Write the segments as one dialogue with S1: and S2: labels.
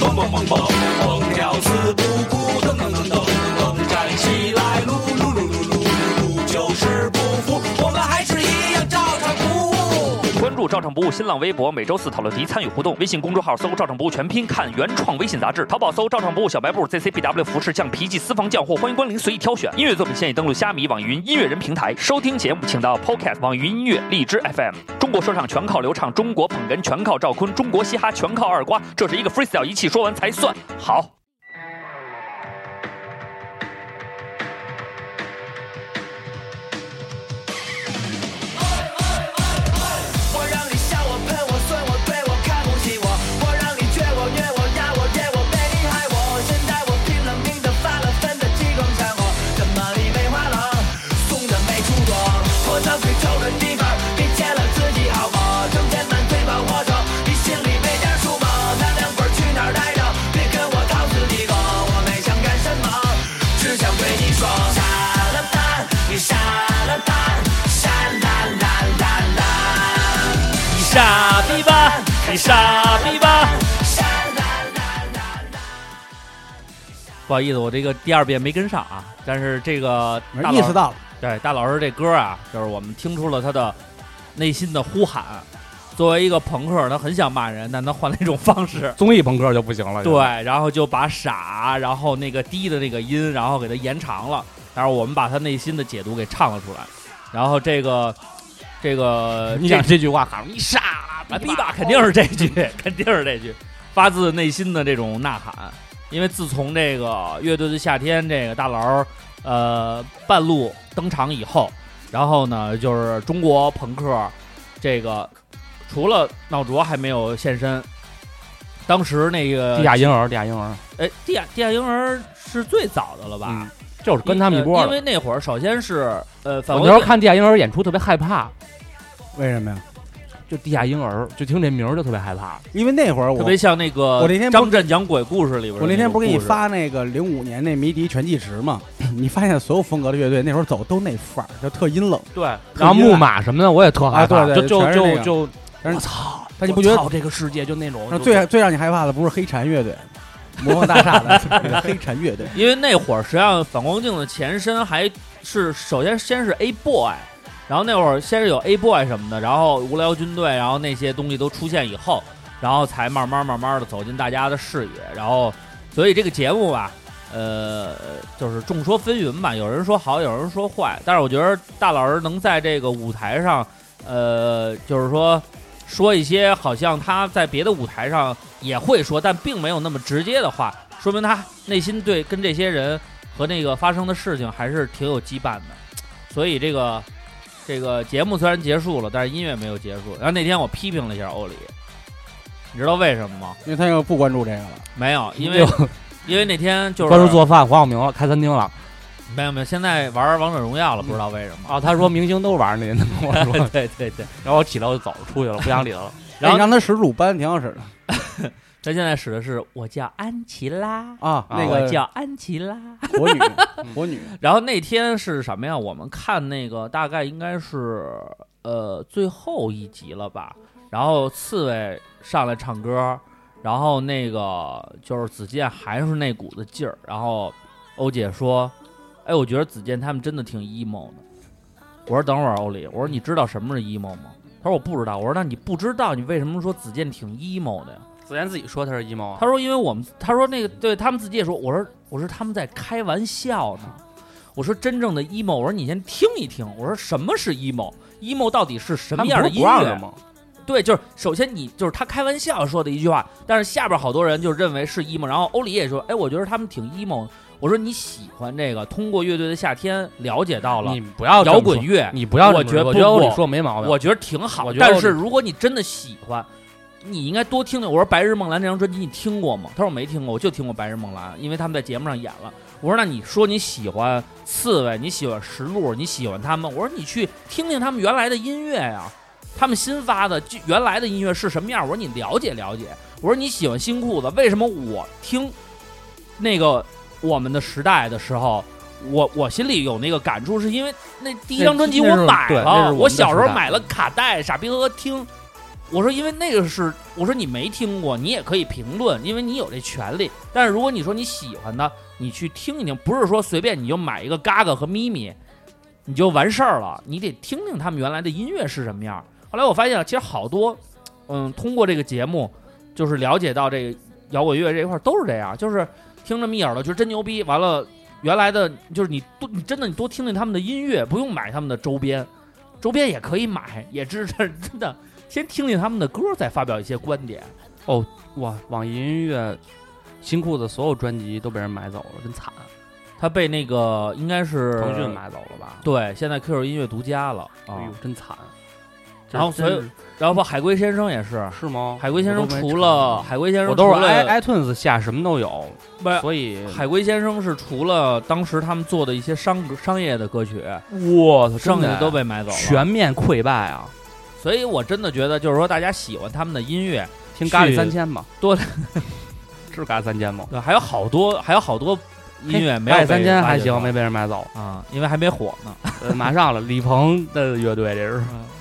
S1: 蹦蹦蹦蹦跳，死不哭，噔噔噔噔噔，站起来，撸撸撸撸撸撸，就是不服，我们还是一样照常服务。
S2: 关注“照常不误”新浪微博，每周四讨论题参与互动。微信公众号搜“照常不误”全拼，看原创微信杂志。淘宝搜“照常不误小白布 ”，ZCBW 服饰匠、皮记私房匠货，欢迎光临，随意挑选。音乐作品现已登录虾米、网易云音乐人平台收听节目，请到 Podcast、网易云音乐、荔枝 FM。中国说唱全靠刘畅，中国捧哏全靠赵坤，中国嘻哈全靠二瓜。这是一个 freestyle，一气说完才算好。
S1: 我让你笑我喷我酸我对我看不起我，我让你倔我虐我压我虐我被你害我，现在我拼了命的发了奋的激光闪火，怎么你没花了，送的没出国，我找最臭的地方，别见了自己好吗？整天满嘴跑火车，你心里没点数吗？那两棍去哪儿待着？别跟我套死你个，我没想干什么，只想对你说，傻了蛋，你傻了蛋，傻蛋蛋蛋蛋。你傻逼吧，你傻逼吧。
S3: 不好意思，我这个第二遍没跟上啊，但是这个大
S4: 意
S3: 老
S4: 识到了，
S3: 对大老师这歌啊，就是我们听出了他的内心的呼喊。作为一个朋克，他很想骂人，但他换了一种方式，
S4: 综艺朋克就不行了。
S3: 对，然后就把傻，然后那个低的那个音，然后给它延长了，然后我们把他内心的解读给唱了出来，然后这个这个
S4: 你
S3: 这
S4: 想这句话喊你傻
S3: 完逼吧，肯定是这句，肯定是这句，发自内心的这种呐喊。因为自从这个乐队的夏天这个大佬儿呃半路登场以后，然后呢就是中国朋克这个除了闹卓还没有现身，当时那个
S4: 地下婴儿，地下婴儿
S3: 哎地下地下婴儿是最早的了吧？
S4: 嗯就是跟他们一波
S3: 因
S4: 的。
S3: 为那会儿首先是呃反
S4: 我
S3: 光
S4: 那时候看地下婴儿演出特别害怕，
S5: 为什么呀？
S4: 就地下婴儿，就听这名儿就特别害怕。
S5: 因为那会儿我
S3: 特别像那个
S5: 我那天不
S3: 张震讲鬼故事里边，
S5: 我那天不是给你，发那个零五年那迷笛全季时嘛？你发现所有风格的乐队那会儿走都那范儿，就特阴冷。
S3: 对，
S4: 然后木马什么的我也特害怕，
S5: 啊对对
S4: 就
S5: 全是那
S4: 就
S5: 个
S4: 就就，
S5: 但是
S4: 我操！
S5: 但你不觉得
S4: 我操这个世界就那种
S5: 那
S4: 就
S5: 最最让你害怕的不是黑蝉乐队，魔方大厦的 黑蝉乐队，
S3: 因为那会儿实际上反光镜的前身还是首先先是 A boy，然后那会儿先是有 A boy 什么的，然后无聊军队，然后那些东西都出现以后，然后才慢慢慢慢的走进大家的视野，然后所以这个节目吧。呃，就是众说纷纭吧，有人说好，有人说坏，但是我觉得大老师能在这个舞台上，呃，就是说说一些好像他在别的舞台上也会说，但并没有那么直接的话，说明他内心对跟这些人和那个发生的事情还是挺有羁绊的。所以这个这个节目虽然结束了，但是音乐没有结束。然后那天我批评了一下欧里，你知道为什么吗？
S5: 因为他又不关注这个了。
S3: 没有，因为
S4: 就
S3: 因为那天就是
S4: 关注做饭、黄晓明了，开餐厅了。
S3: 没有没有，现在玩王者荣耀了，不知道为什么。
S4: 哦，他说明星都玩那，跟我说，
S3: 对对对，
S4: 然后我起来我就走出去了，不想理他了。
S3: 然后
S5: 哎你让他使鲁班挺好使的
S3: 他现在使的是我叫安琪拉，
S5: 啊，那
S3: 我
S5: 个
S3: 叫安琪拉。
S5: 火女，火女
S3: 然后那天是什么呀？我们看那个大概应该是呃最后一集了吧。然后刺猬上来唱歌，然后那个就是子健还是那股子劲儿。然后欧姐说：“哎，我觉得子健他们真的挺 emo 的。”我说：“等会儿，欧里，我说你知道什么是 emo 吗？”他说：“我不知道。”我说：“那你不知道，你为什么说子健挺 emo 的呀？”
S4: 子妍自己说他是 emo 啊
S3: 他，说：“因为我们，他说那个对他们自己也说，我说我说他们在开玩笑呢。我说真正的 emo，我说你先听一听，我说什么是 emo，emo 到底是什么样的音
S4: 不让着
S3: 乐？
S4: 吗？
S3: 对，就是首先你就是他开玩笑说的一句话，但是下边好多人就认为是 emo，然后欧里也说，哎，我觉得他们挺 emo。我说你喜欢这个，通过乐队的夏天了解到了
S4: 你不要这么
S3: 摇滚
S4: 说，
S3: 乐，
S4: 你不要这么
S3: 我觉得
S4: 说我
S3: 不
S4: 觉得欧
S3: 不
S4: 里说没毛病。
S3: 我觉得挺好
S4: 我。觉得
S3: 但
S4: 我
S3: 是如果你真的喜欢，你应该多听听。我说《白日梦蓝》这张专辑你听过吗？他说我没听过，我就听过《白日梦蓝》，因为他们在节目上演了。我说那你说你喜欢刺猬，你喜欢石路，你喜欢他们，我说你去听听他们原来的音乐呀、他们新发的就原来的音乐是什么样？我说你了解了解。我说你喜欢新裤子，为什么我听那个我们的时代的时候，我我心里有那个感触，是因为那第一张专辑
S4: 那
S3: 我
S4: 是
S3: 买
S4: 对那是我
S3: 了，
S4: 们
S3: 我小时候
S4: 的时代
S3: 买了卡带，傻逼呵呵听，我说因为那个是我说你没听过，你也可以评论，因为你有这权利。但是如果你说你喜欢的，你去听一听，不是说随便你就买一个嘎嘎和咪咪，你就完事儿了。你得听听他们原来的音乐是什么样儿。后来我发现啊，其实好多，嗯，通过这个节目，就是了解到这个摇滚乐这一块儿都是这样，就是听着密耳朵觉得真牛逼，完了原来的就是你多你真的你多听听他们的音乐，不用买他们的周边，周边也可以买，也支持真的。先听听他们的歌，再发表一些观点。
S4: 哇，网易音乐新裤子所有专辑都被人买走了，真惨。
S3: 他被那个应该是
S4: 腾讯，买走了吧？
S3: 对，现在 QQ 音乐独家了
S4: 哎
S3: 啊
S4: 呦。，真惨。
S3: 然后所以
S4: 真是
S3: 然后不，海龟先生也是，
S4: 是吗？
S3: 海龟先
S4: 我
S3: 生
S4: 都没
S3: 除
S4: 查
S3: 了海龟先生，
S4: 我都是
S3: 除
S4: 哎
S3: 了哎
S4: i iTunes 下什么都有，
S3: 不是
S4: 所以
S3: 海龟先生是除了当时他们做的一些商商业的歌曲，
S4: 我操，
S3: 剩下
S4: 真
S3: 的
S4: 的
S3: 都被买走了。
S4: 全面溃败啊！
S3: 所以我真的觉得，就是说大家喜欢他们的音乐，
S4: 听咖
S3: 去
S4: 喱三千吧，
S3: 多
S4: 是咖喱三千吗？
S3: 对，呃还有好多还有好多音乐没有
S4: 咖喱
S3: 被
S4: 三千还行，
S3: 发掘
S4: 没被人买走。
S3: 到啊，因为还没火呢。
S4: 呃马上了，李鹏的乐队这是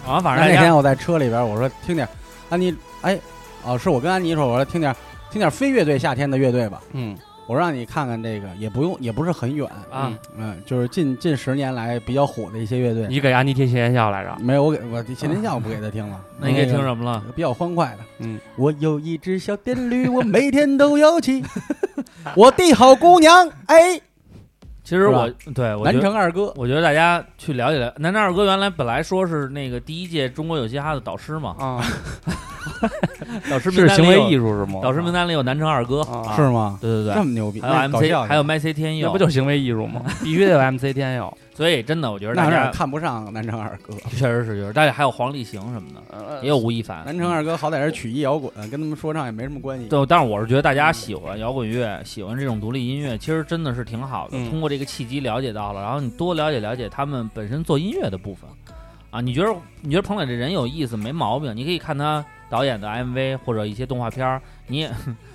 S3: 然后反正
S5: 那
S3: 大家
S5: 天我在车里边，我说听点安妮，哎，哦，是我跟安妮说，我说听点听点非乐队夏天的乐队吧，
S4: 嗯
S5: 我让你看看这个，也不用也不是很远，
S3: 啊，
S5: 嗯，就是近近十年来比较火的一些乐队。
S4: 你给安妮贴邪笑来着？
S5: 没有，我给我谢天笑我不给他听了，
S3: 啊那你可以听
S5: 个
S3: 什么了？
S5: 比较欢快的。
S4: 嗯，
S5: 我有一只小电驴，我每天都要 骑。我的好姑娘，哎，
S3: 其实
S5: 是吧
S3: 我对我觉
S5: 南
S3: 得
S5: 城二哥，
S3: 我觉得大家去了解了解。南城二哥原来本来说是那个第一届中国有嘻哈的导师嘛，
S4: 啊，
S3: 导师名
S4: 是
S3: 单
S4: 行
S3: 里
S4: 为
S3: 有
S4: 艺术是吗？
S3: 导师名单里有南城二哥，
S4: 啊
S5: 是吗？
S3: 对对
S5: 这
S3: 对，
S5: 么牛逼，
S3: 还有
S5: 那搞笑去
S3: MC 还有 MC 天
S4: 那
S3: 佑
S4: 不，就是行为艺术吗？必须得有 MC 天佑。
S3: 所以真的我觉得
S5: 那
S3: 大
S5: 有点
S3: 家
S5: 看不上南城二哥。
S3: 确实是就是，大家还有黄立行什么的，
S4: 呃
S3: 也有吴亦凡。
S5: 啊南城二哥好歹是曲艺摇滚，呃跟他们说唱也没什么关系。嗯
S3: 对，但是我是觉得大家喜欢摇滚乐，喜欢这种独立音乐，其实真的是挺好的。
S4: 嗯，
S3: 通过这个契机了解到了，然后你多了解了解他们本身做音乐的部分，啊，你觉得你觉得彭磊这人有意思没毛病，你可以看他导演的 MV 或者一些动画片儿，你也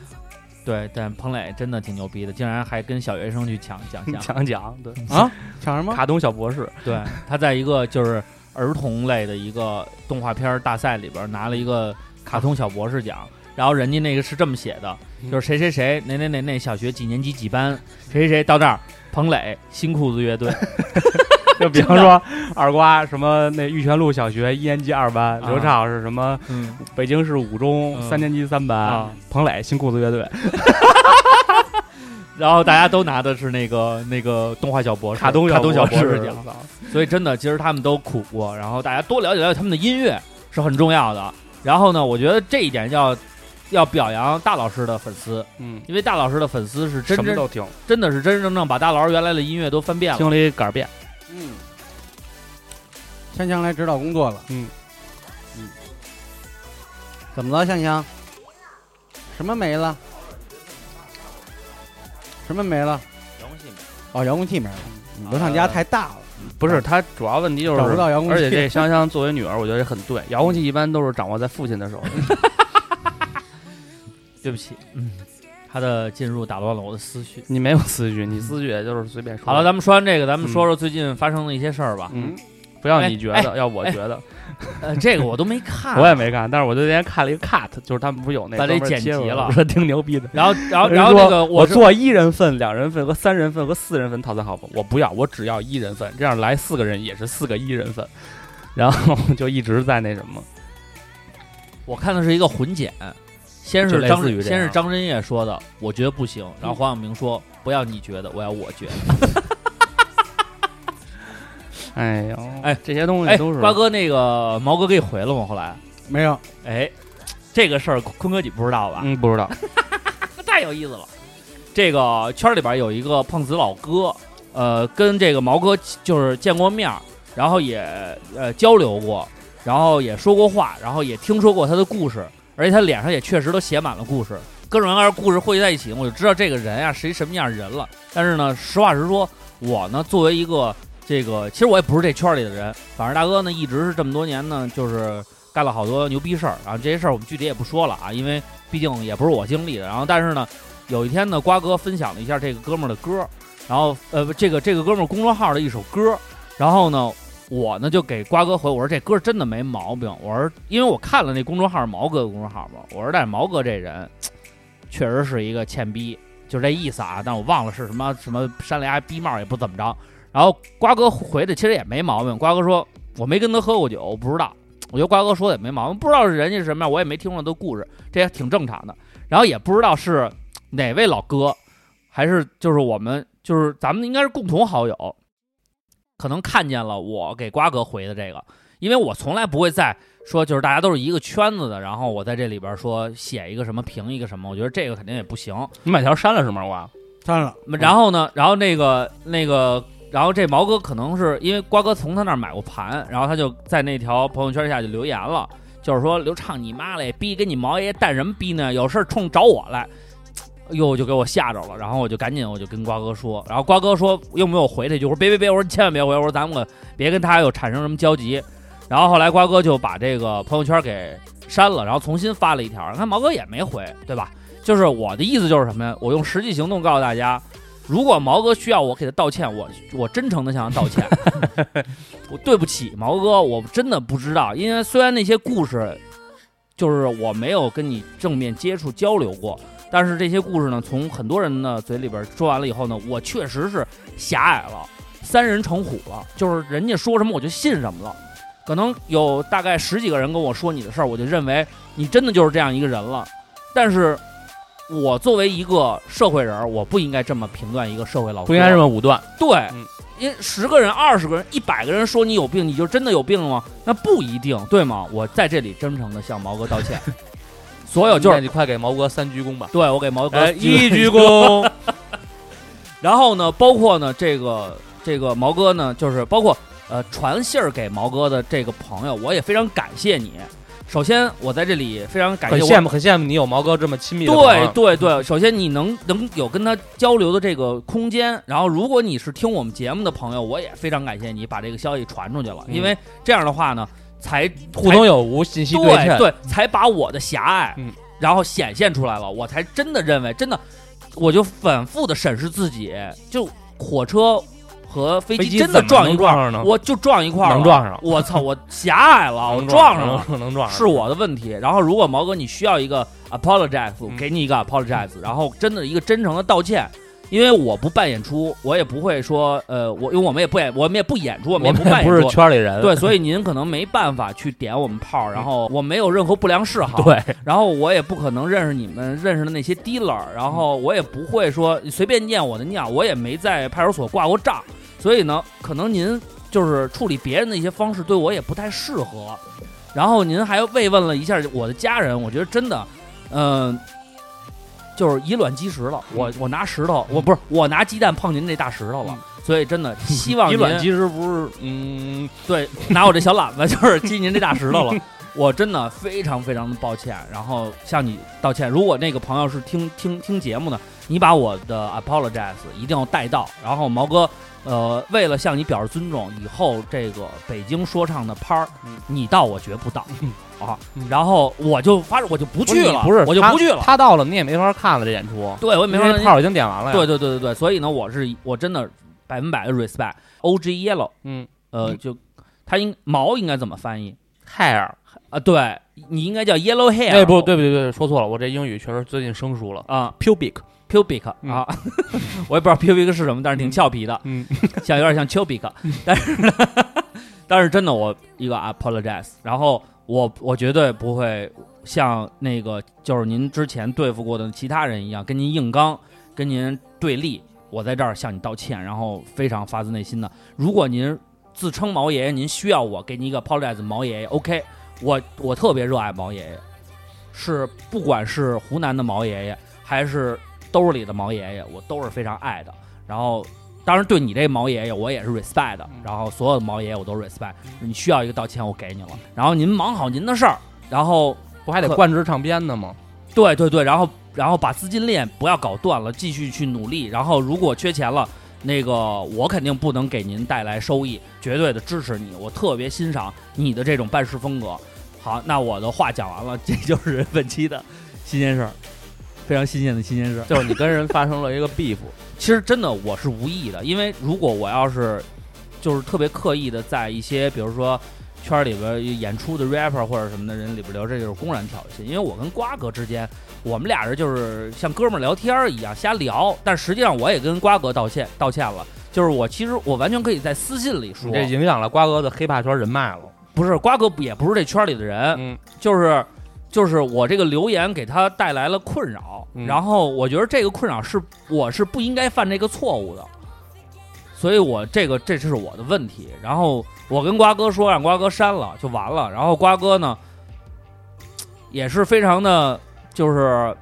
S3: 对。但彭磊真的挺牛逼的，竟然还跟小学生去抢奖项
S4: 讲讲对
S5: 抢什么？
S4: 卡通小博 士，
S3: 对，他在一个就是儿童类的一个动画片儿大赛里边儿拿了一个卡通小博士奖，然后人家那个是这么写的，就是谁谁谁哪哪哪哪小学几年级几班，谁谁谁到这儿，彭磊新裤子乐队，
S4: 就比方说二瓜什么那玉泉路小学一年级二班，
S3: 啊
S4: 刘畅是什么
S3: 嗯，
S4: 北京市五中
S3: 嗯
S4: 三年级三班
S3: 啊，
S4: 彭磊新裤子乐队
S3: 然后大家都拿的是那个那个动画小博士，卡
S4: 通
S3: 卡通小
S4: 博
S3: 士
S4: 士
S3: 奖，所以真的，其实他们都苦过，然后大家多了解了解他们的音乐是很重要的。然后呢，我觉得这一点要要表扬大老师的粉丝，
S4: 嗯，
S3: 因为大老师的粉丝是真
S4: 什么
S3: 正
S4: 都听，
S3: 真的是真真正正把大老师原来的音乐都翻遍了。
S4: 听了一杆儿变，
S5: 嗯，香香来指导工作了。
S4: 嗯
S5: 嗯，怎么了，香香？什么没了？什么没了？哦，遥控器没了。嗯楼上家太大了，
S4: 不是他主要问题呃就是
S5: 找不到遥控器。
S4: 而且这香香作为女儿，我觉得很对。遥控器一般都是掌握在父亲的手里。
S3: 对不起，嗯，他的进入打乱了我的思绪。
S4: 你没有思绪，你思绪也就是随便说。
S3: 好了，，咱们说完这个，咱们
S4: 嗯
S3: 说说最近发生的一些事儿吧。
S4: 嗯，不要你觉
S3: 哎
S4: 得，要我觉得，
S3: 呃，这个我都没看，
S4: 我也没看，但是我就那天看了一个 cut，就是他们不是有那
S3: 把这
S4: 专门
S3: 剪辑
S4: 切过
S3: 了
S4: 我说挺牛逼 的。
S3: 然后，然后，然后那个
S4: 人说我
S3: 是
S4: 做一人份、两人份和三人份和四人份套餐好不？我不要，我只要一人份，这样来四个人也是四个一人份。然后就一直在那什么，
S3: 我看的是一个混剪，先
S4: 就是类
S3: 张
S4: 似于这
S3: 先是
S4: 样
S3: 张震岳说的，我觉得不行，然后黄晓明说不要你觉得，我要我觉得。
S4: 哎呦，
S3: 哎，
S4: 这些东西
S3: 哎，
S4: 都是
S3: 瓜哥那个毛哥给你回了吗？后来，
S5: 没有，
S3: 哎，这个事儿坤哥你不知道吧？
S4: 嗯，不知道，
S3: 太有意思了。这个圈里边有一个碰瓷老哥，呃，跟这个毛哥就是见过面儿，然后也呃交流过，然后也说过话，然后也听说过他的故事，而且他脸上也确实都写满了故事。各种各样的故事汇集在一起，我就知道这个人啊是一什么样的人了。但是呢，实话实说，我呢作为一个这个，其实我也不是这圈里的人，反正大哥呢一直是这么多年呢，就是干了好多牛逼事儿。啊然后这些事儿我们具体也不说了啊，因为毕竟也不是我经历的。然后但是呢，有一天呢，瓜哥分享了一下这个哥们儿的歌，然后呃，不这个这个哥们儿公众号的一首歌，然后呢，我呢就给瓜哥回，我说这歌真的没毛病，我说因啊为我看了那公众号毛哥的公众号嘛，我说但是毛哥这人确实是一个欠逼，就这意思啊，但我忘了是什么什么山里丫逼帽也不怎么着。然后瓜哥回的其实也没毛病，瓜哥说我没跟他喝过酒，我不知道。 我觉得瓜哥说的也没毛病，不知道是人家是什么样，我也没听过他的故事，这也挺正常的。然后也不知道是哪位老哥，还是就是我们就是咱们应该是共同好友，可能看见了我给瓜哥回的这个，因为我从来不会在说就是大家都是一个圈子的，然后我在这里边说写一个什么评一个什么，我觉得这个肯定也不行。
S4: 你把条删了是吗？我啊
S5: 删了，
S3: 然后呢，然后那个那个，然后这毛哥可能是因为瓜哥从他那儿买过盘，然后他就在那条朋友圈下就留言了，就是说刘畅你妈嘞，逼跟你毛爷蛋什么逼呢？有事儿冲找我来。哎呦，就给我吓着了，然后我就赶紧我就跟瓜哥说，然后瓜哥说又没有回他一句，我说别别别，我说你千万别回，我说咱们可别跟他又产生什么交集。然后后来瓜哥就把这个朋友圈给删了，然后重新发了一条，你看毛哥也没回，对吧？就是我的意思就是什么呀？我用实际行动告诉大家，如果毛哥需要我给他道歉，我我真诚的向他道歉， 我对不起毛哥，我真的不知道，因为虽然那些故事，就是我没有跟你正面接触交流过，但是这些故事呢，从很多人的嘴里边说完了以后呢，我确实是狭隘了，三人成虎了，就是人家说什么我就信什么了。可能有大概十几个人跟我说你的事儿，我就认为你真的就是这样一个人了。但是，我作为一个社会人儿，我不应该这么评断一个社会老哥，
S4: 不应该这么武断。
S3: 对
S4: 嗯，
S3: 因十个人、二十个人、一百个人说你有病，你就真的有病了吗？那不一定，对吗？我在这里真诚的向毛哥道 歉。所有就
S4: 那
S3: 是
S4: 你快给毛哥三鞠躬吧。
S3: 对我给毛哥、
S4: 哎，一鞠躬。
S3: 然后呢，包括呢这个这个毛哥呢，就是包括呃传信儿给毛哥的这个朋友，我也非常感谢你。首先，我在这里非常感
S4: 很
S3: 谢我
S4: 羡慕，很羡慕你有毛哥这么亲密的朋
S3: 对
S4: 友
S3: 对对，首先你能能有跟他交流的这个空间，然后如果你是听我们节目的朋友，我也非常感谢你把这个消息传出去了，
S4: 嗯
S3: 因为这样的话呢，才
S4: 互通有无，信息
S3: 对
S4: 称。
S3: 对，才把我的狭隘，
S4: 嗯
S3: 然后显现出来了，我才真的认为，真的，我就反复的审视自己，就火车和飞
S4: 飞
S3: 机
S4: 机
S3: 真的
S4: 怎么
S3: 撞
S4: 能
S3: 一块
S4: 撞
S3: 儿
S4: 上呢
S3: 我就撞一块儿了
S4: 能撞上
S3: 我操，我狭隘了，我
S4: 能
S3: 撞上
S4: 上
S3: 了。
S4: 了，能撞上。
S3: 是我的问题。然后如果毛哥你需要一个 apologize，我
S4: 嗯
S3: 给你一个 apologize，然后真的一个真诚的道歉。因为我不办演出，我也不会说，呃，我因为我们也不演，我们也不演出，我
S4: 我
S3: 们也
S4: 们
S3: 不办
S4: 不是
S3: 演出，
S4: 圈里人。
S3: 对，所以您可能没办法去点我们炮，然后我没有任何不良嗜好，，
S4: 对，
S3: 然后我也不可能认识你们认识的那些 dealer，然后
S4: 嗯
S3: 我也不会说随便念我的尿，我也没在派出所挂过账，所以呢，可能您就是处理别人的一些方式对我也不太适合。然后您还慰问了一下我的家人，我觉得真的，嗯、就是以卵击石了。我我拿石头，我不是我拿鸡蛋碰您这大石头了，所以真的希望
S4: 嗯 以
S3: 您
S4: 卵击石不是嗯，
S3: 对，拿我这小喇叭就是击您这大石头了。我真的非常非常的抱歉，然后向你道歉。如果那个朋友是听听听节目呢，你把我的 apologize 一定要带到。然后毛哥，呃，为了向你表示尊重，以后这个北京说唱的拍儿
S4: 嗯，
S3: 你到我绝不到、啊
S4: 嗯。
S3: 然后我就发誓我就不
S4: 不
S3: 去了，
S4: 不是，
S3: 我就
S4: 他
S3: 不去了。
S4: 他到了，你也没法看了这演出，
S3: 对，我也没
S4: 因
S3: 法
S4: 为
S3: 让你
S4: 炮已经点完了呀。
S3: 对，对对对对，所以呢，我是我真的百分百的 respect OG Yellow，
S4: 嗯，
S3: 呃，
S4: 嗯
S3: 就他应毛应该怎么翻译？
S4: 海尔，
S3: 啊，对你应该叫 yellow hair，
S4: 哎，不对不对不对，说错了，我这英语确实最近生疏了。
S3: 啊
S4: pubic，
S3: ，pubic
S4: 嗯
S3: 啊， 我也不知道 pubic 是什么，但是挺俏皮的，
S4: 嗯，
S3: 像有点像 pubic，但是呢，但是真的我一个 apologize，然后我我绝对不会像那个就是您之前对付过的其他人一样跟您硬刚，跟您对立，我在这儿向你道歉，然后非常发自内心的，如果您自称毛爷爷，您需要我给您一个 apologize 毛爷爷，OK，我我特别热爱毛爷爷，是不管是湖南的毛爷爷还是兜里的毛爷爷，我都是非常爱的。然后，当然对你这毛爷爷，我也是 respect 的。然后所有的毛爷爷我都 respect。你需要一个道歉，我给你了。然后您忙好您的事儿，然后
S4: 不还得
S3: 可
S4: 冠职唱片呢吗？
S3: 对对对，然后然后把资金链不要搞断了，继续去努力。然后如果缺钱了，那个我肯定不能给您带来收益，绝对的支持你。我特别欣赏你的这种办事风格。好，那我的话讲完了，这就是本期的新鲜事儿，非常新鲜的新鲜事儿。
S4: 就是你跟人发生了一个 beef，
S3: 其实真的我是无意的，因为如果我要是就是特别刻意的在一些比如说圈里边演出的 rapper 或者什么的人里边聊，这就是公然挑衅。因为我跟瓜哥之间，我们俩人就是像哥们儿聊天儿一样瞎聊，但实际上我也跟瓜哥道歉道歉了。就是我其实我完全可以在私信里说
S4: 你，这影响了瓜哥的黑怕圈人脉了。
S3: 不是瓜哥不也不是这圈里的人，
S4: 嗯，
S3: 就是就是我这个留言给他带来了困扰，
S4: 嗯
S3: 然后我觉得这个困扰是我是不应该犯这个错误的，所以我这个这是我的问题。然后我跟瓜哥说让瓜哥删了就完了，然后瓜哥呢也是非常的，就是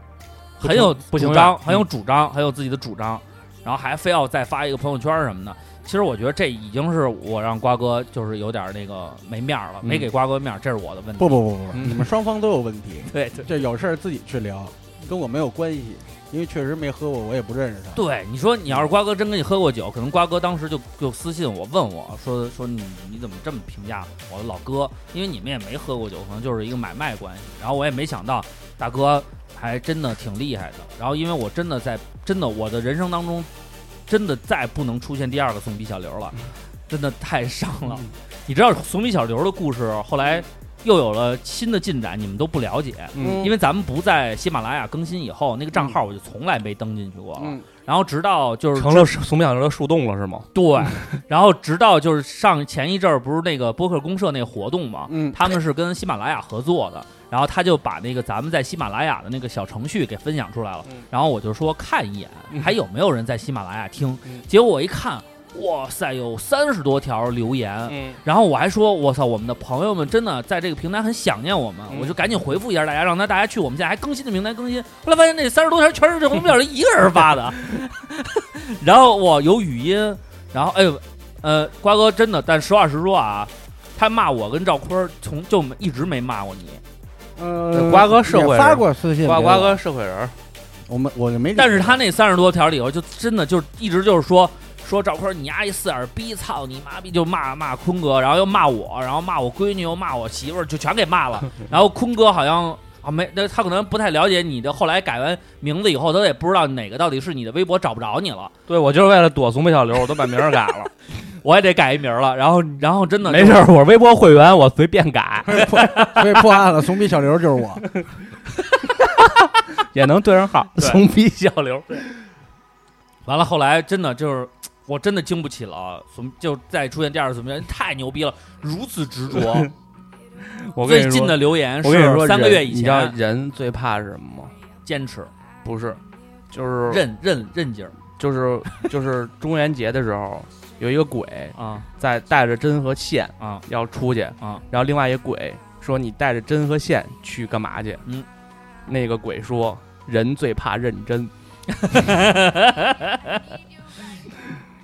S3: 很有
S4: 不嗯情
S3: 主
S4: 愿
S3: 张，很有主张，很有自己的主张，然后还非要再发一个朋友圈什么的。其实我觉得这已经是我让瓜哥就是有点那个没面儿了，
S4: 嗯
S3: 没给瓜哥面儿，这是我的问题。
S5: 不不不不不，
S4: 嗯
S5: 你们双方都有问题，
S3: 对对
S5: 这有事儿自己去聊，跟我没有关系，因为确实没喝过，我也不认识他。
S3: 对，你说你要是瓜哥真跟你喝过酒，可能瓜哥当时就就私信我问我说说你你怎么这么评价我的老哥？因为你们也没喝过酒，可能就是一个买卖关系。然后我也没想到大哥还真的挺厉害的。然后因为我真的在真的我的人生当中，真的再不能出现第二个怂逼小刘了，真的太伤了。你知道怂逼小刘的故事后来又有了新的进展，你们都不了解。
S4: 嗯
S3: 因为咱们不在喜马拉雅更新以后，那个账号我就从来没登进去过了。
S5: 嗯
S3: 然后直到就是
S4: 成了嗯怂小刘的树洞了是吗？
S3: 对， 然后直到就是上前一阵儿不是那个播客公社那活动嘛，
S5: 嗯
S3: 他们是跟喜马拉雅合作的，然后他就把那个咱们在喜马拉雅的那个小程序给分享出来了，
S4: 嗯
S3: 然后我就说看一眼
S4: 嗯
S3: 还有没有人在喜马拉雅听，
S4: 嗯
S3: 结果我一看，哇塞，有三十多条留言，
S4: 嗯，
S3: 然后我还说，我操，我们的朋友们真的在这个平台很想念我们，啊
S4: 嗯
S3: 我就赶紧回复一下大家，让他大家去我们现在还更新的平台更新。后来发现那三十多条全是这红表人一个人发的，然后我有语音，然后哎呦，呃，瓜哥真的，但实话实说啊，他骂我跟赵坤儿从就一直没骂过你，
S5: 呃
S4: 瓜哥社会人
S5: 也发过私信给
S4: 瓜
S5: 我，
S4: 瓜哥社会人，
S5: 我们我就没理，
S3: 但是他那三十多条里头就真的就一直就是说。说赵坤儿，你丫一四眼逼，操你妈逼！就骂骂坤哥，然后又骂我，然后骂我闺女，又骂我媳妇儿，就全给骂 了。然后坤哥好像啊没，那他可能不太了解你的，后来改完名字以后，他也不知道哪个到底是你的微博，找不着你了。
S4: 对我就是为了躲怂逼小刘，我都把名儿改 了。
S3: 我也得改一名了。然后，然后真的
S4: 没事儿，我是微博会员，我随便改
S5: 所以破 案了，怂逼小刘就是我。
S4: 也能对上 号。怂逼小刘，
S3: 完了，后来真的就是我真的经不起了，怎么就再出现第二次？人太牛逼了，如此执着。
S4: 我跟
S3: 最
S4: 你
S3: 近
S4: 说
S3: 的，留言
S4: 我跟你说，
S3: 是三个月
S4: 人
S3: 以
S4: 你知道
S3: 前啊
S4: 人最怕是什么吗？
S3: 坚持
S4: 不是，就是
S3: 韧韧韧劲儿
S4: 就是 就是中元节的时候，有一个鬼
S3: 啊
S4: 在带着针和线
S3: 啊
S4: 要出去，
S3: 啊！
S4: 然后另外一个鬼说你带着针和线去干嘛去？
S3: 嗯，
S4: 那个鬼说人最怕认真。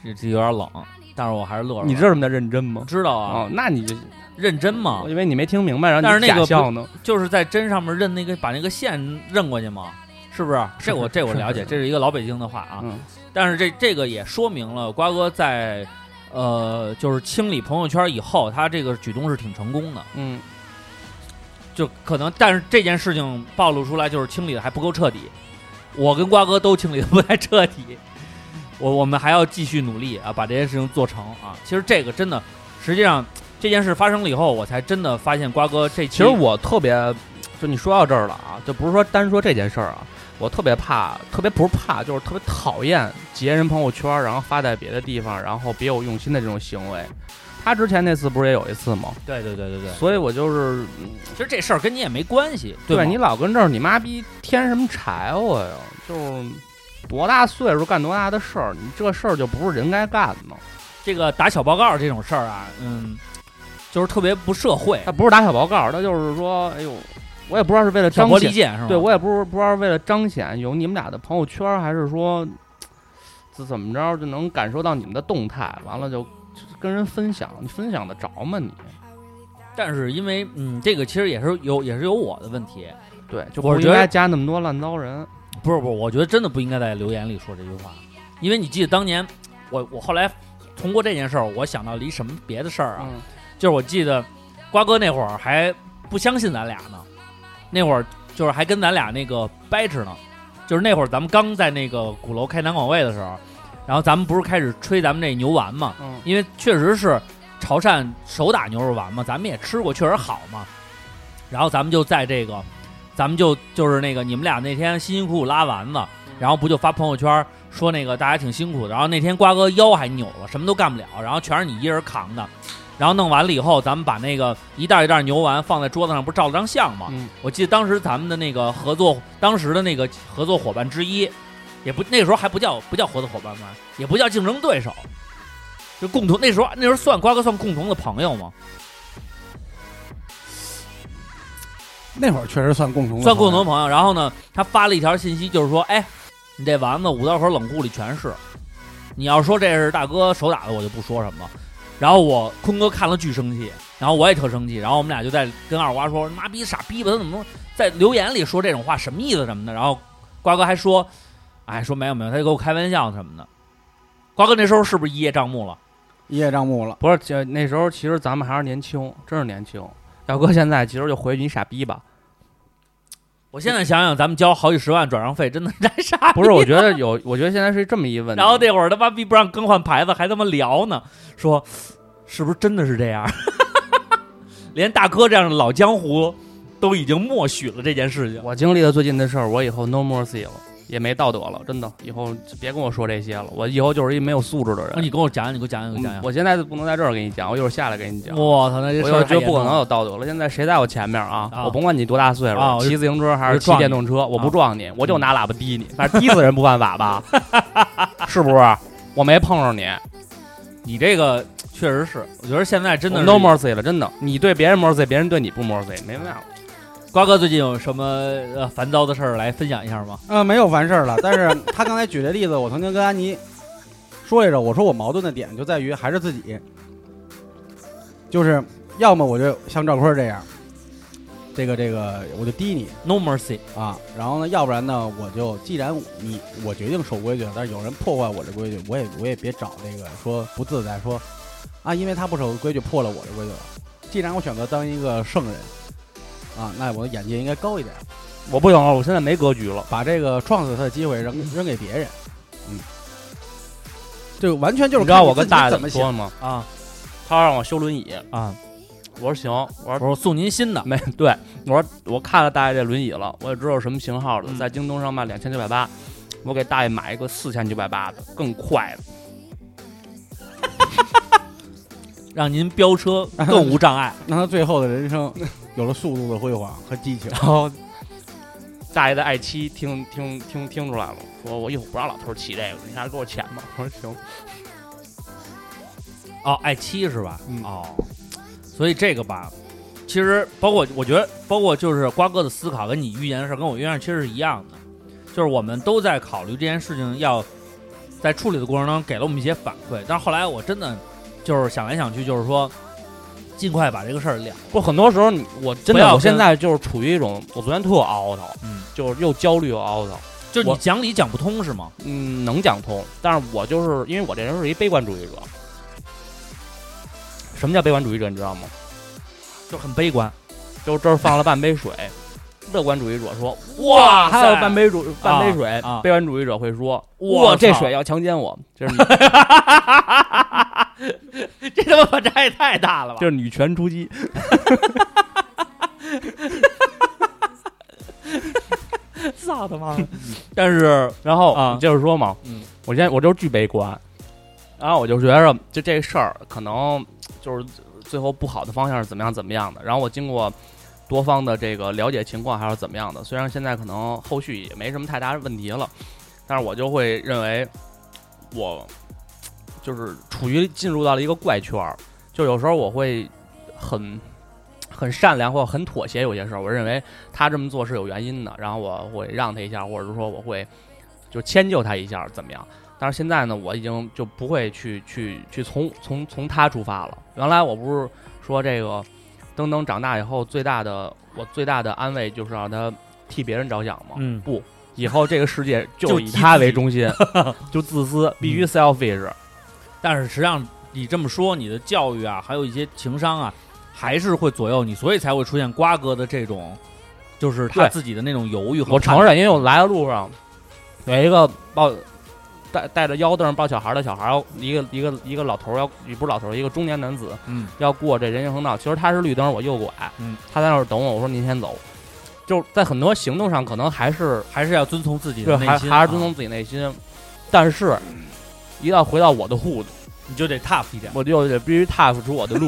S3: 这这有点冷，但是我还是乐了。
S4: 你知道什么叫认真吗？
S3: 知道啊？
S4: 哦，那你就
S3: 认真吗
S4: 我以？为你没听明白，然
S3: 但
S4: 后
S3: 是
S4: 你
S3: 那个
S4: 假
S3: 不
S4: 笑呢。
S3: 就是在针上面认那个把那个线认过去吗？是不是？这我这我
S4: 是是
S3: 了解，
S4: 是
S3: 这是一个老北京的话啊。
S4: 嗯
S3: 但是这这个也说明了瓜哥在呃，就是清理朋友圈以后，他这个举动是挺成功的。
S4: 嗯，
S3: 就可能，但是这件事情暴露出来，就是清理的还不够彻底。我跟瓜哥都清理的不太彻底，我我们还要继续努力啊，把这件事情做成啊。其实这个真的，实际上这件事发生了以后，我才真的发现瓜哥这
S4: 其实我特别，就你说到这儿了啊，就不是说单说这件事儿啊，我特别怕，特别不是怕，就是特别讨厌截人朋友圈，然后发在别的地方，然后别有用心的这种行为。他之前那次不是也有一次吗？
S3: 对对对对对，
S4: 所以我就是，嗯
S3: 其实这事儿跟你也没关系，
S4: 对
S3: 吧？
S4: 你老跟这儿你妈逼添什么柴火呀？就是多大岁数干多大的事儿，你这事儿就不是人该干的。
S3: 这个打小报告这种事儿啊，嗯，就是特别不社会
S4: 哎他，不是打小报告，他就是说，哎呦，我也不知道是为了
S3: 挑
S4: 彰
S3: 拨
S4: 显
S3: 离间是吗？
S4: 对我也不是不知道是为了彰显有你们俩的朋友圈，还是说这怎么着就能感受到你们的动态，完了就就跟人分享，你分享得着吗你？
S3: 但是因为嗯，这个其实也是有也是有我的问题，
S4: 对，就
S3: 我
S4: 不
S3: 觉
S4: 应
S3: 得
S4: 该加那么多烂糟人。
S3: 不是不是，我觉得真的不应该在留言里说这句话，因为你记得当年我我后来通过这件事儿，我想到了一什么别的事儿啊，
S4: 嗯
S3: 就是我记得瓜哥那会儿还不相信咱俩呢，那会儿就是还跟咱俩那个掰扯呢，就是那会儿咱们刚在那个鼓楼开南广卫的时候，然后咱们不是开始吹咱们这牛丸嘛，
S4: 嗯，
S3: 因为确实是潮汕手打牛肉丸嘛，咱们也吃过，确实好嘛。然后咱们就在这个，咱们就就是那个你们俩那天辛辛苦苦拉丸
S4: 嗯
S3: 子，然后不就发朋友圈说那个大家挺辛苦的，然后那天瓜哥腰还扭了，什么都干不了，然后全是你一人扛的。然后弄完了以后，咱们把那个一袋一袋牛丸放在桌子上，不是照了张相吗？
S4: 嗯
S3: 我记得当时咱们的那个合作，当时的那个合作伙伴之一，也不那时候还不叫不叫合作伙伴嘛，也不叫竞争对手，就共同那时候那时候算瓜哥算共同的朋友嘛，
S5: 那会儿确实算共同的
S3: 算
S5: 朋友
S3: 共同朋友。然后呢，他发了一条信息，就是说，哎，你这丸子五道口冷库里全是，你要说这是大哥手打的，我就不说什么了。然后我坤哥看了巨生气，然后我也特生气，然后我们俩就在跟二瓜说：“妈逼傻逼吧，他怎么能在留言里说这种话，什么意思什么的？”然后瓜哥还说：“哎，说没有没有，他就给我开玩笑什么的。”瓜哥那时候是不是一叶障目了？
S5: 一叶障目了。
S4: 不是，这那时候其实咱们还是年轻，真是年轻。要搁现在，其实就回去你傻逼吧。
S3: 我现在想想，咱们交好几十万转让费，真的 太傻逼。
S4: 不是，我觉得有，我觉得现在是这么一问题。
S3: 然后那会儿他妈逼不让更换牌子，还他妈聊呢，说是不是真的是这样？ 连大哥这样的老江湖都已经默许了这件事情。
S4: 我经历了最近的事儿，我以后 no mercy 了，也没道德了，真的。以后就别跟我说这些了，我以后就是一没有素质
S3: 那
S4: 的人。
S3: 哦你跟我讲讲，你给我讲讲，给我讲
S4: 嗯
S3: 讲。
S4: 我现在不能在这儿给你讲，我一会儿下来给你讲。我
S3: 我操，那这事
S4: 就
S3: 儿
S4: 觉得不可能
S3: 太严重了
S4: 有道德了。现在谁在我前面啊？
S3: 啊
S4: 我甭管你多大岁数，
S3: 啊我就
S4: 骑自行车还
S3: 我
S4: 是
S3: 就
S4: 骑
S3: 撞你啊嗯
S4: 电动车，我不撞你，我就拿喇叭滴你。反正滴死人不犯法吧？ 是不是？我没碰上你，
S3: 你这个确实是，我觉得现在真的
S4: 我
S3: 是
S4: no mercy 了，真的。你对别人 mercy，别人对你不 mercy，没办法。
S3: 瓜哥最近有什么呃烦躁的事儿来分享一下吗？
S5: 呃，没有完事儿了。但是他刚才举的例子，我曾经跟安妮说一着，我说我矛盾的点就在于还是自己，就是要么我就像赵坤这样，这个这个我就低你
S3: No mercy，
S5: 啊，然后呢，要不然呢，我就既然你我决定守规矩了，但是有人破坏我这规矩，我也我也别找这个说不自在说啊，因为他不守规矩破了我的规矩了。既然我选择当一个圣人啊，那我的眼界应该高一点。
S4: 我不行了，我现在没格局了。
S5: 把这个撞死他的机会扔扔给别人，嗯，这完全就是
S4: 你知道
S5: 看你
S4: 我跟
S5: 自己
S4: 大爷
S5: 怎
S4: 怎
S5: 么
S4: 么
S5: 想
S4: 说吗？
S3: 啊
S4: 他让我修轮椅，
S3: 啊！
S4: 我说行，我
S3: 我说
S4: 说
S3: 送您新的，
S4: 没 对，我说我看了大爷这轮椅了，我也知道什么型号的，
S3: 嗯
S4: 在京东上卖两千九百八，我给大爷买一个四千九百八的，更快的。
S3: 让您飙车更无障碍。
S5: 让他最后的人生有了速度的辉煌和激 情。
S4: 然后大爷的爱妻听听听听出来了，说我以后不让老头骑这个，你还是给我钱吧。我说行，
S3: 哦，爱妻是吧？
S4: 嗯
S3: 哦，所以这个吧，其实包括我觉得，包括就是瓜哥的思考跟你预言的事儿跟我预言的事儿其实是一样的，就是我们都在考虑这件事情要在处理的过程当中给了我们一些反馈，但是后来我真的就是想来想去，就是说尽快把这个事儿了。
S4: 不，很多时候你我真
S3: 不要
S4: 的我
S3: 跟
S4: 现在就是处于一种，我昨天特懊恼，
S3: 嗯，
S4: 就是又焦虑又懊恼。
S3: 就你
S4: 我
S3: 讲理讲不通是吗？
S4: 嗯，能讲通，但是我就是因为我这人是一悲观主义者。什么叫悲观主义者？你知道吗？
S3: 就很悲观。
S4: 就这儿放了半杯水，乐观主义者说：“哇，还有半杯主半杯水。
S3: 啊
S4: 悲观主义者会说：“
S3: 我
S4: 哇，这
S3: 操
S4: 水要强奸我。”这是女这
S3: 这他妈反差也太大了吧！
S4: 是女权出击。
S3: 操他妈的！但是
S4: 然后
S3: 啊
S4: 你接着说嘛，
S3: 嗯
S4: 我现在我就是巨悲观，然后我就觉着就这事儿可能就是最后不好的方向是怎么样怎么样的。然后我经过多方的这个了解情况还是怎么样的，虽然现在可能后续也没什么太大问题了，但是我就会认为我就是处于进入到了一个怪圈儿，就有时候我会很。很善良或者很妥协，有些事儿，我认为他这么做是有原因的，然后我会让他一下，或者是说我会就迁就他一下怎么样？但是现在呢，我已经就不会去去去从从从他出发了。原来我不是说这个登登长大以后最大的我最大的安慰就是让他替别人着想嘛。
S3: 嗯
S4: 不，以后这个世界
S3: 就
S4: 就以
S3: 以
S4: 他
S3: 自己嗯
S4: 为 中心，就自私，必须 selfish。
S3: 但是实际上，你这么说，你的教育啊，还有一些情商啊，还是会左右你，所以才会出现瓜哥的这种，就是他
S4: 对
S3: 自己的那种犹豫和
S4: 我
S3: 判
S4: 承认，因为我来的路上有一个把我带带着腰凳抱小孩的小孩儿，一个一个一个老头儿要也不是老头儿，一个中年男子，
S2: 嗯，
S4: 要过这人行横道，其实他是绿灯，我右拐，
S2: 嗯，
S4: 他在那儿等我，我说您先走，就是在很多行动上可能还是
S3: 还是要遵从自己
S4: 对
S3: 的内
S4: 还
S3: 心，啊
S4: 还是遵，从自己内心，但是。一到回到我的 hood，
S3: 你就得 tough 一点。
S4: 我就得必须踏出我的路。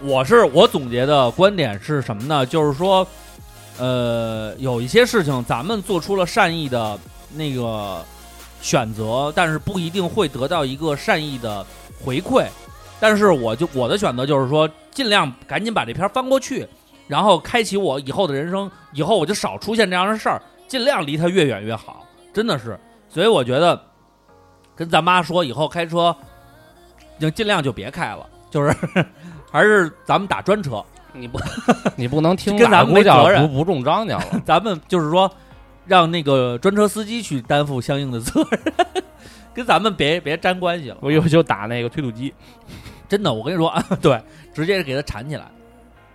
S3: 我是我总结的观点是什么呢？就是说，呃，有一些事情咱们做出了善意的那个选择，但是不一定会得到一个善意的回馈。但是我就我的选择就是说，尽量赶紧把这篇翻过去，然后开启我以后的人生，以后我就少出现这样的事儿，尽量离它越远越好，真的是。所以我觉得跟咱妈说，以后开车就尽量就别开了，就是还是咱们打专车，
S4: 你不，你不能听
S3: 跟咱们
S4: 打
S3: 没
S4: 鼓脚
S3: 责任
S4: 不不中章去 了。
S3: 咱们就是说，让那个专车司机去担负相应的责任，跟咱们别别沾关系了。
S4: 我又就打那个推土机，
S3: 真的，我跟你说啊， 对，直接给它缠起来，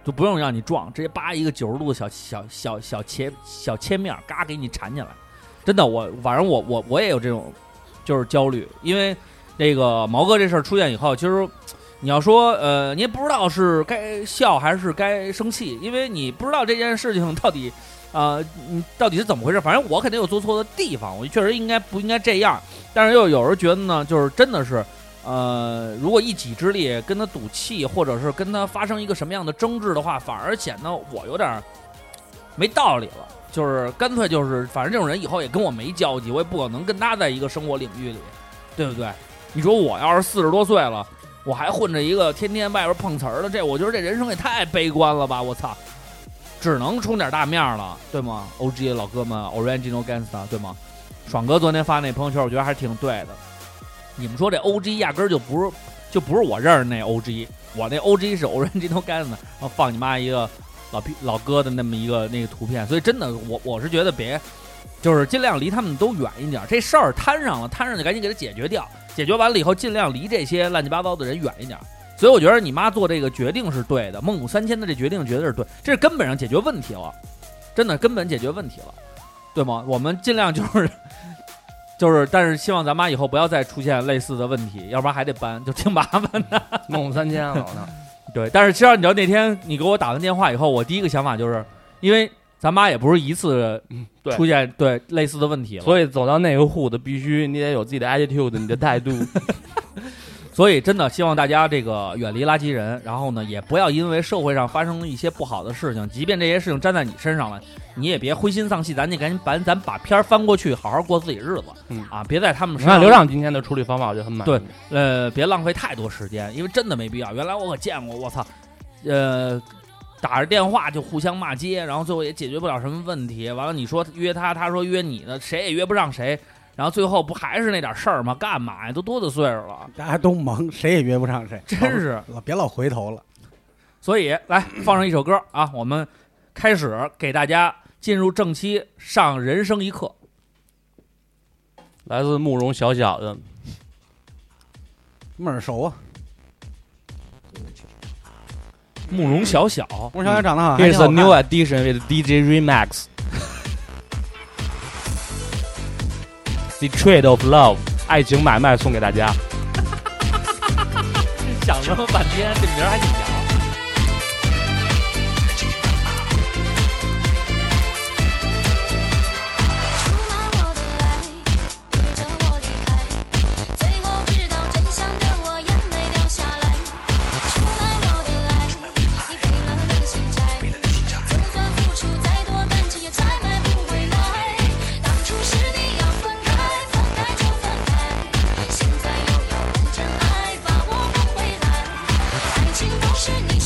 S3: 就不用让你撞，直接扒一个九十度的小小小小切小切面儿，嘎给你缠起来。真的，我反正我我我也有这种就是焦虑，因为那个毛哥这事儿出现以后，其实你要说呃，你也不知道是该笑还是该生气，因为你不知道这件事情到底啊、你到底是怎么回事。反正我肯定有做错的地方，我确实应该不应该这样，但是又有人觉得呢，就是真的是。呃，如果一己之力跟他赌气，或者是跟他发生一个什么样的争执的话，反而显得我有点儿没道理了。就是干脆就是，反正这种人以后也跟我没交集，我也不可能跟他在一个生活领域里，对不对？你说我要是四十多岁了，我还混着一个天天外边碰瓷儿的，这我觉得这人生也太悲观了吧！我操，只能充点大面儿了，对吗？OG 老哥们，Original Gangsta，对吗？爽哥昨天发那朋友圈，我觉得还是挺对的。你们说这 OG 压根儿就不是，就不是我认识那 OG，我那 OG 是 Original g a n s 然后放你妈一个老屁老哥的那么一个那个图片，所以真的我我是觉得别，就是尽量离他们都远一点儿。这事儿摊上了，摊上就赶紧给它解决掉，解决完了以后尽量离这些乱七八糟的人远一点儿。所以我觉得你妈做这个决定是对的，孟母三迁的这决定绝对是对，这是根本上解决问题了，真的根本解决问题了，对吗？我们尽量就是就是，但是希望咱妈以后不要再出现类似的问题，要不然还得搬，就挺麻烦的。
S4: 弄了三千了我呢。
S3: 对，但是其实你知道那天你给我打完电话以后，我第一个想法就是，因为咱妈也不是一次
S4: 对
S3: 出现对类似的问题了，
S4: 所以走到那个 hood，必须你得有自己的 attitude，你的态 度。
S3: 所以真的希望大家这个远离垃圾人，然后呢，也不要因为社会上发生了一些不好的事情，即便这些事情沾在你身上了，你也别灰心丧气，咱就赶紧把咱把片儿翻过去，好好过自己日子，
S4: 嗯
S3: 啊，别在他们
S4: 你
S3: 身上
S4: 看刘畅今天的处理方法，我就很满意。
S3: 对呃，别浪费太多时间，因为真的没必要。原来我可见过，我操，呃，打着电话就互相骂街，然后最后也解决不了什么问题。完了，你说约他，他说约你的，谁也约不上谁，然后最后不还是那点事儿吗？干嘛呀？都多大岁数了，
S5: 大家都忙，谁也约不上谁，
S3: 真是。
S5: 老别老回头了。
S3: 所以来放上一首歌啊，我们开始给大家进入正期，上人生一课。
S4: 来自慕容小小的，
S5: 门儿熟啊，
S3: 慕容小小，
S5: 孟小姐长得好，还
S4: Here's
S5: 挺好
S4: a
S5: 看
S4: new edition with DJ Remax. The Trade of Love，爱情买卖送给大家。
S3: 想这么半天，这名儿还挺洋。
S6: 充满我的爱，推着我离开，最后知道真相的我眼泪掉下来。充满我的爱，你给了的心债，就算付出再多，感情也再买不回来。当初是你要分开，分开就分开，现在又有人真爱把我放回来。爱情不是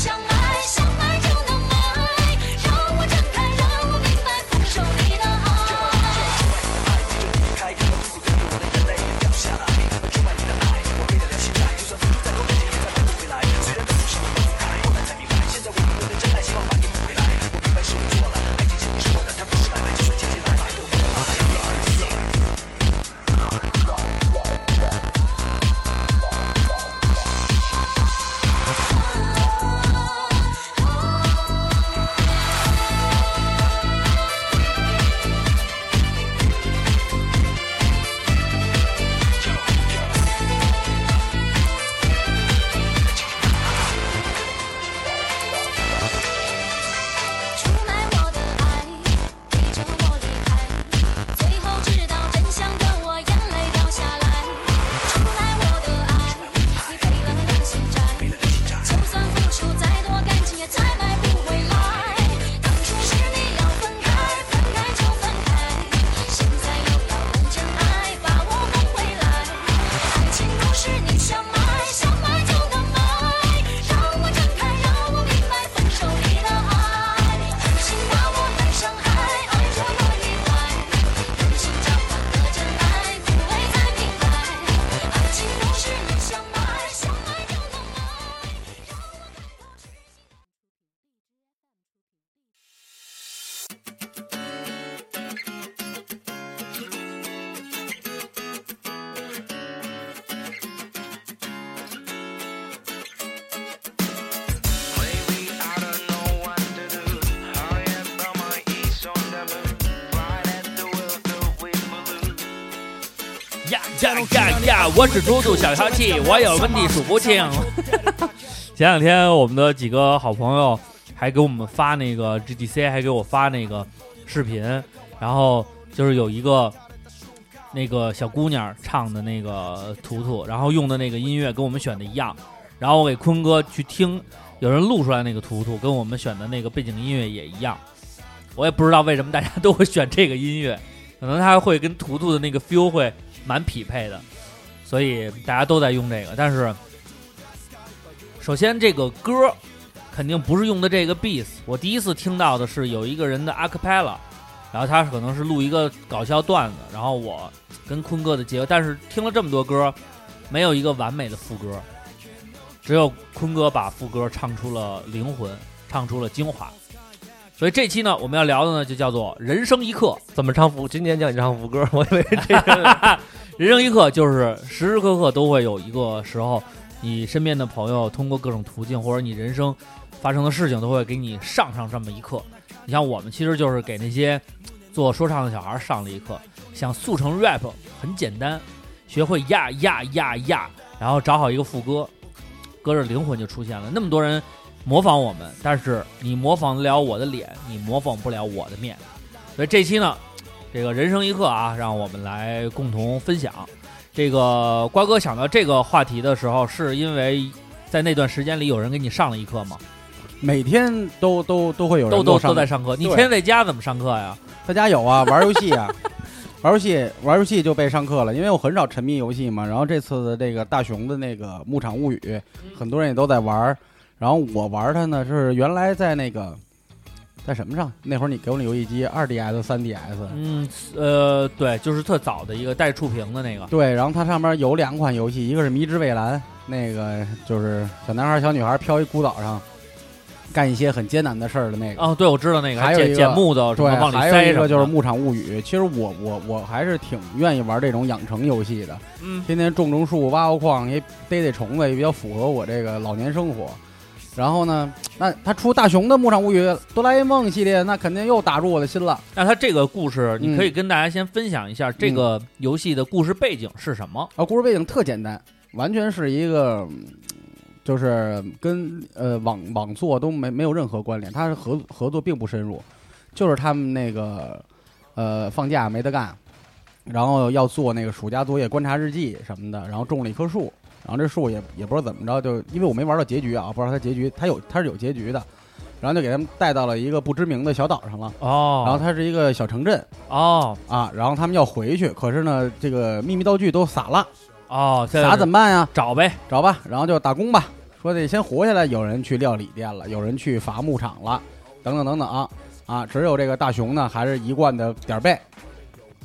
S3: 呀呀呀呀！我只猪肚小淘气，我有问题数不清。 前两天我们的几个好朋友还给我们发那个 GDC，还给我发那个视频，然后就是有一个那个小姑娘唱的那个图图，然后用的那个音乐跟我们选的一样，然后我给坤哥去听，有人录出来那个图图跟我们选的那个背景音乐也一样，我也不知道为什么大家都会选这个音乐，可能他会跟图图的那个 feel 会蛮匹配的，所以大家都在用这个。但是，首先这个歌儿肯定不是用的这个 beats，我第一次听到的是有一个人的 a cappella，然后他可能是录一个搞笑段子，然后我跟坤哥的结合，但是听了这么多歌，没有一个完美的副歌，只有坤哥把副歌唱出了灵魂，唱出了精华。所以这期呢，我们要聊的呢就叫做“人生一刻”。
S7: 怎么唱副？今天叫你唱副歌，我以为这
S3: 人生一刻就是时时刻刻都会有一个时候，你身边的朋友通过各种途径或者你人生发生的事情，都会给你上上这么一课。你像我们其实就是给那些做说唱的小孩上了一课，想速成 rap 很简单，学会呀呀呀呀，然后找好一个副歌，歌的灵魂就出现了。那么多人模仿我们，但是你模仿得了我的脸，你模仿不了我的面。所以这期呢，这个人生一刻啊，让我们来共同分享。这个瓜哥想到这个话题的时候，是因为在那段时间里有人给你上了一课吗？
S5: 每天都都都会有人
S3: 都
S5: 给
S3: 都
S5: 我上
S3: 都在
S5: 课
S3: 上课，你
S5: 对
S3: 天天在家怎么上课呀？
S5: 在家有啊，玩游戏 啊，玩游戏玩游戏就被上课了，因为我很少沉迷游戏嘛。然后这次的这个大熊的那个《牧场物语》，
S3: 嗯
S5: 很多人也都在玩儿。然后我玩它呢，是原来在那个在什么上？那会儿你给我那游戏机二 DS、三 DS，
S3: 嗯，呃，对，就是特早的一个带触屏的那个，
S5: 对。然后它上面有两款游戏，一个是《迷之蔚蓝》，那个就是小男孩儿小女孩儿飘一孤岛上，干一些很艰难的事儿的那个。
S3: 哦，对，我知道那个，
S5: 嗯还有一
S3: 捡
S5: 个
S3: 捡木头什
S5: 对
S3: 么，往里
S5: 还
S3: 塞
S5: 有一
S3: 什
S5: 个
S3: 么的，
S5: 就是《牧场物语》，其实我我我还是挺愿意玩这种养成游戏的，
S3: 嗯，
S5: 天天种种树、挖挖矿，也逮逮虫子，也比较符合我这个老年生活。然后呢，那他出大雄的《牧场物语》、哆啦 A 梦系列，那肯定又打入我的心了。
S3: 那他这个故事，你
S5: 嗯
S3: 可以跟大家先分享一下这个游戏的故事背景是什么？
S5: 啊，故事背景特简单，完全是一个，嗯就是跟呃网网作都没没有任何关联，他是合合作并不深入，就是他们那个呃放假没得干，然后要做那个暑假作业、观察日记什么的，然后种了一棵树，然后这树也也不知道怎么着，就因为我没玩到结局啊，不知道它结局，它有它是有结局的，然后就给他们带到了一个不知名的小岛上了，然后
S3: 哦，
S5: 它是一个小城镇
S3: 哦，
S5: 啊，然后他们要回去，可是呢这个秘密道具都撒了，
S3: 哦，现在
S5: 撒怎么办呀？
S3: 找呗？
S5: 找吧，然后就打工吧。说得先活下来，有人去料理店了，有人去伐木场了，等等等等啊啊！只有这个大熊呢，还是一贯的点儿背，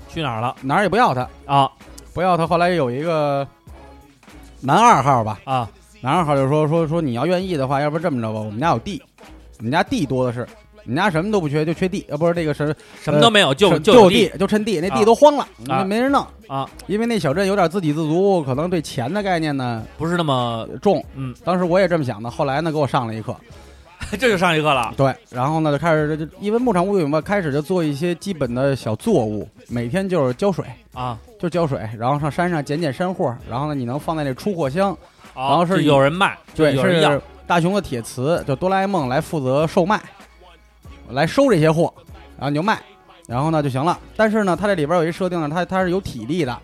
S3: 去哪儿了？
S5: 哪儿也不要他，
S3: 啊
S5: 不要他。后来有一个男二号吧，
S3: 啊，
S5: 男二号就说说说你要愿意的话，要不这么着吧，我们家有地，我们家地多的是，我们家什么都不缺，就缺地，呃，不是这个是
S3: 什么都没有，就是有
S5: 有地，呃就趁地，那地都荒了，那没人弄
S3: 啊，
S5: 因为那小镇有点自给自足，可能对钱的概念呢
S3: 不是那么，
S5: 重。
S3: 嗯，
S5: 当时我也这么想的，后来呢给我上了一课，
S3: 这就上一课了。
S5: 对，然后呢就开始就因为牧场物语嘛，开始就做一些基本的小作物，每天就是浇水，
S3: 啊，
S5: 就浇水，然后上山上捡捡山货，然后呢你能放在那出货箱，
S3: 然
S5: 然后是
S3: 有人卖，
S5: 对，
S3: 有人要
S5: 是大雄的铁磁，就哆啦 A 梦来负责售卖，来收这些货，然后你就卖，然后呢就行了。但是呢，它这里边有一设定呢，它它是有体力的，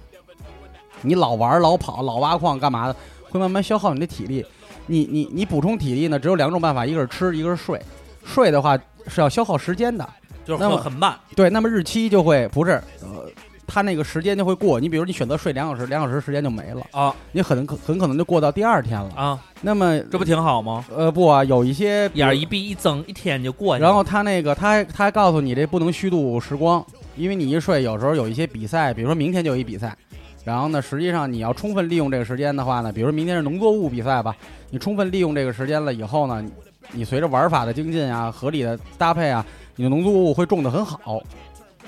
S5: 你老玩老跑老挖矿干嘛的，会慢慢消耗你的体力。你你你补充体力呢，只有两种办法，一个是吃，一个是睡。睡的话是要消耗时间的，
S3: 就是
S5: 那
S3: 会
S5: 么
S3: 很慢
S5: 对，那么日期就会不是，呃，它那个时间就会过。你比如你选择睡两小时，两小时时间就没了
S3: 啊，
S5: 你很可很可能就过到第二天了。
S3: 啊，
S5: 那么
S3: 这不挺好吗？
S5: 呃，不啊，有一些比如
S3: 眼儿一闭一睁，一天就过去了。
S5: 然后他那个他还他还告诉你这不能虚度时光，因为你一睡，有时候有一些比赛，比如说明天就有一比赛，然后呢，实际上你要充分利用这个时间的话呢，比如说明天是农作物比赛吧，你充分利用这个时间了以后呢，你你随着玩法的精进啊，合理的搭配啊，你的农作物会种得很好。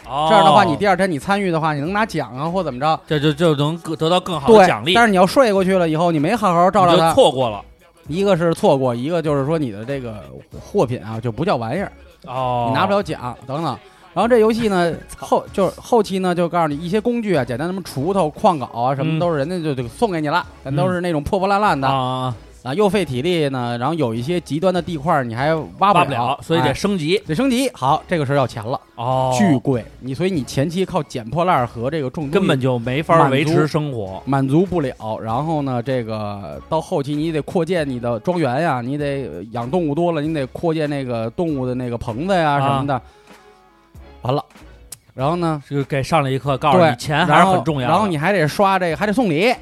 S3: 哦
S5: 这样的话，你第二天你参与的话，你能拿奖啊或怎么着，
S3: 这就就能得得到更好的
S5: 对
S3: 奖励，
S5: 但是你要睡过去了以后，你没好好照
S3: 你
S5: 料
S3: 就
S5: 它，
S3: 错过了
S5: 一个是错过，一个就是说你的这个货品啊就不叫玩意儿。
S3: 哦，
S5: 你拿不了奖等等。然后这游戏 呢，后就是后期呢，就告诉你一些工具啊，简单什么锄头、矿镐啊，什
S3: 嗯
S5: 么都是人家就就送给你了，咱都是那种破破烂烂的
S3: 啊，
S5: 啊，又费体力呢，然后有一些极端的地块儿你还挖
S3: 挖
S5: 不
S3: 不了，所以
S5: 哎
S3: 得升级
S5: 得升级。好，这个时候要钱了，
S3: 哦
S5: 巨贵。你所以你前期靠捡破烂儿和这个种东西
S3: 根本就没法
S5: 满
S3: 维
S5: 足
S3: 持生活。
S5: 满足不了。然后呢，这个到后期你得扩建你的庄园呀，你得呃养动物多了，你得扩建那个动物的那个棚子呀
S3: 啊
S5: 什么的。完了，然后呢，
S3: 就给上了一课，告诉
S5: 对
S3: 你钱还
S5: 然
S3: 是
S5: 后
S3: 很重要的。
S5: 然后你还得刷这个，还得送礼，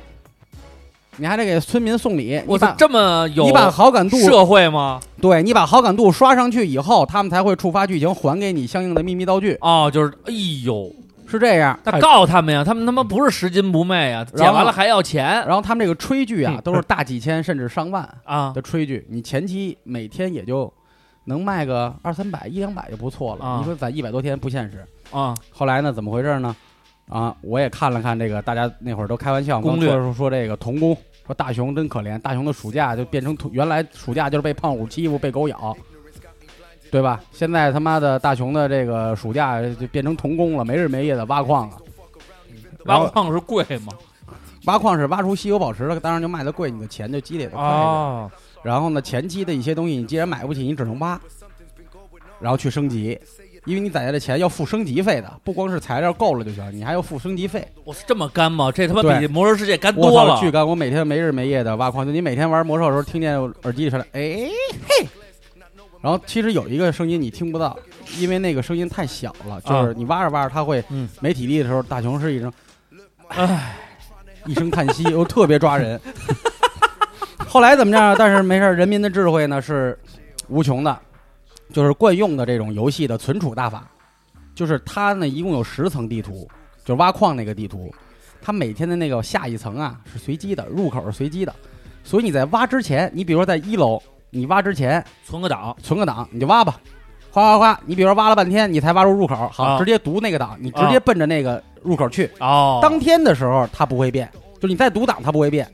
S5: 你还得给村民送礼。
S3: 我
S5: 你
S3: 操，
S5: 把
S3: 这么有
S5: 你把好感度，
S3: 社会吗？
S5: 对你把好感度刷上去以后，他们才会触发剧情，还给你相应的秘密道具，
S3: 哦，就是哎呦，
S5: 是这样。
S3: 那告他们呀，他们他妈不是拾金不昧啊，捡完了还要钱
S5: 嗯然后他们这个炊具啊
S3: 嗯，
S5: 都是大几千甚至上万。
S3: 啊
S5: 的炊具，你前期每天也就能卖个二三百、一两百就不错了。
S3: 啊
S5: 你说攒一百多天不现实。
S3: 啊！
S5: 后来呢，怎么回事呢？啊，我也看了看这个，大家那会儿都开玩笑，
S3: 攻
S5: 刚
S3: 略
S5: 说说说这个童工，说大熊真可怜，大熊的暑假就变成童原来暑假就是被胖虎欺负、被狗咬，对吧？现在他妈的大熊的这个暑假就变成童工了，没日没夜的挖矿了。然
S3: 挖
S5: 后
S3: 矿是贵吗？
S5: 挖矿是挖出稀有宝石了，当然就卖的贵，你的钱就积累的快一点。
S3: 哦，
S5: 然后呢，前期的一些东西你既然买不起，你只能挖，然后去升级，因为你攒下的钱要付升级费的，不光是材料够了就行，你还要付升级费。
S3: 我操，这么干吗？这他妈
S5: 对
S3: 比魔兽世界干
S5: 我
S3: 多
S5: 操，
S3: 了
S5: 巨干！我每天没日没夜的挖矿，就你每天玩魔兽的时候，听见耳机里传来，哎嘿。然后其实有一个声音你听不到，因为那个声音太小了，就是你挖着挖着，它会
S3: 啊嗯
S5: 没体力的时候，大熊是 一声，唉，一声叹息，又特别抓人。 后来怎么样？但是没事儿，人民的智慧呢是无穷的，就是惯用的这种游戏的存储大法，就是它呢一共有十层地图，就是挖矿那个地图，它每天的那个下一层啊是随机的，入口是随机的，所以你在挖之前，你比如说在一楼，你挖之前
S3: 存个档
S5: 存个档，你就挖吧，哗哗哗，你比如说挖了半天，你才挖出入口，好，
S3: 啊
S5: 直接读那个档，你直接奔着那个入口去，
S3: 哦，
S5: 当天的时候它不会变，就是你在读档它不会变，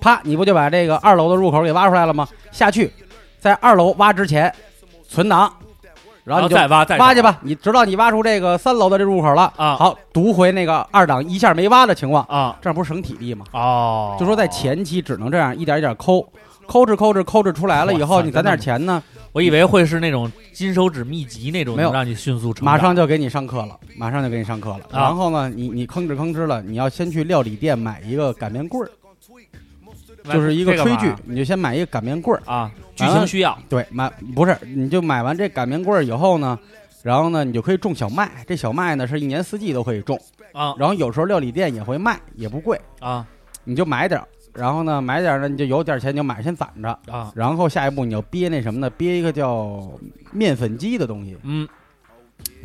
S5: 啪，你不就把这个二楼的入口给挖出来了吗？下去，在二楼挖之前存档，然
S3: 然
S5: 后你
S3: 后
S5: 就
S3: 再啊挖再
S5: 挖去吧，你直到你挖出这个三楼的这入口了
S3: 啊
S5: 好，读回那个二档一下没挖的情况，
S3: 啊
S5: 这样不是省体力吗？
S3: 哦，
S5: 就说在前期只能这样一点一点抠，抠着抠着抠着出来了以
S3: 哇
S5: 后，
S3: 塞
S5: 你攒点钱呢，
S3: 我以为会是那种金手指秘籍那种，
S5: 没有
S3: 能让你迅速成长
S5: 马上就给你上课了，马上就给你上课了。
S3: 啊
S5: 然后呢，你你吭哧吭哧了，你要先去料理店买一个擀面棍儿，就是一个嗯
S3: 哎这干
S5: 炊
S3: 嘛
S5: 具，你就先买一个擀面棍儿。
S3: 啊，剧情需要
S5: 对，买不是，你就买完这擀面棍儿以后呢，然后呢，你就可以种小麦。这小麦呢是一年四季都可以种，
S3: 啊
S5: 然后有时候料理店也会卖，也不贵，
S3: 啊
S5: 你就买点儿。然后呢，买点儿呢，你就有点钱你就买，先攒着。
S3: 啊，
S5: 然后下一步你要憋那什么呢？憋一个叫面粉机的东西，
S3: 嗯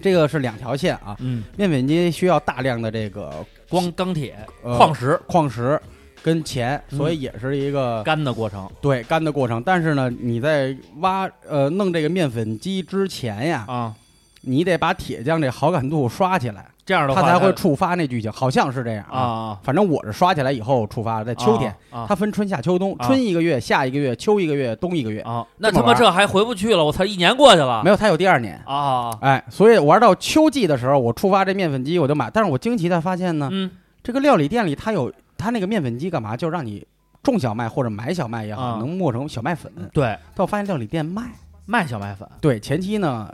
S5: 这个是两条线啊。
S3: 嗯，
S5: 面粉机需要大量的这个
S3: 光钢铁
S5: 呃
S3: 矿石
S5: 矿石跟钱，
S3: 嗯
S5: 所以也是一个、
S3: 干的过程
S5: 对干的过程。但是呢，你在挖呃弄这个面粉机之前呀，
S3: 啊，
S5: 你得把铁匠这好感度刷起来，
S3: 这样的
S5: 它
S3: 话
S5: 才会触发那剧情，好像是这样
S3: 啊。啊，
S5: 反正我是刷起来以后触发的，在秋天，
S3: 啊
S5: 它分春夏秋冬，
S3: 啊
S5: 春一个月，夏一个月，秋一个月，冬一个月，
S3: 啊，那
S5: 哦这
S3: 他
S5: 么
S3: 妈
S5: 玩
S3: 这还回不去了，我操，一年过去了
S5: 没有它有第二年。
S3: 啊，
S5: 哎，所以玩到秋季的时候，我触发这面粉机我就买，但是我惊奇的发现呢，
S3: 嗯
S5: 这个料理店里它有它那个面粉机干嘛？就让你种小麦或者买小麦也好，
S3: 啊嗯
S5: 能磨成小麦粉。
S3: 对，
S5: 但我发现料理店嗯卖，
S3: 卖小麦粉，
S5: 对前期呢，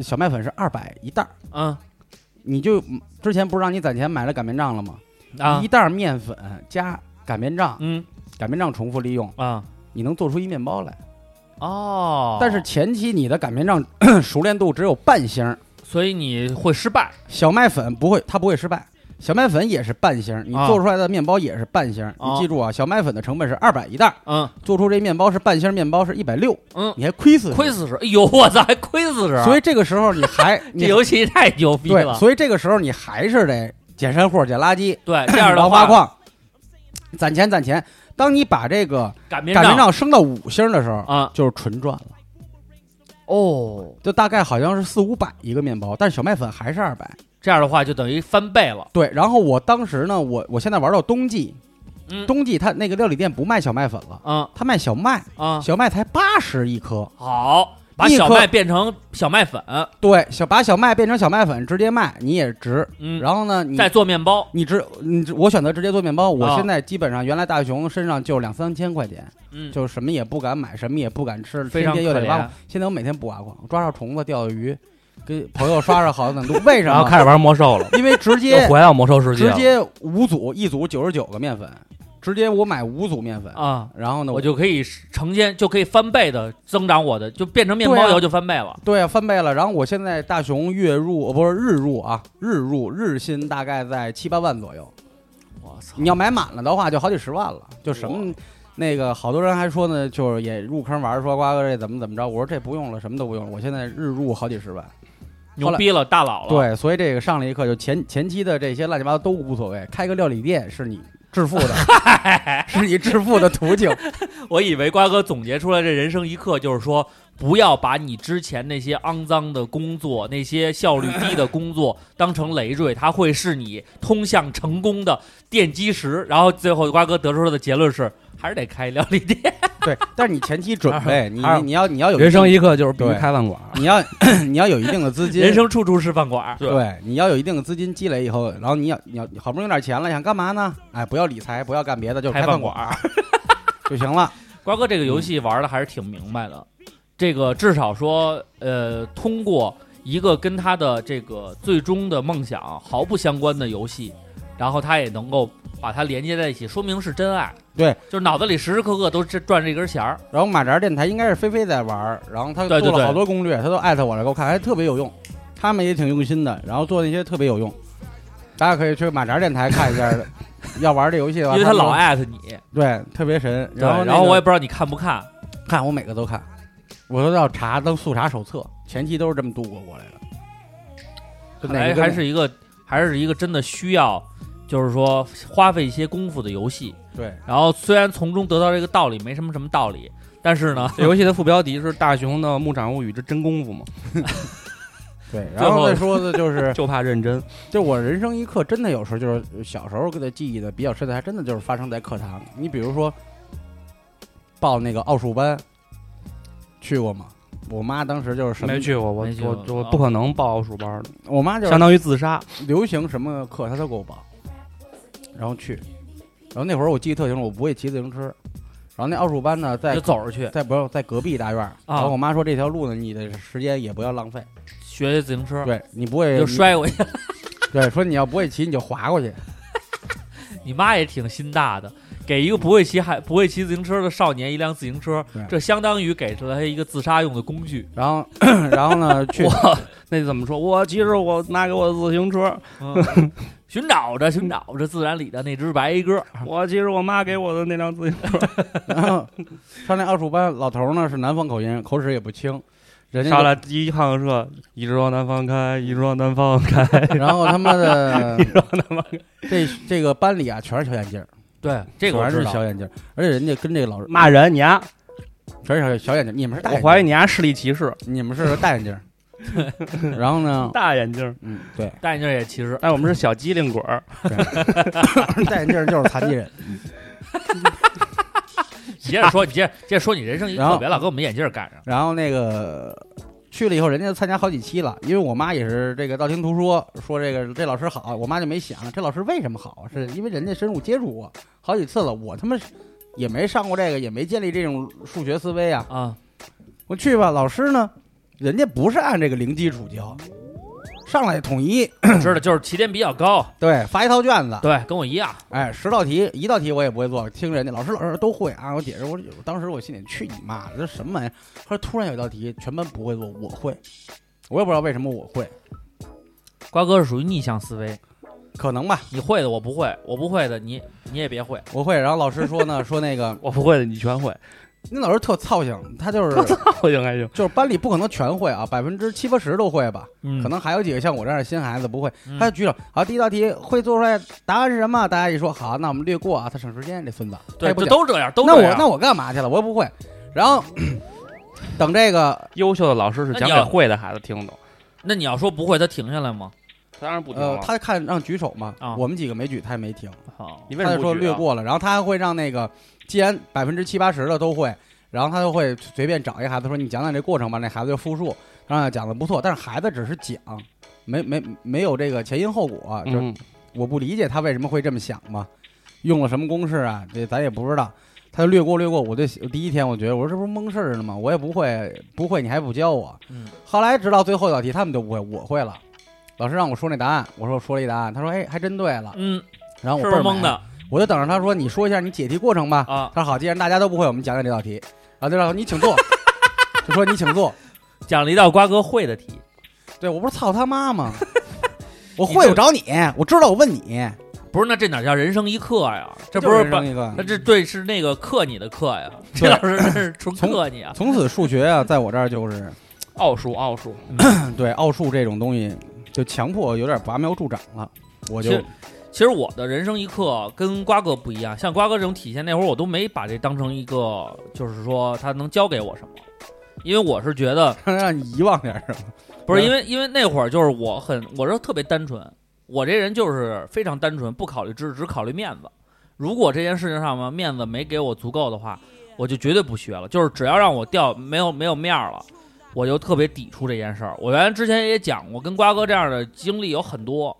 S5: 小麦粉是二百一袋儿，
S3: 嗯
S5: 你就之前不是让你攒钱买了擀面杖了吗？
S3: 啊
S5: 一袋儿面粉加擀面杖，
S3: 嗯
S5: 擀面杖重复利用，
S3: 啊
S5: 你能做出一面包来。
S3: 哦，
S5: 但是前期你的擀面杖 熟练度只有半星儿，
S3: 所以你会失败
S5: 小麦粉不会，它不会失败。小麦粉也是半星儿，你
S3: 啊
S5: 做出来的面包也是半星儿。
S3: 啊
S5: 你记住啊，小麦粉的成本是二百一袋儿，
S3: 嗯
S5: 做出这面包是半星面包是一百六，
S3: 嗯
S5: 你还亏死，
S3: 亏。四十，哎呦我操，还亏四十，
S5: 所以这个时候你 还你
S3: 这游戏太牛逼
S5: 对，
S3: 了，
S5: 所以这个时候你还是得捡山货、捡垃圾，
S3: 对，哎这样
S5: 然
S3: 的
S5: 后挖
S3: 话，
S5: 矿，攒钱攒钱。当你把这个
S3: 擀面
S5: 擀面杖升到五星的时候，
S3: 啊
S5: 就是纯赚了，
S3: 哦，
S5: 就大概好像是四五百一个面包，但是小麦粉还是二百。
S3: 这样的话就等于翻倍了，
S5: 对，然后我当时呢，我我现在玩到冬季，
S3: 嗯
S5: 冬季它那个料理店不卖小麦粉了，
S3: 嗯
S5: 它卖小麦，
S3: 啊
S5: 小麦才八十一颗，
S3: 好把
S5: 立
S3: 小
S5: 刻
S3: 麦变成小麦粉，
S5: 对，小把小麦变成小麦粉直接卖，你也值。
S3: 嗯，
S5: 然后呢，你
S3: 再做面包，
S5: 你直你直我选择直接做面包，我
S3: 啊
S5: 现在基本上原来大熊身上就两三千块钱，
S3: 嗯，
S5: 就什么也不敢买，什么也不敢吃，
S3: 非
S5: 天
S3: 常
S5: 天又
S3: 可
S5: 得挖
S3: 怜啊
S5: 苦。。现在我每天不挖矿，抓着虫子、钓鱼，跟朋友刷刷好感度。 为什
S4: 然后
S5: 么？
S4: 开始玩魔兽了，
S5: 因为直
S7: 又
S5: 接
S7: 回到魔兽世界
S5: 直
S3: 啊
S7: 了。
S5: 接五组，一组九十九个面粉，直接我买五组面粉，
S3: 啊，
S5: 然后呢
S3: 我就可以成千，就可以翻倍的增长我的，就变成面包以后就翻倍了。
S5: 对啊，翻倍了。然后我现在大熊月入，哦不是日入啊，日入日薪大概在七八万左右。
S3: 我操
S5: 你要买满了的话，就好几十万了。就什么那个，好多人还说呢，就是也入坑玩儿，说瓜哥这怎么怎么着。我说这不用了，什么都不用了。我现在日入好几十万。
S3: 牛逼了，大佬了。，
S5: 对，所以这个上了一课，就前前期的这些乱七八糟都无所谓，开个料理店是你致富 的，是你致富的途径。
S3: 我以为瓜哥总结出来这人生一课就是说，不要把你之前那些肮脏的工作、那些效率低的工作当成累赘，它会是你通向成功的奠基石。然后最后瓜哥得出的结论是，还是得开料理店。
S5: 对，但是你前期准 备，你
S4: 还有
S5: 你你要你要有
S4: 人生
S5: 一
S4: 一课就是必须
S5: 对
S4: 开饭馆。
S5: 定，你要你要有一定的资金，
S3: 人生处处是饭馆。
S4: 对
S5: 对，你要有一定的资金积累以后，然后你要你要好不容易有点钱了，想干嘛呢？哎，不要理财，不要干别的，就
S3: 开
S5: 饭
S3: 饭馆
S5: 馆就行了。
S3: 瓜哥这个游戏玩的还是挺明白的，这个至少说，呃，通过一个跟他的这个最终的梦想毫不相关的游戏，然后他也能够把它连接在一起，说明是真爱。
S5: 对，
S3: 就是脑子里时时刻刻都是转着一根弦儿。
S5: 然后马扎电台应该是菲菲在玩儿，然后他
S3: 对
S5: 做
S3: 对对
S5: 了好多攻略，他都艾特我来给我看，还特别有用。他们也挺用心的，然后做那些特别有用，大家可以去马扎电台看一下。 要玩这游戏的话，
S3: 因为他
S5: 们
S3: 老艾特你，
S5: 对特别神。
S3: 对，
S5: 后
S3: 然
S5: 然
S3: 后我也不知道你看不看，
S5: 看，我每个都看，我都要查当速查手册，前期都是这么度过过来的。就
S3: 看
S5: 哪
S3: 来
S5: 个跟
S3: 还是一个还是一个真的需要，就是说花费一些功夫的游戏。
S5: 对
S3: 然后虽然从中得到这个道理没什么什么道理，但是呢，
S5: 哎
S4: 这游戏的副标题是《大熊的牧场物语之真功夫》嘛，
S5: 对，然后
S4: 最后
S5: 再说的就是
S4: 就怕认真。
S5: 就我人生一刻，真的有时候就是小时候给他记忆的比较深的，还真的就是发生在课堂。你比如说，报那个奥数班，去过吗？我妈当时就是什么
S4: 没，去过，我
S3: 没去过
S4: 我我不可能报奥数班的，
S5: 我妈就
S4: 相
S5: 是
S4: 当于自杀。
S5: 流行什么课，她都给我报，然后去。然后那会儿我记得特清楚，我不会骑自行车。然后那奥数班呢，在
S3: 就走着去
S5: 在不是在隔壁大院儿。
S3: 啊
S5: 然后我妈说这条路呢，你的时间也不要浪费。
S3: 学学自行车。
S5: 对哎你不会
S3: 就摔过去。
S5: 对，说你要不会骑你就滑过去。
S3: 你妈也挺心大的，给一个不会骑还不会骑自行车的少年一辆自行车
S5: 对，
S3: 这相当于给了他一个自杀用的工具。
S5: 然后 然后呢去
S4: 我那怎么说？我骑着我拿给我的自行车，
S3: 嗯寻找着，寻找着自然里的那只白鸽，
S4: 我骑着我妈给我的那辆自行车。
S5: 然后上那奥数班，老头儿呢是南方口音，口齿也不清，人家
S4: 上
S5: 就
S4: 来第一趟车，一直往南方开，一直往南方开。
S5: 然后他妈的，这这个班里啊全是小眼镜儿，
S3: 对，这个我
S5: 全
S3: 知
S5: 是
S3: 道
S5: 小。眼镜儿，而且人家跟这个老师
S4: 骂人，你 啊！
S5: 全是小小眼镜儿，你们是大
S4: 我
S5: 眼
S4: 怀疑
S5: 你
S4: 你啊，视力歧视，
S5: 你们是大眼镜儿，然后呢，
S4: 大眼镜。
S5: 嗯，对，
S3: 戴眼镜也歧视，
S4: 但我们是小机灵鬼儿，
S5: 戴眼镜儿就是残疾人。
S3: 你接着说，你接着接着说你人生一
S5: 然
S3: 刻，
S5: 后
S3: 别老跟我们眼镜 儿赶上。
S5: 然后那个去了以后，人家参加好几期了，因为我妈也是这个道听途说，说这个这老师好，我妈就没想这老师为什么好，是因为人家深入接触过好几次了，我他妈是也没上过这个，也没建立这种数学思维啊。
S3: 啊，
S5: 我去吧，老师呢，人家不是按这个零基础教，上来统一，
S3: 我知道，就是起点比较高，
S5: 对，发一套卷子，
S3: 对，跟我一样，
S5: 哎，十道题，一道题我也不会做，听人家老师老师都会啊。我解释，我我当时我心里去你妈的，这什么玩意儿？后来突然有一道题全班不会做，我会，我也不知道为什么我会，
S3: 瓜哥是属于逆向思维，
S5: 可能吧，
S3: 你会的我不会，我不会的你你也别会。
S5: 我会。然后老师说呢，说那个
S4: 我不会的你全 会，
S5: 那老师特操性，他就是
S4: 我应该行。
S5: 就是班里不可能全会啊，百分之七八十都会吧，
S3: 嗯
S5: 可能还有几个像我这样的新孩子不会。
S3: 嗯
S5: 他就举手，好，第一道题会做出来，答案是什么？大家一说好，那我们略过啊，他省时间，这孙子。他
S3: 对，
S5: 也不
S3: 就
S5: 讲
S3: 都这样，都
S5: 那
S3: 这
S5: 我
S3: 样。
S5: 那我干嘛去了？我又不会。然后 等这个
S4: 优秀的老师是讲
S3: 那你
S4: 给
S3: 要
S4: 会的孩子听的，
S3: 那你要说不会，他停下来吗？
S4: 当然不听
S5: 呃
S4: 了，。
S5: 他看让举手嘛，
S3: 啊
S5: 我们几个没举，他也没听，
S3: 好，
S4: 你为
S5: 他
S4: 什
S5: 就
S4: 么
S5: 说
S4: 不举
S5: 略
S4: 啊？
S5: 过了。然后他还会让那个，既然百分之七八十的都会，然后他就会随便找一个孩子说：“你讲讲这过程吧。”那孩子就复述，然后讲的不错，但是孩子只是讲，没没没有这个前因后果，啊就是
S4: 嗯，
S5: 我不理解他为什么会这么想嘛，用了什么公式啊？这咱也不知道。他就略过略过，我就我第一天我觉得我说这不是蒙事儿呢吗？我也不会，不会你还不教我。
S3: 嗯，
S5: 后来直到最后一道题他们就不会，我会了。老师让我说那答案，我说我说了一答案，他说哎还真对了，
S3: 嗯，
S5: 然后我倍
S3: 是不
S5: 儿
S3: 是蒙
S5: 满
S3: 的
S5: 我就等着他说你说一下你解题过程吧。
S3: 啊？
S5: 他说好，既然大家都不会，我们讲讲这道题。然后就让我你请坐，就说你请坐。
S3: 讲了一道瓜哥会的题，
S5: 对我不是操他妈 吗？我会我找你，我知道我问你，
S3: 不是？那这哪叫人生一课呀？这
S5: 就
S3: 不是
S5: 人
S3: 把
S5: 生一个
S3: 那这对是那个克你的克呀？这老师 真是纯
S5: 从
S3: 克你啊！
S5: 从此数学啊，在我这儿就是嗯
S4: 奥数奥数，
S5: 对奥数这种东西，就强迫有点拔苗助长了。我就
S3: 其实其实我的人生一课跟瓜哥不一样，像瓜哥这种体现，那会儿我都没把这当成一个，就是说他能教给我什么，因为我是觉得
S5: 让你遗忘点什么，
S3: 不是
S5: 嗯
S3: 因为因为那会儿就是我很我是特别单纯，我这人就是非常单纯，不考虑知识，只考虑面子。如果这件事情上面面子没给我足够的话，我就绝对不学了。就是只要让我掉没有没有面儿了，我就特别抵触这件事儿。我原来之前也讲过，跟瓜哥这样的经历有很多，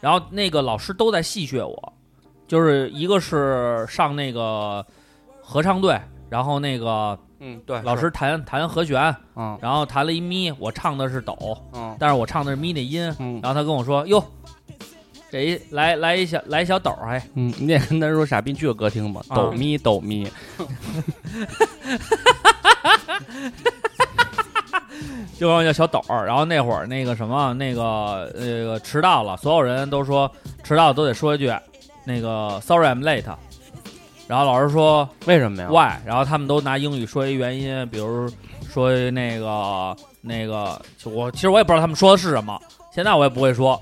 S3: 然后那个老师都在戏谑我，就是一个是上那个合唱队，然后那个
S4: 嗯，对，
S3: 老师弹弹和弦，
S4: 嗯
S3: 然后弹了一咪，我唱的是抖。
S4: 嗯
S3: 但是我唱的是咪的音，
S4: 嗯
S3: 然后他跟我说：“哟，这一来来一小来一小抖儿，哎，
S4: 嗯，你也跟他说傻逼，这歌听吧，
S3: 啊
S4: 抖咪抖咪，
S3: 就管我叫小抖儿。”然后那会儿那个什么那个那个迟到了，所有人都说迟到都得说一句那个 “sorry I'm late”。然后老师说
S4: 为什么呀？
S3: “why”，然后他们都拿英语说一原因，比如说那个那个，就我其实我也不知道他们说的是什么，现在我也不会说，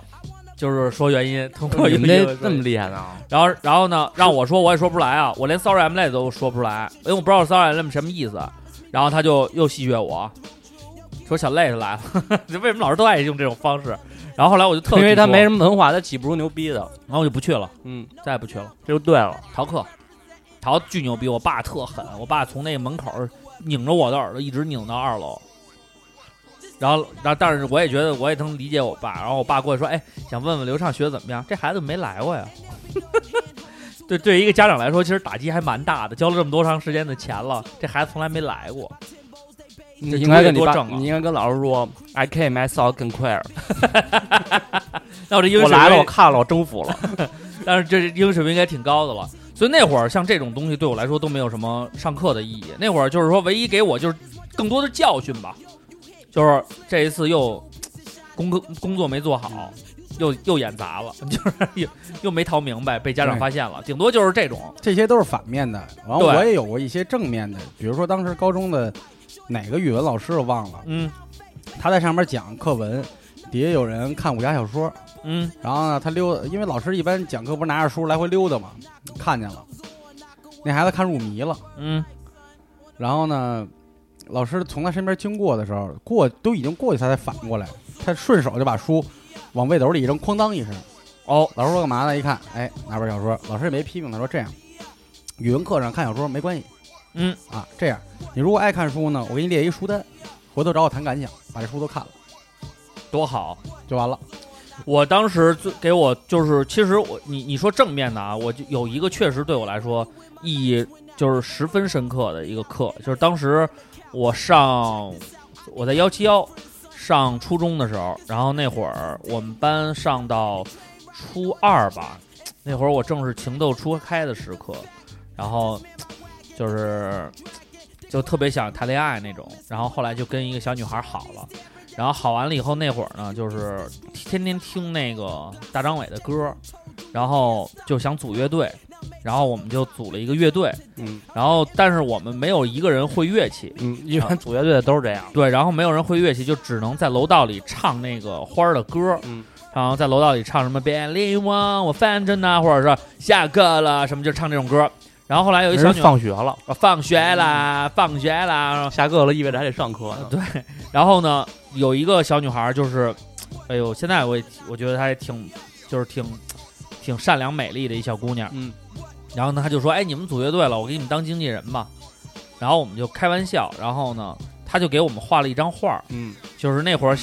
S3: 就是说原因，通过
S4: 你
S3: 英
S4: 们
S3: 语
S4: 这
S3: 说
S4: 这么厉害呢？
S3: 然后，然后呢，让我说我也说不出来啊，我连 sorry I'm late 都说不出来，因为我不知道 sorry I'm late 什么意思。然后他就又戏谑我，说小 late 来了， 这为什么老师都爱用这种方式？然后后来我就特，
S4: 因为他没什
S3: 么，
S4: 么文化，他起不出牛逼的。
S3: 然后我就不去了，
S4: 嗯，
S3: 再也不去了。
S4: 这就对了。
S3: 逃课，逃巨牛逼，我爸特狠，我爸从那门口拧着我的耳朵，一直拧到二楼。然后，然后，但是我也觉得，我也能理解我爸。然后我爸过去说：“哎，想问问刘畅学的怎么样？这孩子没来过呀。” 对，对于一个家长来说，其实打击还蛮大的。交了这么多长时间的钱了，这孩子从来没来过。
S4: 你
S3: 这
S4: 应该跟你
S3: 多
S4: 爸
S3: 挣，啊
S4: 你应该跟老师说，I came, I saw, and queer。
S3: 那我这英语水
S4: 我
S3: 平
S4: 来了，我看了，我征服了。
S3: 但是这英语水平应该挺高的了。所以那会儿像这种东西对我来说都没有什么上课的意义。那会儿就是说，唯一给我就是更多的教训吧，就是这一次又工作工作没做好，又又演砸了， 就是又又没逃明白，被家长发现了。顶多就是这种，
S5: 这些都是反面的。然后
S3: 对
S5: 我也有过一些正面的，比如说当时高中的哪个语文老师我忘了，
S3: 嗯
S5: 他在上面讲课文，底下有人看武侠小说，
S3: 嗯
S5: 然后呢，他溜达，因为老师一般讲课不是拿着书来回溜达嘛，看见了，那孩子看入迷了。
S3: 嗯
S5: 然后呢，老师从他身边经过的时候，过都已经过去，他才反过来，他顺手就把书往背兜里一扔，哐当一声。哦，老师说干嘛呢？一看，哎，拿本小说。老师也没批评他，说这样，语文课上看小说没关系
S3: 嗯，
S5: 啊。这样，你如果爱看书呢，我给你列一书单，回头找我谈感想，把这书都看了
S3: 多好。
S5: 就完了。
S3: 我当时最给我就是，其实我你你说正面的啊，我就有一个确实对我来说意义就是十分深刻的一个课，就是当时我上我在幺七幺上初中的时候，然后那会儿我们班上到初二吧，那会儿我正是情窦初开的时刻，然后就是就特别想谈恋爱那种，然后后来就跟一个小女孩好了。然后好完了以后，那会儿呢，就是天天听那个大张伟的歌，然后就想组乐队，然后我们就组了一个乐队，
S4: 嗯
S3: 然后但是我们没有一个人会乐器，
S4: 嗯，一般组乐队的都是这样。
S3: 对，然后没有人会乐器，就只能在楼道里唱那个花儿的歌，
S4: 嗯，
S3: 然后在楼道里唱什么别离我，我反正呐，或者是下课了什么，就唱这种歌。然后后来有一小
S4: 人
S3: 女
S4: 放学了，
S3: 啊放学啦，放学啦，
S4: 下课了，意味着还得上课呢。
S3: 对，然后呢，有一个小女孩儿就是，哎呦，现在我也我觉得她也挺，就是挺挺善良美丽的一小姑娘。
S4: 嗯，
S3: 然后呢，她就说：“哎，你们组乐队了，我给你们当经纪人吧。”然后我们就开玩笑，然后呢，他就给我们画了一张画儿，
S4: 嗯，
S3: 就是那会儿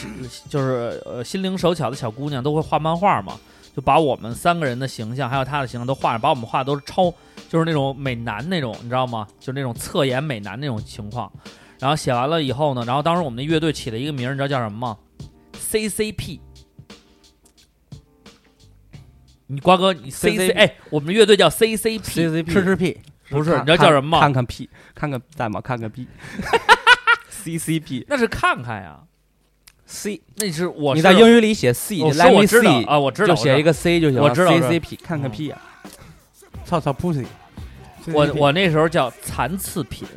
S3: 就是呃心灵手巧的小姑娘都会画漫画嘛，就把我们三个人的形象还有她的形象都画上，把我们画的都是超就是那种美男那种，你知道吗？就那种侧颜美男那种情况。然后写完了以后呢，然后当时我们的乐队起了一个名儿，你知道叫什么吗？CCP。你瓜哥，你 C C
S4: CCP
S3: 哎，我们乐队叫 C C P，
S4: CCP
S5: 吃吃屁，
S3: 不是，
S4: 看
S3: 你知道叫什么
S4: 看
S3: 吗？
S4: 看 P，看看在吗？看看 P，CCP
S3: 那是看看呀，
S4: C，
S3: 那是我
S7: 你
S3: 是
S7: 在英语里写 C，
S3: 我
S7: let me
S3: 说我知道
S7: see，
S3: 啊，我知道，
S7: 就写一个 C 就行
S3: 我
S7: 了。
S3: 知道我知道
S7: CCP，看
S4: 嗯
S7: 看 P 呀，
S5: 操操 pussy。
S3: 我我那时候叫残次品。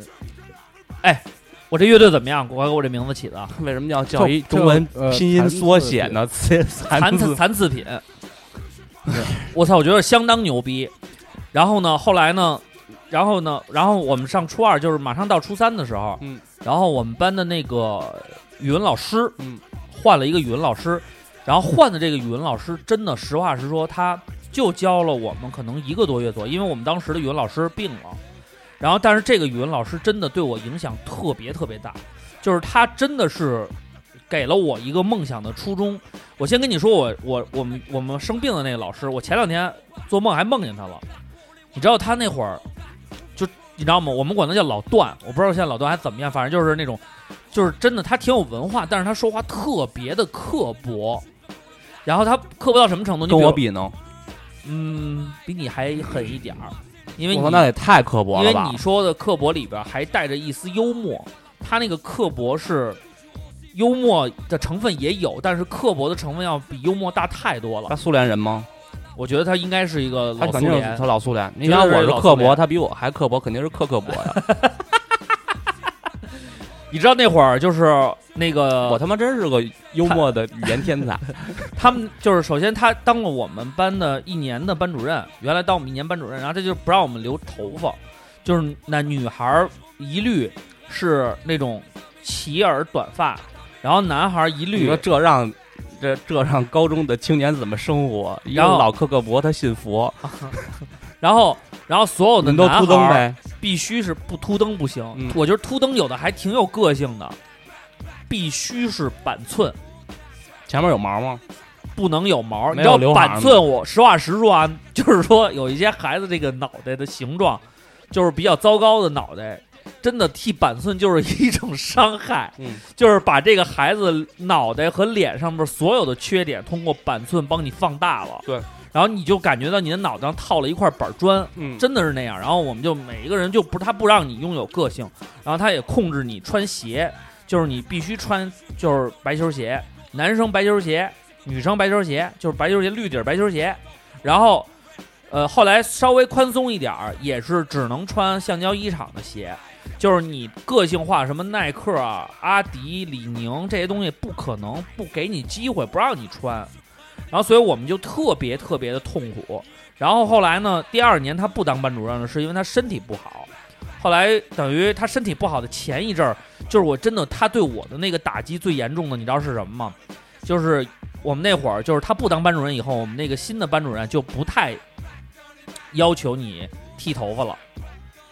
S3: 哎，我这乐队怎么样？我我这名字起的啊
S4: 为什么要叫一
S5: 这
S4: 中文
S5: 呃
S4: 拼音缩写呢？C 残
S3: 残
S4: 次
S3: 次残次品。我操，我觉得相当牛逼。然后呢，后来呢，然后呢，然后我们上初二，就是马上到初三的时候，
S4: 嗯，
S3: 然后我们班的那个语文老师，
S4: 嗯，
S3: 换了一个语文老师，然后换的这个语文老师真的实话实说，他就教了我们可能一个多月左右，因为我们当时的语文老师病了，然后但是这个语文老师真的对我影响特别特别大，就是他真的是给了我一个梦想的初衷。我先跟你说我，我我们我们生病的那个老师，我前两天做梦还梦见他了，你知道他那会儿就你知道吗？我们管他叫老段，我不知道现在老段还怎么样，反正就是那种，就是真的他挺有文化，但是他说话特别的刻薄，然后他刻薄到什么程度？你
S4: 跟
S3: 比
S4: 我
S3: 如，
S4: 比呢？
S3: 嗯，比你还狠一点儿，因为
S4: 我
S3: 你
S4: 操，那也太刻薄
S3: 因
S4: 了
S3: 为
S4: 吧
S3: 你？说的刻薄里边还带着一丝幽默，他那个刻薄是幽默的成分也有，但是刻薄的成分要比幽默大太多
S4: 他
S3: 了。
S4: 苏联人吗？
S3: 我觉得他应该是一个
S4: 啊
S3: 老
S4: 他
S3: 苏
S4: 肯定
S3: 联
S4: 是他，老苏联。你
S3: 绝对
S4: 想
S3: 是
S4: 我是
S3: 老
S4: 刻
S3: 苏联
S4: 薄，他比我还刻薄，肯定是刻刻薄 呀。
S3: 你知道那会儿就是那个
S4: 我他妈真是个幽默的语言天才。
S3: 他们就是首先他当了我们班的一年的班主任，原来当我们一年班主任，然后他就不让我们留头发，就是那女孩儿一律是那种齐耳短发，然后男孩儿一
S4: 你
S3: 律
S4: 说这让这这让高中的青年怎么生活？一个
S3: 然后
S4: 老克克伯他信佛，
S3: 然后，然后所有
S4: 你
S3: 的
S4: 们都
S3: 男
S4: 秃
S3: 孩
S4: 灯
S3: 儿
S4: 呗。
S3: 必须是不秃灯不行。
S4: 嗯
S3: 我觉得秃灯有的还挺有个性的，必须是板寸，
S4: 前面有毛吗？
S3: 不能有毛。你
S4: 没
S3: 知
S4: 有
S3: 道
S4: 刘海儿吗
S3: 板寸，我实话实说啊，就是说有一些孩子这个脑袋的形状，就是比较糟糕的脑袋，真的剃板寸就是一种伤害，
S4: 嗯
S3: 就是把这个孩子脑袋和脸上面所有的缺点通过板寸帮你放大了。
S4: 对。
S3: 然后你就感觉到你的脑袋上套了一块板砖，
S4: 嗯，
S3: 真的是那样。然后我们就每一个人就不，他不让你拥有个性，然后他也控制你穿鞋，就是你必须穿就是白球鞋，男生白球鞋，女生白球鞋，就是白球鞋绿底儿白球鞋。然后，呃，后来稍微宽松一点儿，也是只能穿橡胶衣厂的鞋。就是你个性化，什么耐克啊、阿迪、李宁这些东西，不可能不给你机会，不让你穿。然后，所以我们就特别特别的痛苦。然后后来呢，第二年他不当班主任了，是因为他身体不好。后来等于他身体不好的前一阵儿，就是我真的他对我的那个打击最严重的，你知道是什么吗？就是我们那会儿，就是他不当班主任以后，我们那个新的班主任就不太要求你剃头发了，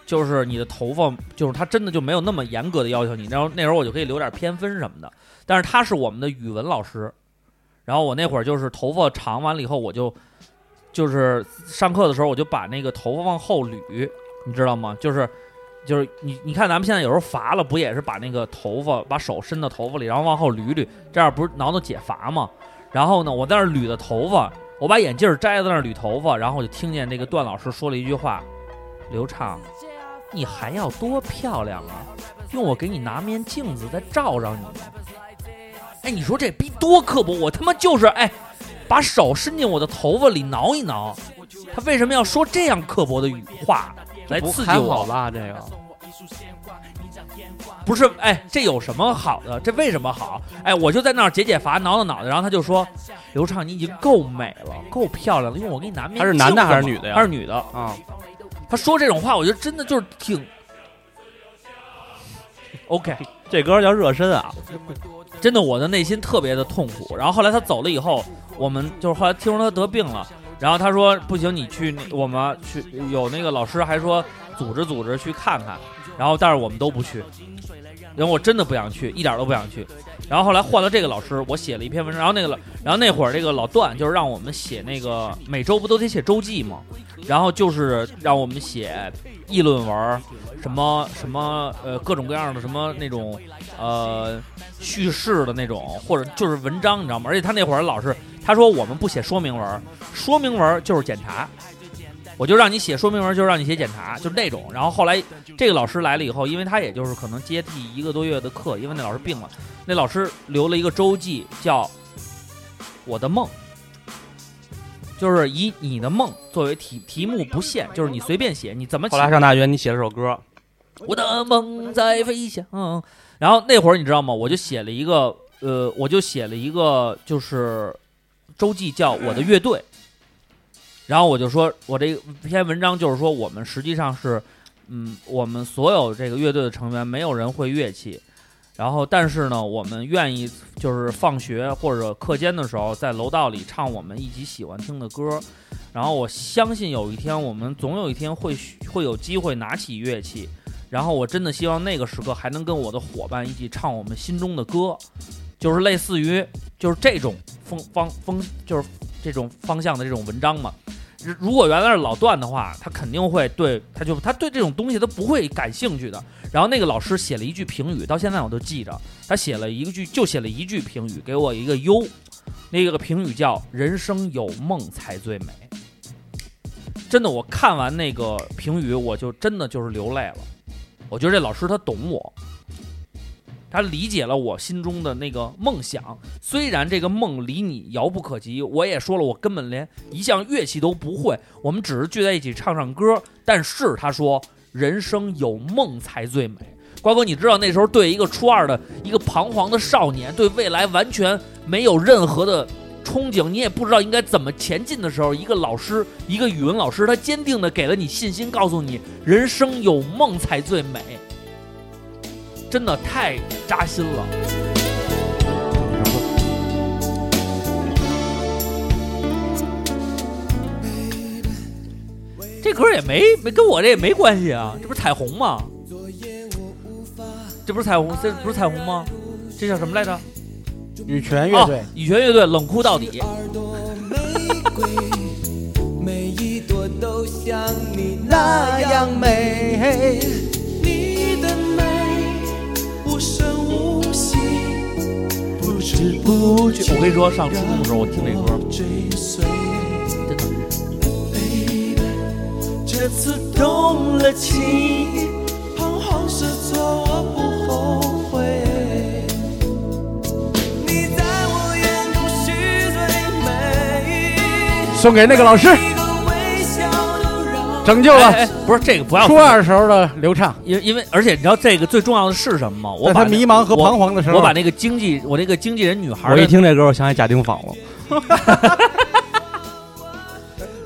S3: 就是你的头发，就是他真的就没有那么严格的要求你。然后那时候我就可以留点偏分什么的，但是他是我们的语文老师，然后我那会儿就是头发长完了以后，我就就是上课的时候，我就把那个头发往后捋，你知道吗？就是就是你你看咱们现在有时候罚了，不也是把那个头发把手伸到头发里，然后往后捋捋，这样不是挠挠解乏吗？然后呢，我在那儿捋的头发，我把眼镜儿摘了，在那儿捋头发，然后我就听见那个段老师说了一句话：“刘畅，你还要多漂亮啊？用我给你拿面镜子再照照你吗？”哎，你说这逼多刻薄！我他妈就是哎，把手伸进我的头发里挠一挠，他为什么要说这样刻薄的语话来
S4: 不
S3: 刺激
S4: 还好
S3: 我？
S4: 吧？这个
S3: 不是，哎，这有什么好的？这为什么好？哎，我就在那儿解解乏，挠挠脑袋，然后他就说：“刘畅，你已经够美了，够漂亮了，因为我给你拿面。”
S4: 他是男的还是女的呀
S3: 他是女的。
S4: 啊，
S3: 他说这种话，我觉得真的就是 挺 OK。
S7: 这歌叫热身啊，
S3: 真的我的内心特别的痛苦。然后后来他走了以后，我们就是后来听说他得病了，然后他说不行，你去那我们去有那个老师还说组织组织去看看，然后但是我们都不去，因为我真的不想去，一点都不想去。然后后来换了这个老师，我写了一篇文章，然后那个老，然后那会儿这个老段就是让我们写那个每周不都得写周记吗？然后就是让我们写议论文，什么什么呃各种各样的什么那种呃叙事的那种，或者就是文章，你知道吗？而且他那会儿老是他说我们不写说明文，说明文就是检查，我就让你写说明文，就是让你写检查，就是那种。然后后来这个老师来了以后，因为他也就是可能接替一个多月的课，因为那老师病了，那老师留了一个周记叫《我的梦》。就是以你的梦作为题题目不限，就是你随便写，你怎么
S4: 后
S3: 写
S4: 来上大学，你写了首歌，
S3: 我的梦在飞翔。然后那会儿你知道吗？我就写了一个，呃，我就写了一个，就是周记叫《我的乐队》。然后我就说，我这篇文章就是说，我们实际上是，嗯，我们所有这个乐队的成员没有人会乐器，然后但是呢，我们愿意就是放学或者课间的时候，在楼道里唱我们一起喜欢听的歌。然后我相信有一天，我们总有一天会会有机会拿起乐器，然后我真的希望那个时刻还能跟我的伙伴一起唱我们心中的歌，就是类似于就是这种风方风就是这种方向的这种文章嘛。如如果原来是老段的话，他肯定会对他就他对这种东西他不会感兴趣的。然后那个老师写了一句评语，到现在我都记着，他写了一个句就写了一句评语，给我一个优，那个评语叫“人生有梦才最美”。真的，我看完那个评语，我就真的就是流泪了。我觉得这老师他懂我，他理解了我心中的那个梦想。虽然这个梦离你遥不可及，我也说了，我根本连一项乐器都不会，我们只是聚在一起唱唱歌。但是他说，人生有梦才最美。瓜哥，你知道那时候对一个初二的一个彷徨的少年，对未来完全没有任何的憧憬，你也不知道应该怎么前进的时候，一个老师，一个语文老师，他坚定的给了你信心，告诉你人生有梦才最美，真的太扎心了。这歌也没没跟我这也没关系啊，这不是彩虹吗？这不是彩虹，这不是彩虹吗？这叫什么来着？
S5: 羽泉乐队
S3: 哦，羽泉乐队冷酷到底。
S1: 耳朵玫瑰，每一朵都像你那样美。你的美无声无息，不知不觉
S3: 我跟你说，上初中的时候我听那
S1: 让
S3: 歌，
S1: 我追随。
S3: 真的。
S1: Baby，这次动了情，彷徨失措，我不后悔。你在我眼中是最美。
S5: 送给那个老师，
S1: 一个微笑都让
S5: 拯救
S3: 哎
S5: 了
S3: 哎，不是这个不要
S5: 初，二时候的流畅，
S3: 因因为而且你知道这个最重要的是什么吗？我
S5: 在
S3: 把
S5: 他
S3: 那
S5: 迷茫和彷徨的时候，
S3: 我把那个经纪我那个经纪人女孩
S4: 我
S3: 的
S4: 一听这歌，我想起贾丁坊了。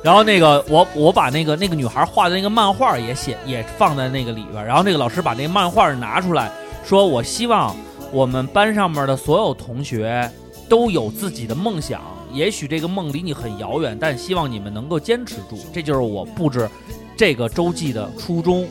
S3: 然后那个我我把那个那个女孩画的那个漫画也写也放在那个里边儿，然后那个老师把那个漫画拿出来说，我希望我们班上面的所有同学都有自己的梦想，也许这个梦离你很遥远，但希望你们能够坚持住，这就是我布置这个周记的初衷。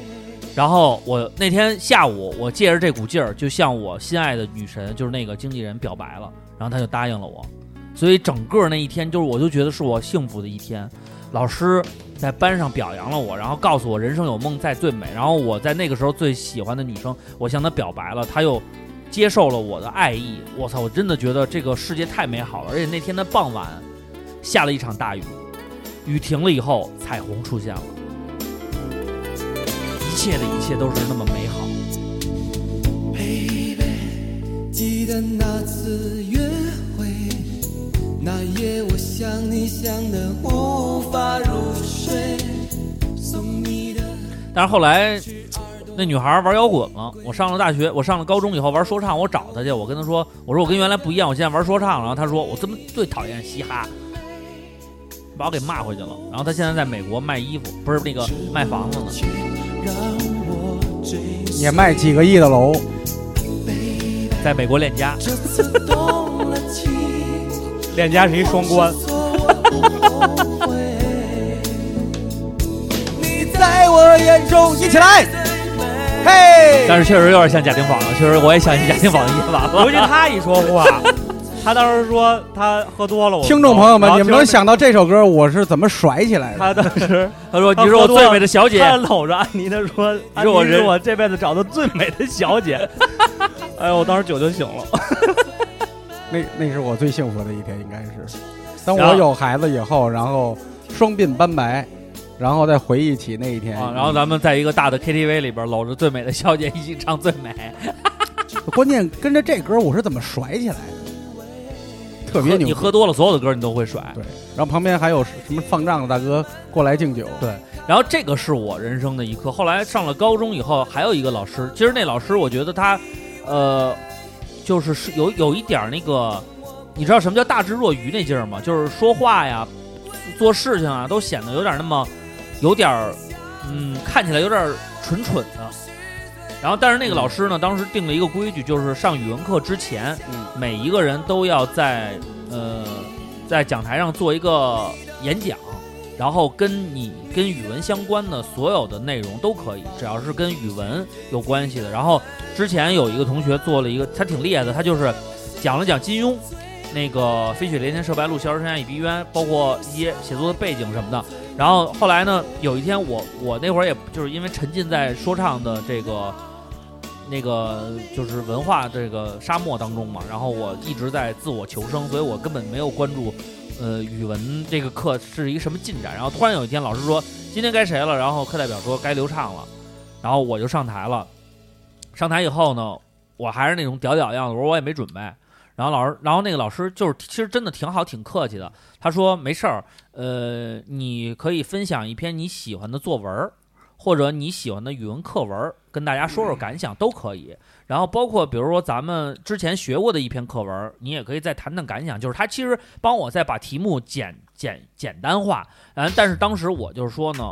S3: 然后我那天下午，我借着这股劲儿，就向我心爱的女神，就是那个经纪人表白了，然后她就答应了我，所以整个那一天，就是我就觉得是我幸福的一天。老师在班上表扬了我，然后告诉我人生有梦在最美。然后我在那个时候最喜欢的女生，我向她表白了，她又接受了我的爱意。我操，我真的觉得这个世界太美好了。而且那天的傍晚下了一场大雨，雨停了以后，彩虹出现了，一切的一切都是那么美好。
S1: Baby，记得那次约会，那夜我想你想得无法入睡，送你的。
S3: 但是后来那女孩玩摇滚了，我上了大学，我上了高中以后玩说唱，我找她去，我跟她说，我说我跟原来不一样，我现在玩说唱了。然后她说我怎么最讨厌嘻哈，把我给骂回去了。然后她现在在美国卖衣服，不是那个卖房子呢。
S1: 让我追随
S5: 也卖几个亿的楼，
S3: 在美国恋家。
S1: 这次动了情，
S7: 链家是一双关，
S1: 我不后悔。
S5: 分钟，一起来，嘿！
S3: 但是确实有点像贾丁坊了，确实我也想起贾丁坊的夜晚了。
S8: 尤其 他一说 话，他当时说他喝多了，我
S5: 听众朋友们
S8: 然，后
S5: 你们能想到这首歌我是怎么甩起来的？
S8: 他当 时
S3: 他说：“你是我最美的小姐。
S8: 他搂着安妮的说，安妮
S3: 我人
S8: 是我这辈子找的最美的小 姐。哎呦，我当时酒就醒了。
S5: 那那是我最幸福的一天，应该是。当
S3: 然
S5: 我
S3: 后
S5: 有孩子以后，然后双鬓斑白，然后再回忆起那一天。
S3: 啊，然后咱们在一个大的 KTV 里边搂着最美的小姐一起唱《最美》，
S5: 关键跟着这歌我是怎么甩起来的，特别牛
S3: 喝
S5: 逼。
S3: 你喝多了，所有的歌你都会甩。
S5: 对，然后旁边还有什么放账的大哥过来敬酒，
S3: 对，然后这个是我人生的一课。后来上了高中以后，还有一个老师，其实那老师我觉得他，呃，就是是有有一点儿那个，你知道什么叫大智若愚那劲儿吗？就是说话呀、做事情啊，都显得有点儿那么，有点儿，嗯，看起来有点儿蠢蠢的。然后，但是那个老师呢，当时定了一个规矩，就是上语文课之前，
S5: 嗯
S3: 每一个人都要在呃在讲台上做一个演讲，然后跟你跟语文相关的所有的内容都可以，只要是跟语文有关系的。然后之前有一个同学做了一个，他挺厉害的，他就是讲了讲金庸，那个“飞雪连天射白鹿，萧山山一笔冤”，包括一些写作的背景什么的。然后后来呢，有一天我我那会儿也就是因为沉浸在说唱的这个那个就是文化这个沙漠当中嘛，然后我一直在自我求生，所以我根本没有关注。呃，语文这个课是一个什么进展？然后突然有一天，老师说今天该谁了，然后课代表说该刘畅了，然后我就上台了。上台以后呢，我还是那种屌屌样子，我说我也没准备。然后老师，然后那个老师就是其实真的挺好，挺客气的。他说没事儿，呃，你可以分享一篇你喜欢的作文儿，或者你喜欢的语文课文儿，跟大家说说感想都可以。然后包括比如说咱们之前学过的一篇课文儿，你也可以再谈谈感想。就是他其实帮我再把题目简简简单化。嗯，但是当时我就是说呢，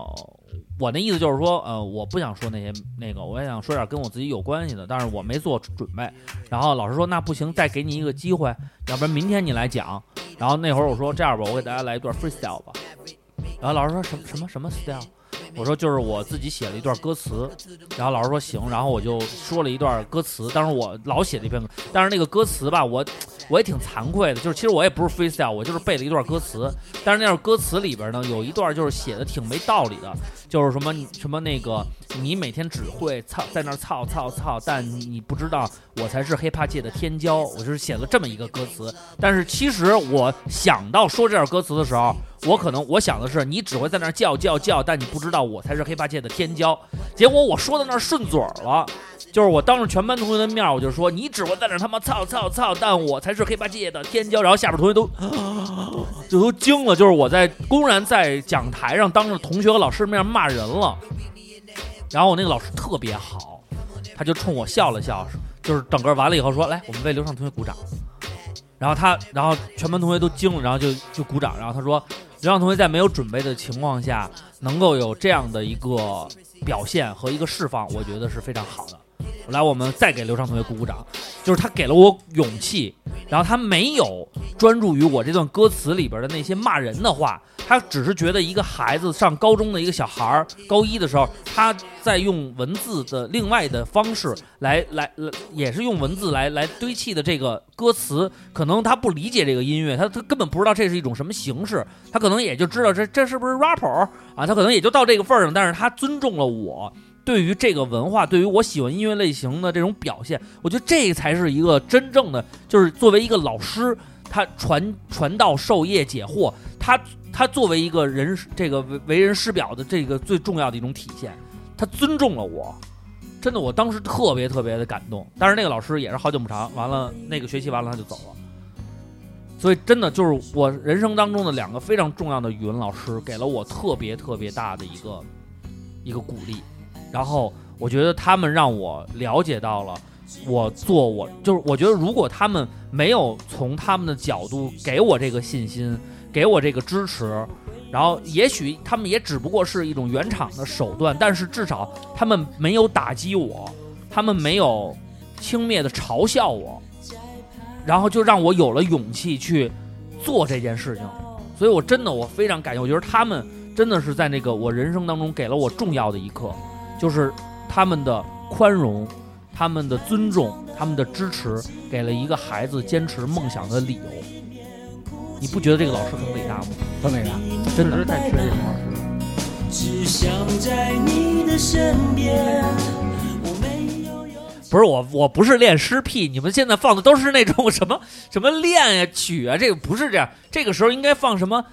S3: 我那意思就是说，呃，我不想说那些那个，我也想说点跟我自己有关系的，但是我没做准备。然后老师说那不行，再给你一个机会，要不然明天你来讲。然后那会儿我说这样吧，我给大家来一段 freestyle 吧。然后老师说什么什么什么 style？我说就是我自己写了一段歌词，然后老师说行，然后我就说了一段歌词。当时我老写了一篇歌，但是那个歌词吧，我我也挺惭愧的，就是其实我也不是 freestyle，我就是背了一段歌词。但是那段歌词里边呢，有一段就是写的挺没道理的，就是什么你什么那个，你每天只会操在那儿操操操，但你不知道我才是 hiphop 界的天骄。我就是写了这么一个歌词，但是其实我想到说这段歌词的时候，我可能我想的是你只会在那儿叫叫叫，但你不知道我才是 hiphop 界的天骄。结果我说到那儿顺嘴儿了，就是我当着全班同学的面儿，我就说你只会在那儿他妈操操操，但我才是黑八界的天骄。然后下边同学都 就都惊了，就是我在公然在讲台上当着同学和老师面骂人了。然后我那个老师特别好，他就冲我笑了笑，就是整个完了以后说：“来，我们为刘畅同学鼓掌。”然后他，然后全班同学都惊了，然后就就鼓掌。然后他说：“刘畅同学在没有准备的情况下，能够有这样的一个表现和一个释放，我觉得是非常好的。来，我们再给刘畅同学鼓鼓掌，就是他给了我勇气，然后他没有专注于我这段歌词里边的那些骂人的话，他只是觉得一个孩子上高中的一个小孩儿，高一的时候，他在用文字的另外的方式来来来，也是用文字来来堆砌的这个歌词，可能他不理解这个音乐，他他根本不知道这是一种什么形式，他可能也就知道这这是不是 rapper 啊，他可能也就到这个份儿上，但是他尊重了我。对于这个文化，对于我喜欢音乐类型的这种表现，我觉得这才是一个真正的，就是作为一个老师，他传传道授业解惑，他他作为一个人这个为为人师表的这个最重要的一种体现，他尊重了我，真的，我当时特别特别的感动。但是那个老师也是好景不长，完了那个学期完了他就走了。所以真的就是我人生当中的两个非常重要的语文老师，给了我特别特别大的一个一个鼓励。然后我觉得他们让我了解到了我做我就是我觉得如果他们没有从他们的角度给我这个信心，给我这个支持。然后，也许他们也只不过是一种圆场的手段，但是至少他们没有打击我，他们没有轻蔑的嘲笑我，然后就让我有了勇气去做这件事情。所以我真的我非常感谢，我觉得他们真的是在那个我人生当中给了我重要的一课。就是他们的宽容、他们的尊重、他们的支持，给了一个孩子坚持梦想的理由。你不觉得这个老师很伟大吗？
S5: 特伟大。
S3: 真
S4: 确
S3: 的
S4: 实，太缺这种老师了。
S1: 只想在你的身边。我没有勇气
S3: 不是我，我不是练诗癖，你们现在放的都是那种什么什么练呀、曲啊，这个不是这样。这个时候应该放什么？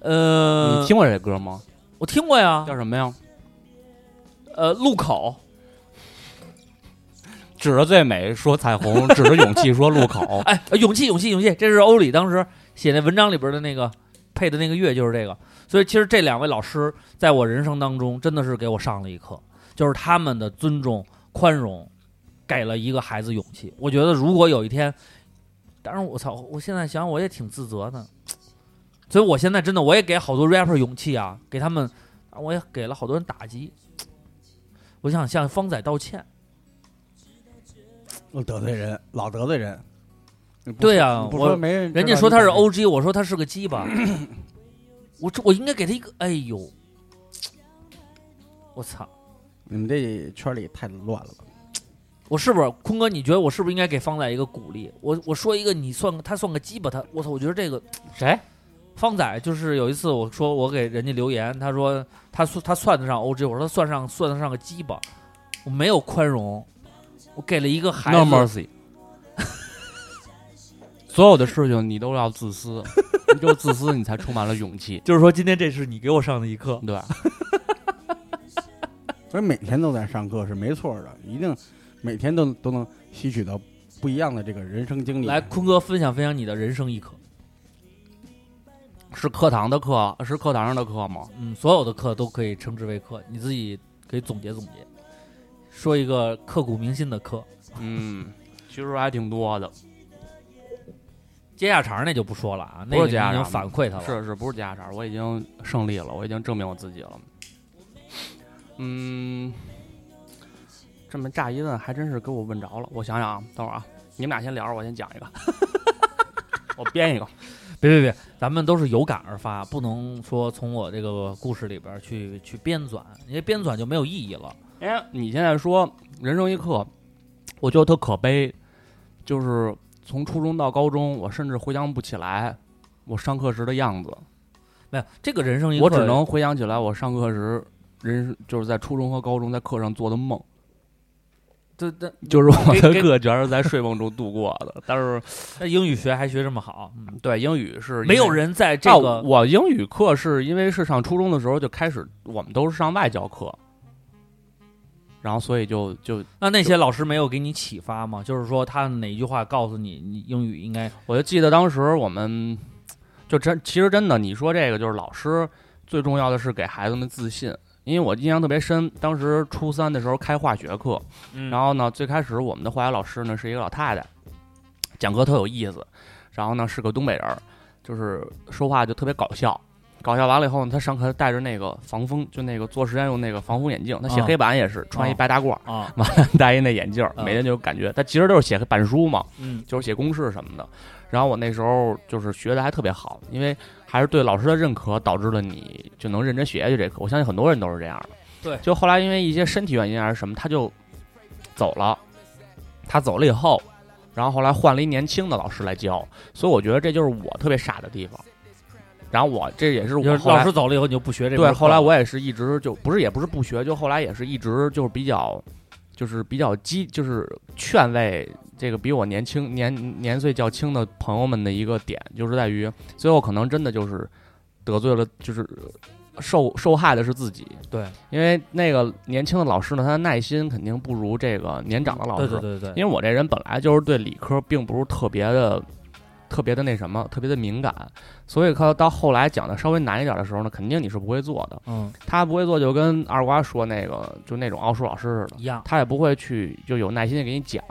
S3: 呃，
S4: 你听过这歌吗？
S3: 我听过呀
S4: 叫，什么呀？
S3: 呃，路口，。
S4: 指着最美说彩 虹，指着勇气说路口
S3: 哎，勇气，勇气，勇气，这是欧里当时写那文章里边的那个配的那个乐，就是这个。所以其实这两位老师在我人生当中真的是给我上了一课，就是他们的尊重、宽容，给了一个孩子勇气。我觉得如果有一天，当然我操，我现在想我也挺自责的，所以我现在真的我也给好多 rapper 勇气啊，给他们，我也给了好多人打击。我想向方仔道歉，
S5: 我得嗯罪人，老得罪人。你不
S3: 对
S5: 说
S3: 呀
S5: 你不
S3: 我
S5: 说没人知道
S3: 人
S5: 你
S3: 家
S5: 长什么样，
S3: 说他是 OG，我说他是个鸡巴，我这我应该给他一个，哎呦，我操，
S5: 你们这圈里太乱了吧？
S3: 我是不是坤哥？你觉得我是不是应该给方仔一个鼓励？我我说一个，你算他算个鸡巴，他我操，我觉得这个
S4: 谁？
S3: 方仔就是有一次我说我给人家留言，他说他算他算得上 OG，我说他算上算得上个鸡巴，我没有宽容，我给了一个孩
S4: No
S3: 子，
S4: mercy。所有的事情你都要自 私，你只有自私，你才充满了勇气。
S8: 就是说今天这是你给我上的一课，
S4: 对，
S5: 所以每天都在上课是没错的，一定每天都都能吸取到不一样的这个人生经历。
S3: 来坤哥分享分享你的人生一课，
S4: 是课堂的课，是课堂上的课吗？
S3: 嗯，所有的课都可以称之为课，你自己可以总结总结，说一个刻骨铭心的课。
S4: 嗯，其实还挺多的。
S3: 接下茬儿那就不说了啊，那
S4: 不
S3: 个
S4: 是接下
S3: 你已
S4: 茬
S3: 经
S4: 儿
S3: 反馈他了，
S4: 是是，不是加茬儿？我已经胜利了，我已经证明我自己了。嗯，这么乍一问，还真是给我问着了。我想想啊，等会儿啊，你们俩先聊着，我先讲一个， 我编一个。
S3: 别别别，咱们都是有感而发，不能说从我这个故事里边儿去去编纂，因为编纂就没有意义了。
S4: 因为你现在说人生一课，我觉得特可悲，就是从初中到高中，我甚至回想不起来我上课时的样子，
S3: 没有这个人生一刻，
S4: 我只能回想起来我上课时人就是在初中和高中在课上做的梦。
S3: 这这
S4: 就是我
S3: 给
S4: 的
S3: 给
S4: 课全是在睡梦中度过的，但是
S3: 这英语学还学这么好，嗯
S4: 对英语是因为
S3: 没有。人在这
S4: 啊
S3: 个、
S4: 我英语课是因为是上初中的时候就开始，我们都是上外教课，然后所以就就
S3: 那那些老师没有给你启发吗？就是说他哪一句话告诉你，你英语应该
S4: 我就记得当时我们就真其实真的，你说这个就是老师最重要的是给孩子们自信，因为我印象特别深，当时初三的时候开化学课，
S2: 嗯
S4: 然后呢，最开始我们的化学老师呢是一个老太太，讲课特有意思，然后呢是个东北人儿，就是说话就特别搞笑。搞笑完了以后呢，他上课戴着那个防风，就那个做实验用那个防风眼镜。他写
S3: 啊
S4: 黑板也是、穿一
S3: 啊
S4: 白大褂儿，
S3: 啊，
S4: 完了戴一那眼镜儿，
S3: 啊
S4: 每天就感觉他其实都是写板书嘛，
S3: 嗯
S4: 就是写公式什么的。然后我那时候就是学的还特别好，因为还是对老师的认可，导致了你就能认真学下去这课。我相信很多人都是这样的。
S3: 对
S4: 就后来因为一些身体原因还是什么，他就走了。他走了以后，然后后来换了一年轻的老师来教，所以我觉得这就是我特别傻的地方。然后我这也是
S3: 就
S4: 我
S3: 是
S4: 后来
S3: 老师走了以后你就不学这门
S4: 对，
S3: 课
S4: 后来
S3: 了
S4: 我也是一直就不是也不是不学，就后来也是一直就是比较，就是比较激，就是劝慰这个比我年轻年年岁较轻的朋友们的一个点，就是在于最后可能真的就是得罪了，就是受受害的是自己，
S3: 对
S4: 因为那个年轻的老师呢，他的耐心肯定不如这个年长的老师，
S3: 对对对对，
S4: 因为我这人本来就是对理科并不是特别的、特别的那什么、特别的敏感，所以到到后来讲的稍微难一点的时候呢，肯定你是不会做的。
S3: 嗯
S4: 他不会做，就跟二瓜说那个，就那种奥数老师似的，
S3: 一样，
S4: 他也不会去就有耐心的给你讲，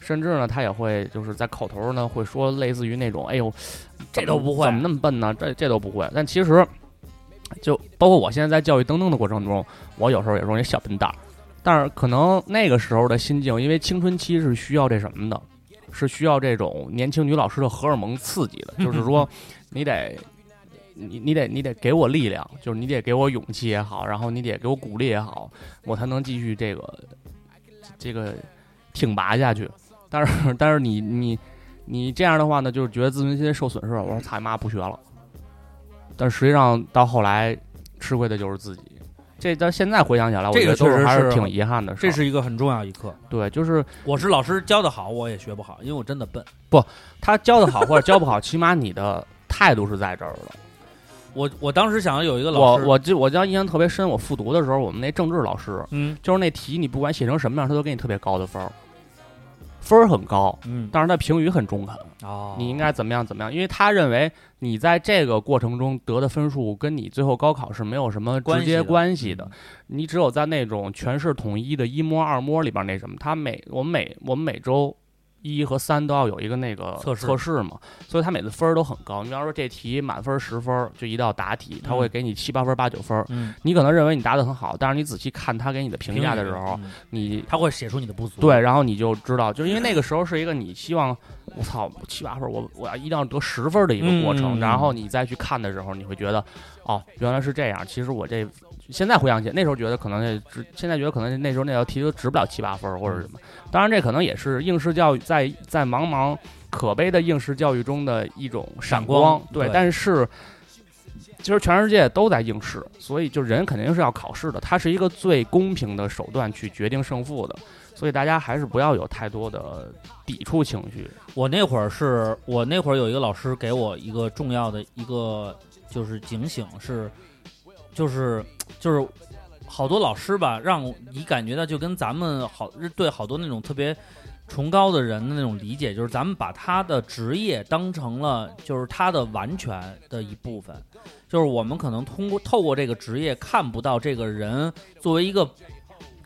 S4: 甚至呢，他也会就是在口头呢会说类似于那种，哎呦，
S3: 这
S4: 怎么
S3: 都不会
S4: 怎么那么笨呢？这这都不会。但其实，就包括我现在在教育登登的过程中，我有时候也容易小笨蛋儿，但是可能那个时候的心境，因为青春期是需要这什么的， 是需要这种年轻女老师的荷尔蒙刺激的，就是说，你得。你你得你得给我力量，就是你得给我勇气也好，然后你得给我鼓励也好，我才能继续这个这个挺拔下去。但是但是你你你这样的话呢，就是觉得自尊心受损失了。我说操你妈不学了，但实际上到后来吃亏的就是自己。这到现在回想起来，我
S3: 这
S4: 觉
S3: 个
S4: 得都
S3: 确实
S4: 还
S3: 是
S4: 挺遗憾的事
S3: 这
S4: 儿。
S3: 是一个很重要一课。
S4: 对，就是
S3: 我是老师教的好，我也学不好，因为我真的笨。
S4: 他教的好或者教不好，起码你的态度是在这儿的。
S3: 我我当时想有一个 老
S4: 我
S3: 师，
S4: 我记我叫印象特别深，我复读的时候，我们那政治老师
S3: 嗯
S4: 就是那题，你不管写成什么样，他都给你特别高的分儿，分儿很高，
S3: 嗯
S4: 但是他评语很中肯，
S3: 哦，
S4: 你应该怎么样怎么样，因为他认为你在这个过程中得的分数跟你最后高考是没有什么直接关系的，嗯你只有在那种全市统一的一模二模里边那什么，他每我们每我们每周。一和三都要有一个那个
S3: 测试
S4: 测试嘛，所以他每次分儿都很高。你比方说这题满分十分儿，就一道答题，他会给你七八分儿、八九分儿。
S3: 嗯
S4: 你可能认为你答得很好，但是你仔细看他给你的评价的时候，，
S3: 嗯
S4: 你
S3: 他会写出你的不足。
S4: 对，，然后你就知道，就是因为那个时候是一个你希望，我操，七八分儿，我我要一定要得十分儿的一个过程。
S3: 嗯
S4: 然后你再去看的时候，你会觉得，哦，原来是这样。其实我这现在回想起来，那时候觉得可能那值，现在觉得可能那时候那道题都值不了七八分儿或者什么。当然，这可能也是应试教育在在茫茫可悲的应试教育中的一种闪
S3: 闪光
S4: 对，
S3: 对
S4: 但是。其实全世界都在应试，所以就人肯定是要考试的，它是一个最公平的手段去决定胜负的，所以大家还是不要有太多的抵触情绪。
S3: 我那会儿是我那会儿有一个老师给我一个重要的一个就是警醒是，就是就是好多老师吧，让你感觉到就跟咱们好对好多那种特别崇高的人的那种理解，就是咱们把他的职业当成了就是他的完全的一部分，就是我们可能通过透过这个职业看不到这个人作为一个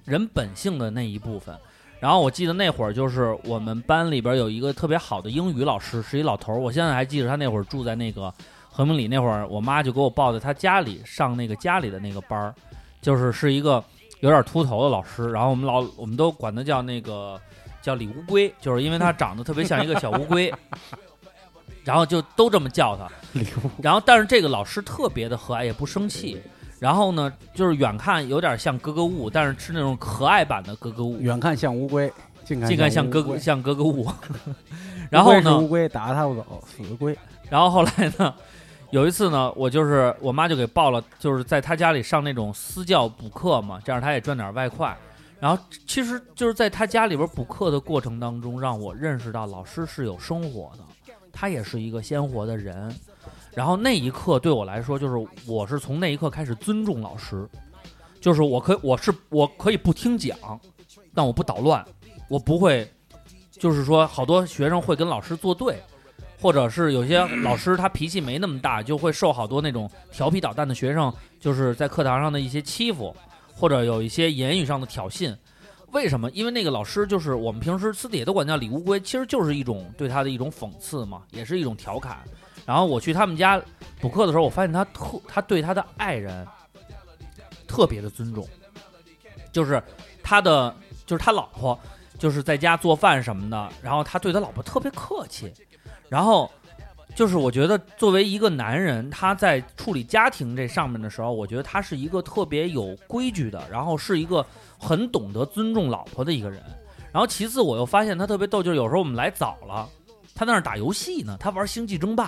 S3: 人本性的那一部分。然后我记得那会儿就是我们班里边有一个特别好的英语老师，是一老头儿，我现在还记得他那会儿住在那个和平里，那会儿我妈就给我报在他家里上那个家里的那个班儿，就是是一个有点秃头的老师，然后我们老我们都管他叫那个叫李乌龟，就是因为他长得特别像一个小乌龟， 然后就都这么叫他。然后但是这个老师特别的和蔼，也不生气。然后呢，就是远看有点像格格巫，但是是那种可爱版的格格巫。
S5: 远看像乌龟，近看
S3: 近看像
S5: 像
S3: 格
S5: 乌
S3: 格
S5: 龟
S3: 像格格巫。 然后
S5: 乌龟是
S3: 呢
S5: 乌，龟打它不走，死龟。，
S3: 然后后来呢，有一次呢，我就是我妈就给报了，就是在她家里上那种私教补课嘛，这样她也赚点外快。然后其实就是在她家里边补课的过程当中，让我认识到老师是有生活的，他也是一个鲜活的人。然后那一刻对我来说，就是我是从那一刻开始尊重老师，就是我可以我是我可以不听讲，但我不捣乱，我不会，就是说好多学生会跟老师作对，或者是有些老师他脾气没那么大，就会受好多那种调皮捣蛋的学生，就是在课堂上的一些欺负，或者有一些言语上的挑衅。为什么？因为那个老师就是我们平时私底下都管叫李乌龟，其实就是一种对他的一种讽刺嘛，也是一种调侃。然后我去他们家补课的时候，我发现他特他对他的爱人特别的尊重，就是他的就是他老婆就是在家做饭什么的，然后他对他老婆特别客气，然后就是我觉得作为一个男人，他在处理家庭这上面的时候，我觉得他是一个特别有规矩的，然后是一个很懂得尊重老婆的一个人。然后其次，我又发现他特别逗，就是有时候我们来早了，他在那儿打游戏呢，他玩《星际争霸》，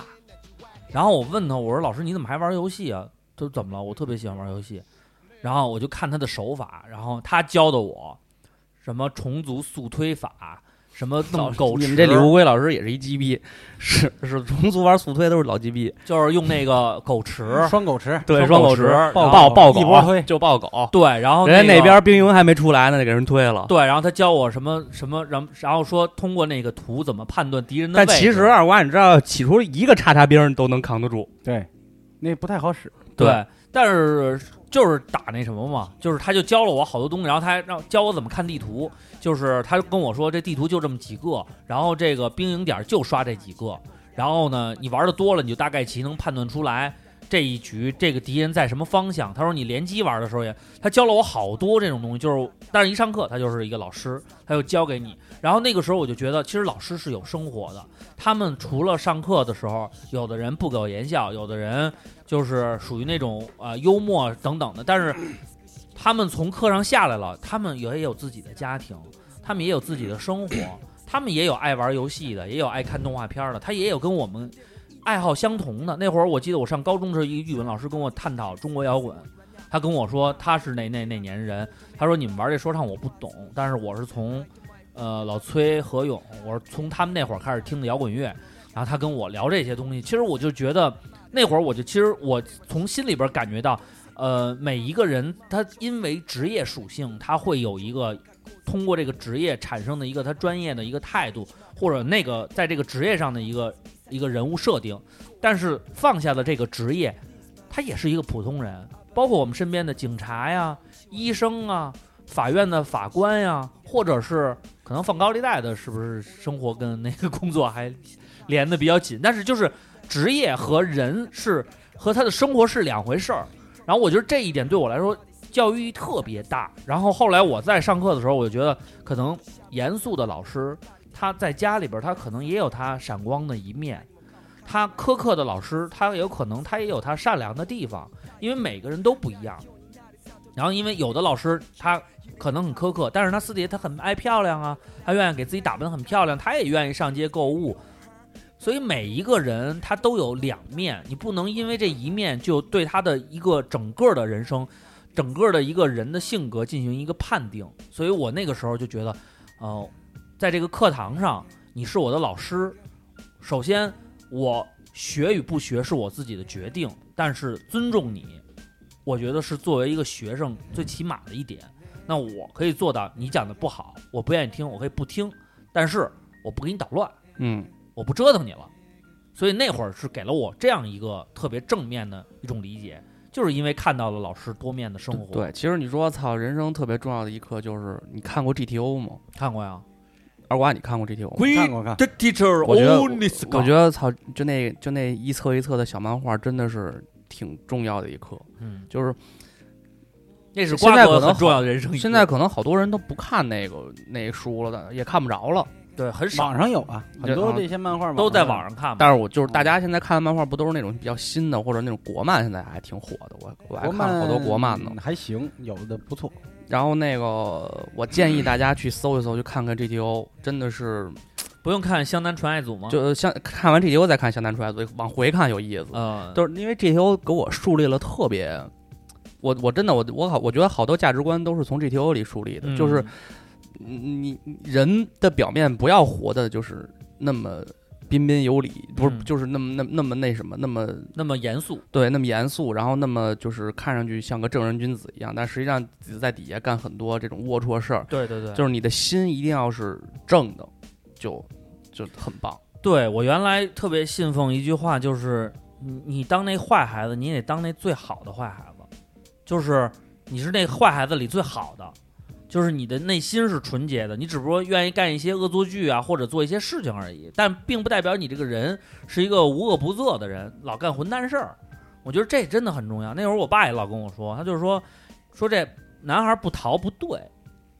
S3: 然后我问他，我说老师你怎么还玩游戏啊？他说怎么了？我特别喜欢玩游戏。然后我就看他的手法，然后他教的我什么重组速推法，什么弄狗池，
S7: 你们这李乌龟老师也是一鸡逼，是是重组玩速推都是老鸡逼，
S3: 就是用那个狗池
S7: 嗯
S5: 双狗池，
S7: 对
S3: 双
S7: 双
S3: 狗
S7: 狗
S3: 池
S7: 池
S3: 然后
S7: 抱抱狗
S5: 一波推
S4: 就抱狗，
S3: 对，然后
S7: 人家
S3: 那
S7: 那
S3: 个
S7: 边冰云还没出来呢，就给人推了。
S3: 对，然后他教我什么什么，然后然后说通过那个图怎么判断敌人的位
S7: 但
S3: 置。
S7: 其实二瓜，你知道，起初一个叉叉兵都能扛得住，
S5: 对，那不太好使。
S3: 对，但是就是打那什么嘛，就是他就教了我好多东西，然后他还让教我怎么看地图，就是他跟我说这地图就这么几个，然后这个兵营点就刷这几个，然后呢你玩的多了，你就大概其能判断出来这一局这个敌人在什么方向。他说你联机玩的时候也，他教了我好多这种东西，就是但是一上课他就是一个老师，他就教给你。然后那个时候我就觉得，其实老师是有生活的，他们除了上课的时候，有的人不苟言笑，有的人就是属于那种呃幽默等等的，但是他们从课上下来了，他们也有自己的家庭，他们也有自己的生活，他们也有爱玩游戏的，也有爱看动画片儿的，他也有跟我们爱好相同的。那会儿我记得我上高中的时候，一个语文老师跟我探讨中国摇滚，他跟我说他是那那那年人，他说你们玩这说唱我不懂，但是我是从呃老崔、何勇，我是从他们那会儿开始听的摇滚乐，然后他跟我聊这些东西，其实我就觉得那会儿我就其实我从心里边感觉到。呃，每一个人他因为职业属性，他会有一个通过这个职业产生的一个他专业的一个态度，或者那个在这个职业上的一个一个人物设定。但是放下了这个职业，他也是一个普通人，包括我们身边的警察呀、医生啊、法院的法官呀，或者是可能放高利贷的，是不是生活跟那个工作还 连的比较紧？但是就是职业和人是和他的生活是两回事儿。然后我觉得这一点对我来说教育意义特别大。然后后来我在上课的时候，我就觉得可能严肃的老师他在家里边儿他可能也有他闪光的一面，他苛刻的老师他有可能他也有他善良的地方，因为每个人都不一样。然后因为有的老师他可能很苛刻，但是他私底下他很爱漂亮啊，他愿意给自己打扮得很漂亮，他也愿意上街购物。所以每一个人他都有两面，你不能因为这一面就对他的一个整个的人生、整个的一个人的性格进行一个判定。所以我那个时候就觉得，呃，在这个课堂上，你是我的老师，首先我学与不学是我自己的决定，但是尊重你，我觉得是作为一个学生最起码的一点。那我可以做到，你讲的不好，我不愿意听，我可以不听，但是我不给你捣乱。
S4: 嗯，
S3: 我不折腾你了。所以那会儿是给了我这样一个特别正面的一种理解，就是因为看到了老师多面的生活。，
S4: 对，其实你说操，人生特别重要的一课就是你看过 GTO 吗？
S3: 看过呀，
S4: 二瓜，你看过 GTO 吗？
S5: 看过看，
S2: 这 teacher
S4: 我觉得
S2: only
S4: 我觉得操，就那就那一册一册的小漫画，真的是挺重要的一课。
S3: 嗯，
S4: 就是
S3: 那是
S4: 现在
S3: 瓜哥
S4: 可能
S3: 很重要的人
S7: 哎
S3: 生一课。
S4: 现在可能好多人都不看那个那书了，但也看不着了。
S7: 啊
S3: 对很少
S5: 网上有啊，很多这些漫画
S3: 都在
S5: 网啊上有
S3: 网上看嘛。
S4: 但是我就是
S7: 哦
S5: 嗯
S4: 大家现在看的漫画不都是那种比较新的，或者那种国漫，现在还挺火的。我我还
S5: 国
S4: 看
S5: 漫
S4: 了好多国漫呢。
S5: 嗯还行，有的不错。
S4: 然后那个，我建议大家去搜一搜，去看看 GTO，真的是
S3: 不用看《湘南纯爱组》吗？
S4: 就像看完 GTO 再看《湘南出来》，所以往回看有意思。
S3: 呃，
S4: 就是因为 GTO 给我树立了特别，我我真的我我好我觉得好多价值观都是从 GTO 里树立的，
S3: 嗯
S4: 就是你你人的表面不要活的就是那么彬彬有礼，不是、
S3: 嗯
S4: 就是那么那么那么那什么那么
S3: 那么严肃，
S4: 对，那么严肃，然后那么就是看上去像个正人君子一样，但实际上自己在底下干很多这种龌龊事儿。
S3: 对对对，
S4: 就是你的心一定要是正的，就就很棒。
S3: 对我原来特别信奉一句话，就是你你当那坏孩子，你也得当那最好的坏孩子，就是你是那坏孩子里最好的，就是你的内心是纯洁的，你只不过愿意干一些恶作剧啊，或者做一些事情而已，但并不代表你这个人是一个无恶不作的人，老干混蛋事儿。我觉得这真的很重要。那会儿我爸也老跟我说，他就是说说这男孩不逃不对，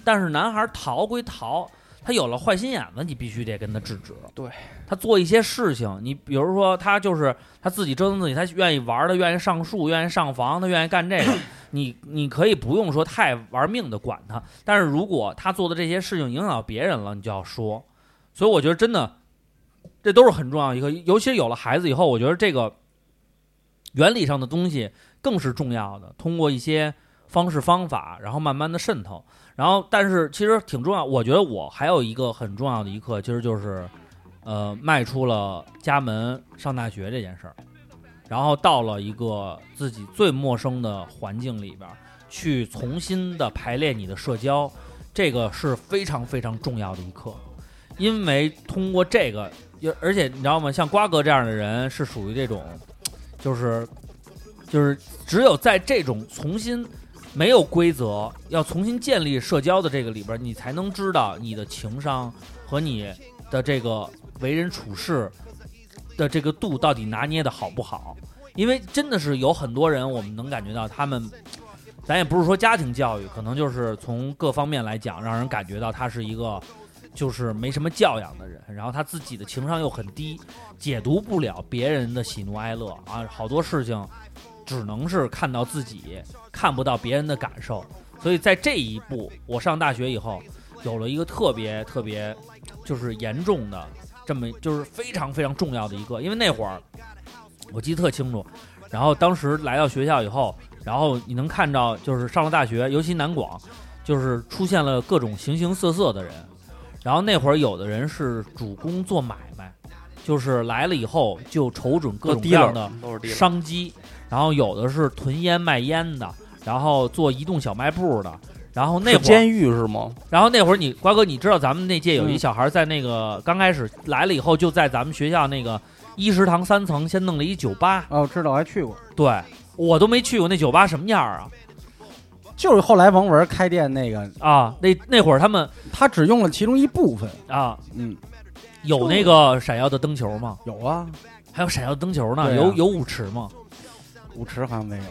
S3: 但是男孩逃归逃，他有了坏心眼子，你必须得跟他制止。他做一些事情，你比如说他就是他自己折腾自己，他愿意玩儿，他愿意上树，愿意上房，他愿意干这个，你你可以不用说太玩命的管他，但是如果他做的这些事情影响到别人了，你就要说。所以我觉得真的，这都是很重要一个，尤其是有了孩子以后，我觉得这个原理上的东西更是重要的，通过一些方式方法，然后慢慢的渗透。然后，但是其实挺重要，我觉得我还有一个很重要的一课，其实就是。呃，迈出了家门上大学这件事儿，然后到了一个自己最陌生的环境里边儿，去重新的排列你的社交，这个是非常非常重要的一课，因为通过这个，也而且你知道吗？像瓜哥这样的人是属于这种，就是就是只有在这种重新。没有规则，要重新建立社交的这个里边儿，你才能知道你的情商和你的这个为人处事的这个度到底拿捏的好不好？因为真的是有很多人，我们能感觉到他们，咱也不是说家庭教育，可能就是从各方面来讲，让人感觉到他是一个就是没什么教养的人，然后他自己的情商又很低，解读不了别人的喜怒哀乐啊，好多事情只能是看到自己，看不到别人的感受。所以在这一步，我上大学以后，有了一个特别特别就是严重的这么就是非常非常重要的一个，因为那会儿我记得特清楚。然后当时来到学校以后，然后你能看到就是上了大学，尤其南广，就是出现了各种形形色色的人。然后那会儿有的人是主攻做买卖，就是来了以后就瞅准各种各样的
S4: 都是地
S3: 商机，然后有的是囤烟卖烟的，然后做移动小卖部的，然后那
S4: 是
S3: 会儿，
S4: 监狱是吗？
S3: 然后那会儿你瓜哥，你知道咱们那届有一
S4: 嗯
S3: 小孩在那个刚开始来了以后，就在咱们学校那个一食堂三层先弄了一酒吧，
S5: 哦，我知道，我还去过，
S3: 对我都没去过那酒吧什么样儿啊
S5: 就是后来王文开店那个，
S3: 啊！那那会儿他们
S5: 他只用了其中一部分。
S3: 啊
S5: 嗯，
S3: 有那个闪耀的灯球吗？
S5: 有啊，
S3: 还有闪耀的灯球呢？
S5: 对啊
S3: 有有舞池吗？
S5: 舞池好像没有，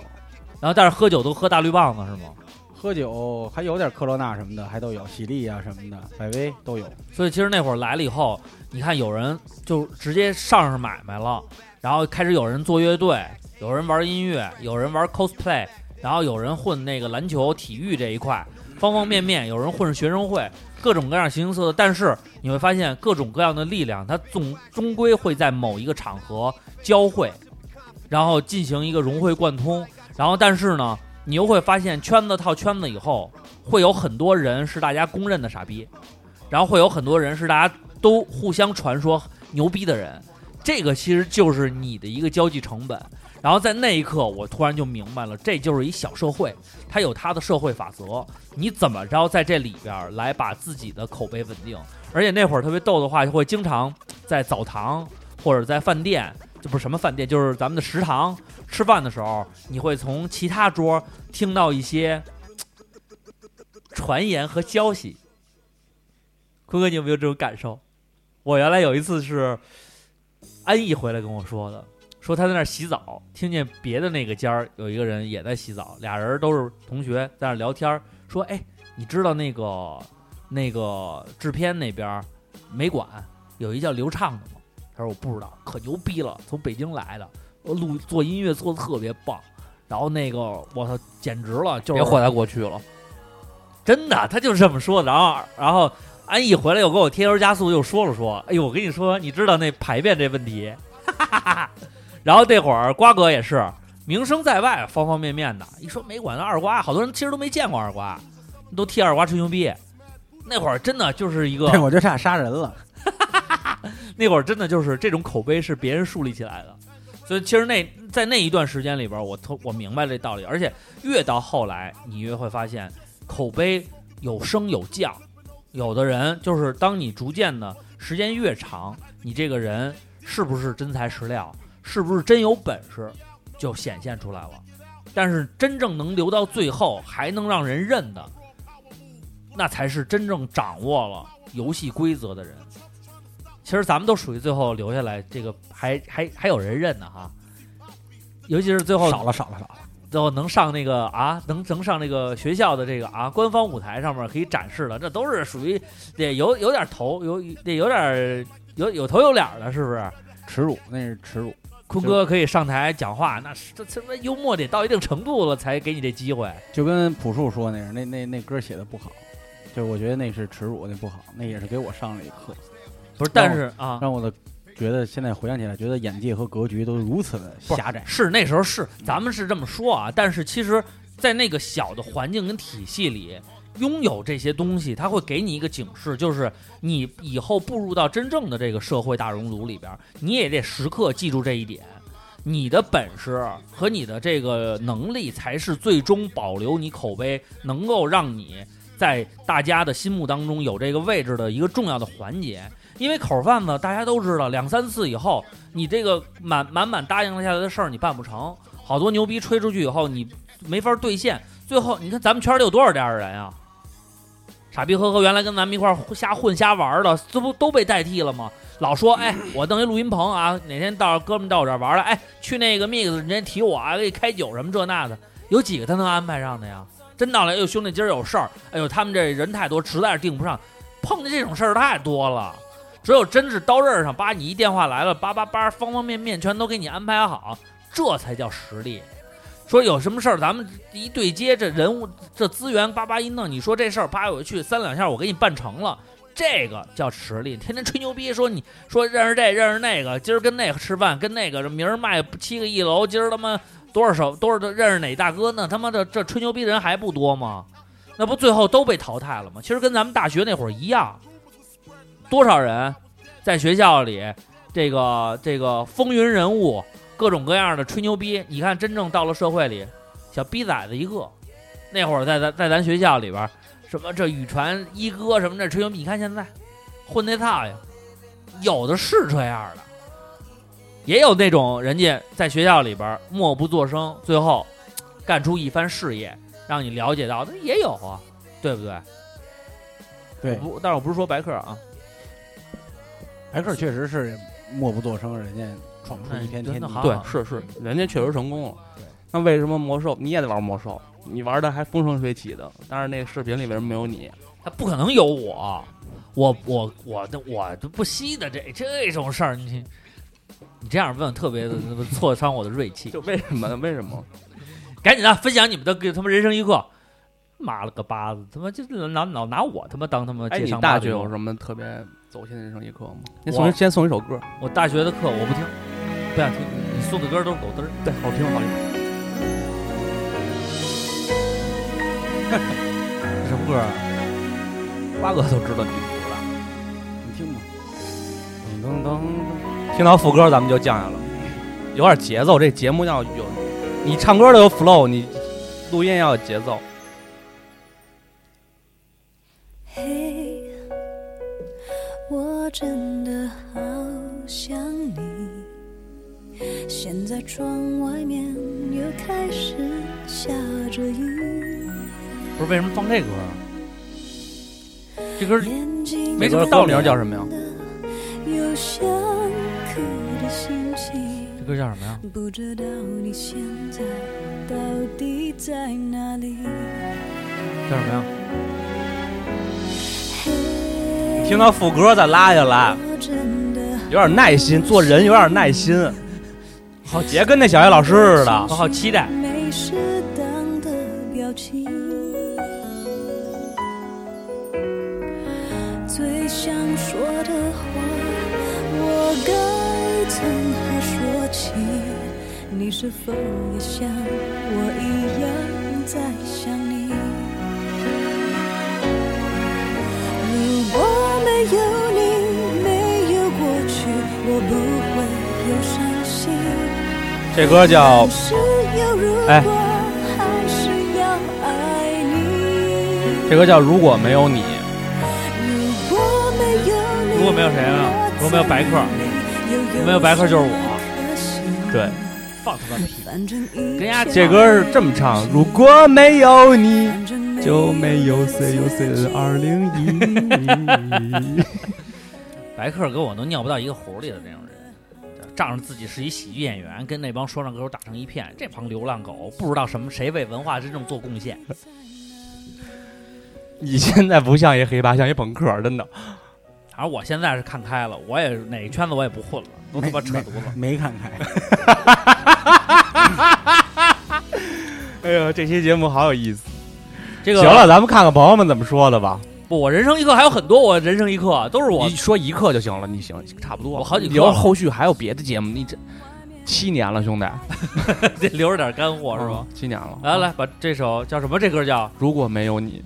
S3: 然后但是喝酒都喝大绿棒子是吗？
S5: 喝酒还有点科罗娜什么的，还都有，喜力啊什么的，百威都 有。
S3: 所以其实那会儿来了以后，你看有人就直接上上买卖了，然后开始有人做乐队，有人玩音乐，有人玩 cosplay，然后有人混那个篮球、体育这一块，方方面面，有人混学生会，各种各样形形色色。但是你会发现，各种各样的力量，它总终归会在某一个场合交汇，然后进行一个融会贯通。然后，但是呢，你又会发现圈子套圈子以后，会有很多人是大家公认的傻逼。然后会有很多人是大家都互相传说牛逼的人，这个其实就是你的一个交际成本。然后在那一刻，我突然就明白了，这就是一小社会，它有它的社会法则。你怎么着在这里边儿来把自己的口碑稳定？而且那会儿特别逗的话，就会经常在澡堂或者在饭店，就不是什么饭店，就是咱们的食堂吃饭的时候，你会从其他桌听到一些嘖传言和消息。坤哥，你有没有这种感受？我原来有一次是安逸回来跟我说的，说他在那儿洗澡，听见别的那个间儿有一个人也在洗澡，俩人都是同学，在那儿聊天儿，说：“哎，你知道那个那个制片那边儿美管有一叫刘畅的吗？”他说：“我不知道，可牛逼了，从北京来的，我录做音乐做的特别棒。”然后那个我操，简直了，就是
S4: 别活在过去了，
S3: 真的，他就是这么说的。然后，然后安逸回来又给我添油加醋，又说了说：“哎呦，我跟你说，你知道那排便这问题。” 哈哈哈。然后那会儿瓜哥也是名声在外，方方面面的。一说没管的二瓜，好多人其实都没见过二瓜，都替二瓜吹牛逼。那会儿真的就是一 个，
S5: 对，我就差杀人了。
S3: 那会儿真的就是这种口碑是别人树立起来的，所以其实那在那一段时间里边儿，我特我明白这道理，而且越到后来，你越会发现口碑有升有降，有的人就是当你逐渐的时间越长，你这个人是不是真材实料，是不是真有本事，就显现出来了。但是真正能留到最后，还能让人认的，那才是真正掌握了游戏规则的人。其实咱们都属于最后留下来，这个还还还有人认呢哈。尤其是最后
S5: 少了，少了，少了。
S3: 最后能上那个啊，能能上这个学校的这个啊官方舞台上面可以展示了，这都是属于得有有点头，有得有点有有头有脸的，是不是？
S5: 耻辱，那是耻辱。
S3: 坤哥可以上台讲话，那是这这这幽默得到一定程度了才给你这机会。
S5: 就跟朴树说那样，那那那歌写的不好，就是我觉得那是耻辱，那不好，那也是给我上了一课，
S3: 不是，但是啊，
S5: 让我的觉得现在回想起来，觉得眼界和格局都如此的狭窄。
S3: 是那时候是咱们是这么说啊，但是其实，在那个小的环境跟体系里，拥有这些东西，它会给你一个警示，就是你以后步入到真正的这个社会大熔炉里边，你也得时刻记住这一点。你的本事和你的这个能力，才是最终保留你口碑，能够让你在大家的心目当中有这个位置的一个重要的环节。因为口贩子大家都知道，两三次以后，你这个满满满答应了下来的事儿你办不成，好多牛逼吹出去以后你没法兑现，最后你看咱们圈里有多少这样的人啊？傻逼呵呵原来跟咱们一块儿瞎混瞎玩儿的，这不都被代替了吗？老说哎，我弄一录音棚啊，哪天到哥们到我这儿玩儿了，哎，去那个 mix 人家提我啊，给你开酒什么这那的，有几个他能安排上的呀？真到了，哎呦兄弟今儿有事儿，哎呦他们这人太多，实在是定不上，碰见这种事儿太多了。只有真是刀刃上，叭你一电话来了，叭叭叭，方方面面全都给你安排好，这才叫实力。说有什么事儿，咱们一对接，这人物这资源叭叭一弄，你说这事儿叭我去三两下，我给你办成了，这个叫实力。天天吹牛逼说你说认识这认识那个，今儿跟那个吃饭，跟那个明儿卖七个一楼，今儿他妈多少手多少的认识哪大哥呢？他妈的这吹牛逼人还不多吗？那不最后都被淘汰了吗？其实跟咱们大学那会儿一样，多少人在学校里这个这个风云人物，各种各样的吹牛逼。你看，真正到了社会里，小逼崽子一个。那会儿在咱在咱学校里边儿，什么这羽传一哥什么这吹牛逼，你看现在混那套呀，有的是这样的，也有那种人家在学校里边儿默不作声，最后嘖干出一番事业，让你了解到的也有啊，对不对？
S5: 对
S3: 我不，但是我不是说白客啊，
S5: 白客确实是默不作声，人家闯出一片天
S3: 哎真
S5: 地。
S3: 的好
S4: 对，是是，人家确实成功了
S5: 对。
S4: 那为什么魔兽你也得玩魔兽？你玩的还风生水起的，但是那个视频里为什么没有你？
S3: 他不可能有我，我我我的我都不惜的这这种事儿，你你这样问特别的挫伤我的锐气。
S4: 就为什么？为什 么？
S3: 赶紧的分享你们的给他们人生一课。妈了个巴子，他妈就拿老拿我他妈当他妈
S4: 哎，
S3: 接
S4: 你
S3: 上
S4: 大
S3: 大
S4: 学有
S3: 么？
S4: 什么特别走心的人生一刻吗？
S3: 我
S4: 先送一先送一首歌，
S3: 我大学的课我不听，不想听。你送的歌都是狗嘚儿。
S4: 对，好听 好听。
S5: 什么歌啊？
S4: 瓜哥都知道你啊不了。
S5: 你听吧。
S4: 噔噔噔，听到副歌咱们就降下了，有点节奏。这节目要有，你唱歌都有 flow，你录音要有节奏。
S9: 嘿，哎我真的好想你。现在窗外面又开始下着雨，
S3: 不是为什么放这歌啊？这歌
S9: 眼睛
S3: 没什么
S4: 歌
S3: 道
S4: 歌
S3: 理啊
S4: 名叫什么呀？
S9: 有想哭的心情。
S3: 这歌叫什么呀？
S9: 不知道你现在到底在哪里？
S3: 叫什么呀？
S9: 嘿
S4: 听到副歌再拉下来，
S9: 我真的
S4: 有点耐心，做人有点耐心。好，别跟那小学老师似的
S3: 我。好期待。
S9: 没适当的表情，最想说的话，我该从何说起？你是否也像我一样在想你？如果没有你，没有过去，我不会有伤心。
S4: 这歌叫
S3: 哦
S9: 但是要如果
S4: 哎
S9: 还是要爱你。
S4: 这歌叫《如果没有你》，
S9: 如果没有你
S3: 如果没有谁啊如果没有白客
S9: 如
S3: 果没有白客就是我
S9: 我。
S4: 对，
S3: 放他妈屁！
S9: 反正一
S3: 跟丫
S9: 切
S4: 这歌是这么唱：如果没有你，
S9: 反正没
S10: 就没有 C U C
S9: 谁
S10: N 二零 一。
S3: 白客跟我能尿不到一个壶里的那种人，仗着自己是一喜剧演员，跟那帮说唱歌手打成一片。这帮流浪狗不知道什么谁为文化真正做贡献。
S4: 你现在不像一黑八，像一朋克，真的。
S3: 反正我现在是看开了，我也哪个圈子我也不混了，都他妈扯犊子。
S5: 没看开，
S4: 哎呦，这期节目好有意思。
S3: 这个
S4: 行了，咱们看看朋友们怎么说的吧。
S3: 不，我人生一课还有很多，我人生一课都是我
S4: 你说一刻就行了，你行，差不多了。
S3: 我好几刻
S4: 你要是后续还有别的节目，你这七年了，兄弟，
S3: 得留着点干货是吧
S4: 嗯？？七年了。
S3: 来来，把这首叫什么？这歌叫
S4: 如果没有你，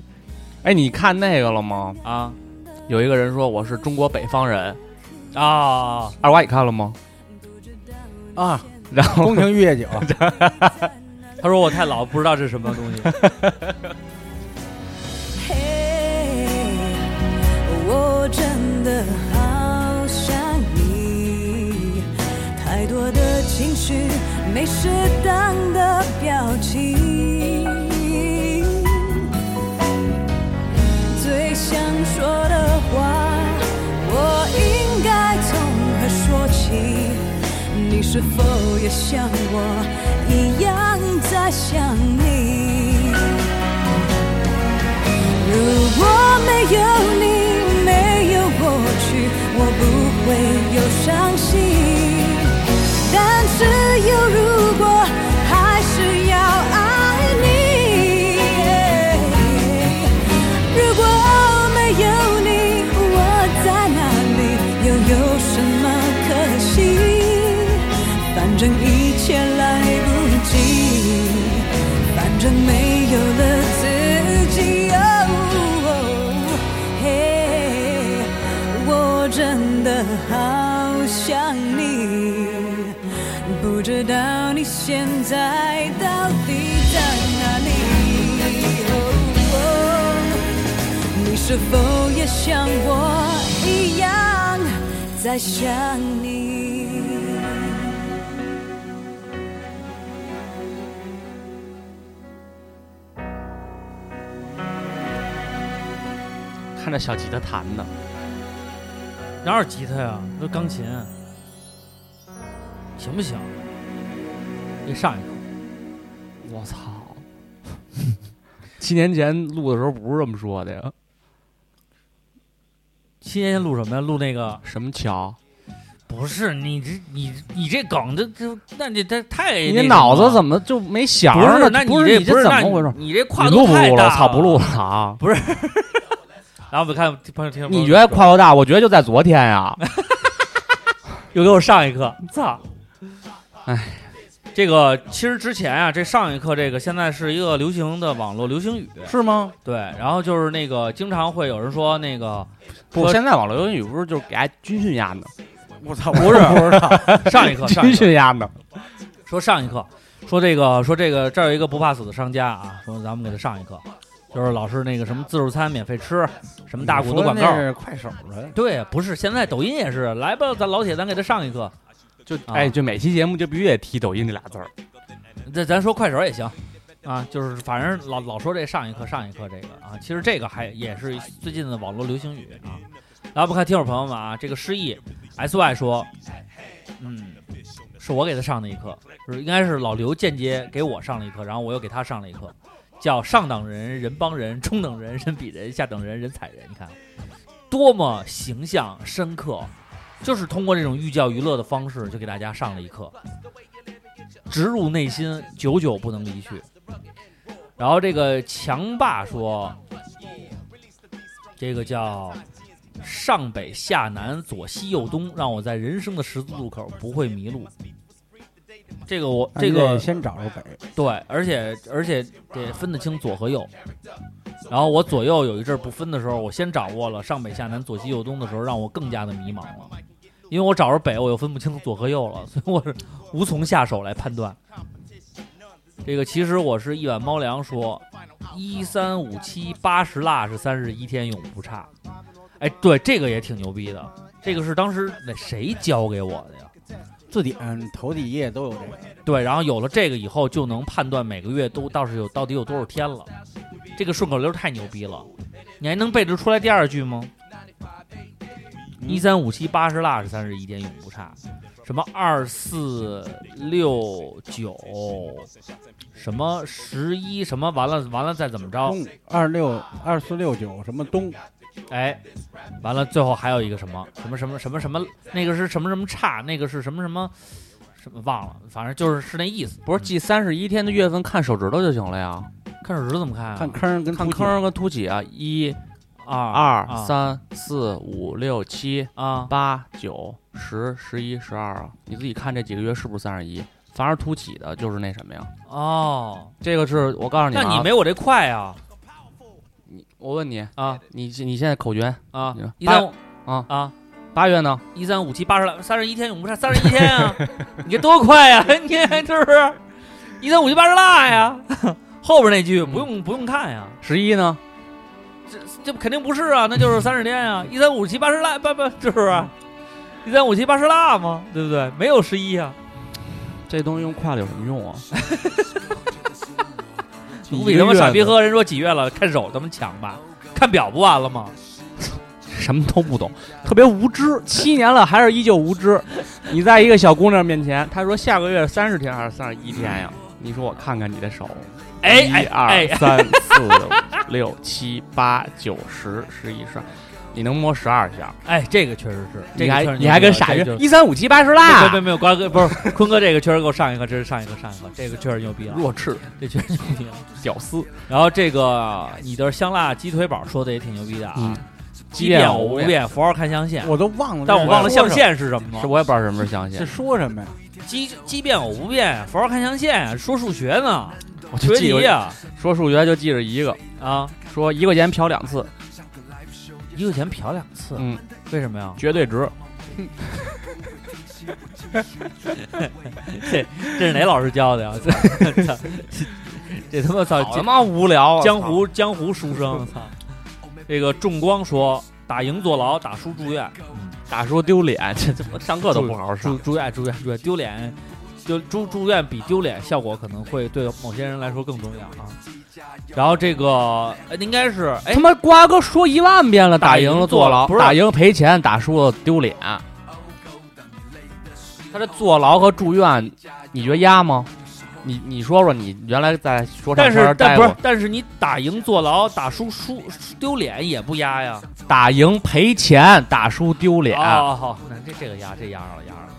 S4: 哎，你看那个了吗？
S3: 啊
S4: 有一个人说我是中国北方人，
S3: 啊！
S4: 二娃你看了吗？
S5: 啊，
S4: 然后
S5: 宫廷玉液 酒，
S3: 他说我太老，不知道这是什么东西。
S9: 嘿，我真的好想你，太多的情绪，没适当的表情。最想像我一样在想你。如果没有你，没有过去，我不会有伤心。但是有如果，还是要爱你。如果没有你，我在哪里，又有什么可惜？反正一切来不及。反正没有了自己。哦，嘿，我真的好想你，不知道你现在到底在哪里。哦哦你是否也像我一样在想你？
S4: 看着小吉他弹的，
S3: 哪有吉他呀？都是钢琴，行不行？给上一口，
S4: 我操！七年前录的时候不是这么说的呀，
S3: 七年前录什么呀？录那个
S4: 什么桥？
S3: 不是你这你你这梗这这那你这太
S4: 你那脑子
S3: 么
S4: 怎么就没想
S3: 不
S4: 着
S3: 是？
S4: 呢？
S3: 那
S4: 不
S3: 这
S4: 你
S3: 不
S4: 这
S3: 是
S4: 怎
S3: 那
S4: 么回事？
S3: 你这
S4: 你
S3: 跨度
S4: 录不
S3: 太
S4: 录
S3: 大
S4: 了？我
S3: 了，
S4: 操，不录了啊！
S3: 然后我们看朋友听，
S4: 你觉得跨度大？我觉得就在昨天 呀。
S3: 又给我上一课， 操！
S4: 唉，
S3: 这个其实之前啊，这上一课这个现在是一个流行的网络流行语，
S4: 是吗？
S3: 对。然后就是那个经常会有人说那个
S4: 不，
S3: 说
S4: 现在网络英语不是就是给俺军训 压呢？
S5: 我操，不是不知道，
S3: 上一课上一
S4: 军
S3: 课
S4: 训压呢？
S3: 说上一课说这个说这个这儿有一个不怕死的商家啊，说咱们给他上一课，就是老是那个什么自助餐免费吃，什么大骨头广
S5: 你说
S3: 告
S5: 那，是快手的，
S3: 对，不是现在抖音也是，来吧，咱老铁，咱给他上一课。
S4: 就
S3: 啊
S4: 哎，就每期节目就必须得提抖音这俩字儿。
S3: 这咱说快手也行啊，就是反正老老说这上一课上一课这个啊，其实这个还也是最近的网络流行语啊。然后我们看听友朋友们啊，这个失忆 S Y 说，嗯，是我给他上的一课，就是应该是老刘间接给我上了一课，然后我又给他上了一课，叫上等人人帮人，中等人人比人，下等人人踩人。你看，多么形象深刻，就是通过这种寓教于乐的方式，就给大家上了一课。直入内心，久久不能离去。然后这个强爸说，这个叫上北下南左西右东，让我在人生的十字路口不会迷路。这个我这
S5: 你得
S3: 个
S5: 先找着北，
S3: 对，而且而且得分得清左和右。然后我左右有一阵儿不分的时候，我先掌握了上北下南左西右东的时候，让我更加的迷茫了，因为我找着北，我又分不清左和右了，所以我是无从下手来判断。这个其实我是一碗猫粮说，一三五七八十辣是三十一天永不差。哎，对，这个也挺牛逼的，这个是当时那谁教给我的呀？
S5: 字典头几页都有这个。
S3: 对，然后有了这个以后，就能判断每个月都到是有到底有多少天了。这个顺口溜太牛逼了，你还能背得出来第二句吗？一三五七八十辣是三十一天永不差，什么二四六九，什么十一什么完了完了再怎么着？
S5: 东二六二四六九什么东，
S3: 哎，完了最后还有一个什么什么什么什么什么，那个是什么什么差，那个是什么什么什么忘了，反正就是是那意思。
S4: 不是记三十一天的月份，看手指头就行了呀，
S3: 看手指怎么看啊？
S5: 看坑跟
S4: 看
S5: 凸起
S4: 坑儿跟凸起啊，一、
S3: 啊
S4: 二
S3: 啊、
S4: 三、四、五、六、七、
S3: 啊，
S4: 八、九、十、十一、十二啊，你自己看这几个月是不是三十一？凡是凸起的，就是那什么呀？
S3: 哦，
S4: 这个是我告诉你
S3: 那
S4: 啊，
S3: 你没我这快啊
S4: 你，我问你，
S3: 啊
S4: 你你现在口诀
S3: 啊
S4: 你说！
S3: 一三五
S4: 啊，
S3: 啊，
S4: 八月呢？
S3: 一三五七八十来，三十一天永不差，三十一天啊，你这多快呀、你还是不是？一三五七八十辣呀，后边那句不
S4: 嗯
S3: 用、不用看呀，
S4: 十一呢？
S3: 这这肯定不是啊，那就是三十天呀，一三五七八十辣，不不，是不是？一三五七八十辣嘛，对不对？没有十一啊，
S4: 这东西用筷子有什么用 啊？
S3: 不比他妈傻逼喝人说几月了，看手他妈强吧，看表不完了吗？
S4: 什么都不懂，特别无知，七年了还是依旧无知。你在一个小姑娘面前，她说下个月三十天还是三十一天呀？你说我看看你的手，
S2: 哎
S4: 一
S2: 哎
S4: 二
S2: 哎，
S4: 三四五六七八九十十一十二，你能摸十二下，
S3: 哎，这个确实是，这
S4: 你
S3: 个
S4: 还
S3: 确实
S4: 你还跟傻
S3: 逼
S4: 月一三五七八十啦，
S3: 没没没有瓜哥不是坤哥，这个确实给我上一个，这是上一个上一个，这个确实牛逼了，
S4: 弱智
S3: 这确实牛逼了。
S4: 屌丝，
S3: 然后这个你的香辣鸡腿堡说的也挺牛逼的啊
S4: 嗯，
S3: 即便我
S4: 无
S3: 无
S4: 变，
S3: 变，佛号看象限，
S5: 我都忘了，
S3: 但我忘了象
S5: 象限
S3: 限是什么
S4: 是
S3: 了。
S4: 我也不知道什么是象限
S5: 是，说什么呀？
S3: 即即便我无变，佛号看象限，说数学呢，
S4: 我就
S3: 学
S4: 记
S3: 题
S4: 着
S3: 呀
S4: 说数学就记着一个，
S3: 啊，
S4: 说一块钱嫖两次，
S3: 一块钱嫖两次，
S4: 嗯，
S3: 为什么呀？
S4: 绝对值。
S3: 这是哪老师教的 呀？ 操这这他妈啊操！
S4: 好他妈无聊，
S3: 江湖江湖书生，操！这个重光说打赢坐牢，打输住院，
S4: 打说丢脸，这这我上课都不好好上
S3: 住。住院住院住院丢脸，就住住院比丢脸效果可能会对某些人来说更重要啊。然后这个呃应该是哎
S4: 他妈瓜哥说一万遍了，
S3: 打
S4: 打
S3: 赢
S4: 赢
S3: 了
S4: 了
S3: 坐
S4: 坐
S3: 牢
S4: 牢，
S3: 不是
S4: 打赢赔钱，打输了丢脸。他这坐牢和住院，你觉得压吗？你你说说，你原来在说唱
S3: 但
S4: 圈
S3: 是
S4: 儿
S3: 但
S4: 待
S3: 不是
S4: 过，，
S3: 但是你打赢坐牢，打输输输丢脸也不压呀。
S4: 打赢赔钱，打输丢脸，
S3: 哦，好，那这这个压这压上了压上了。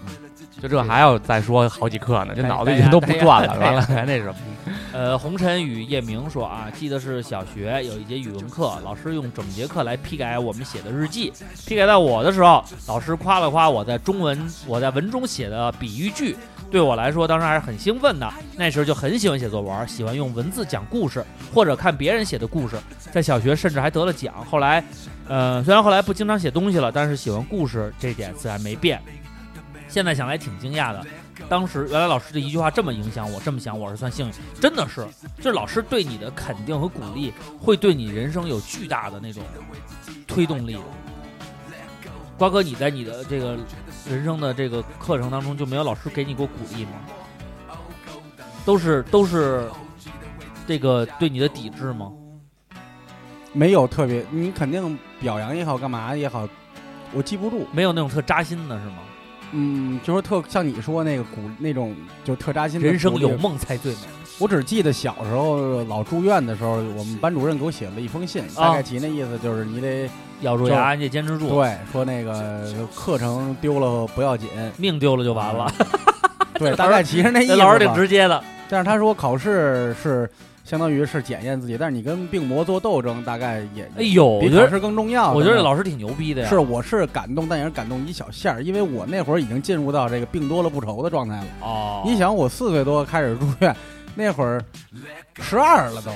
S4: 就这还要再说好几课呢，这
S3: 哎
S4: 脑子已
S3: 哎呀
S4: 经都不
S3: 哎呀
S4: 转了，
S3: 哎呀
S4: 完了还那什么？
S3: 呃，红尘与夜明说啊，记得是小学有一节语文课，老师用整节课来批改我们写的日记。批改到我的时候，老师夸了夸我在中文我在文中写的比喻句，对我来说当时还是很兴奋的。那时候就很喜欢写作文，喜欢用文字讲故事，或者看别人写的故事。在小学甚至还得了奖。后来，呃，虽然后来不经常写东西了，但是喜欢故事这点自然没变。现在想来挺惊讶的，当时原来老师的一句话这么影响我，这么想我是算幸运，真的是，就是老师对你的肯定和鼓励，会对你人生有巨大的那种推动力的。瓜哥，你在你的这个人生的这个课程当中就没有老师给你过鼓励吗？都是都是这个对你的抵制吗？
S5: 没有特别，你肯定表扬也好，干嘛也好，我记不住。
S3: 没有那种特扎心的是吗？
S5: 嗯，就说特像你说那个鼓那种，就特扎心的
S3: 人生
S5: 鼓励
S3: 有梦才最美。
S5: 我只记得小时候老住院的时候，我们班主任给我写了一封信，
S3: 啊
S5: 大概其那意思就是你得
S3: 咬住牙，你得坚持住。
S5: 对说那个课程丢了不要紧，
S3: 命丢了就完了。
S5: 对，大概其实那意
S3: 那
S5: 思
S3: 老师挺
S5: 吧
S3: 直接的。
S5: 但是他说考试是相当于是检验自己，但是你跟病魔做斗争，大概也
S3: 哎呦，我
S5: 比
S3: 觉
S5: 考
S3: 得
S5: 试更重要。
S3: 我觉得这
S5: 真的
S3: 老师挺牛逼的呀。
S5: 啊是我是感动，但也是感动一小下儿，因为我那会儿已经进入到这个病多了不愁的状态了。
S3: 哦，
S5: 你想，我四岁多开始住院，那会儿十二了都，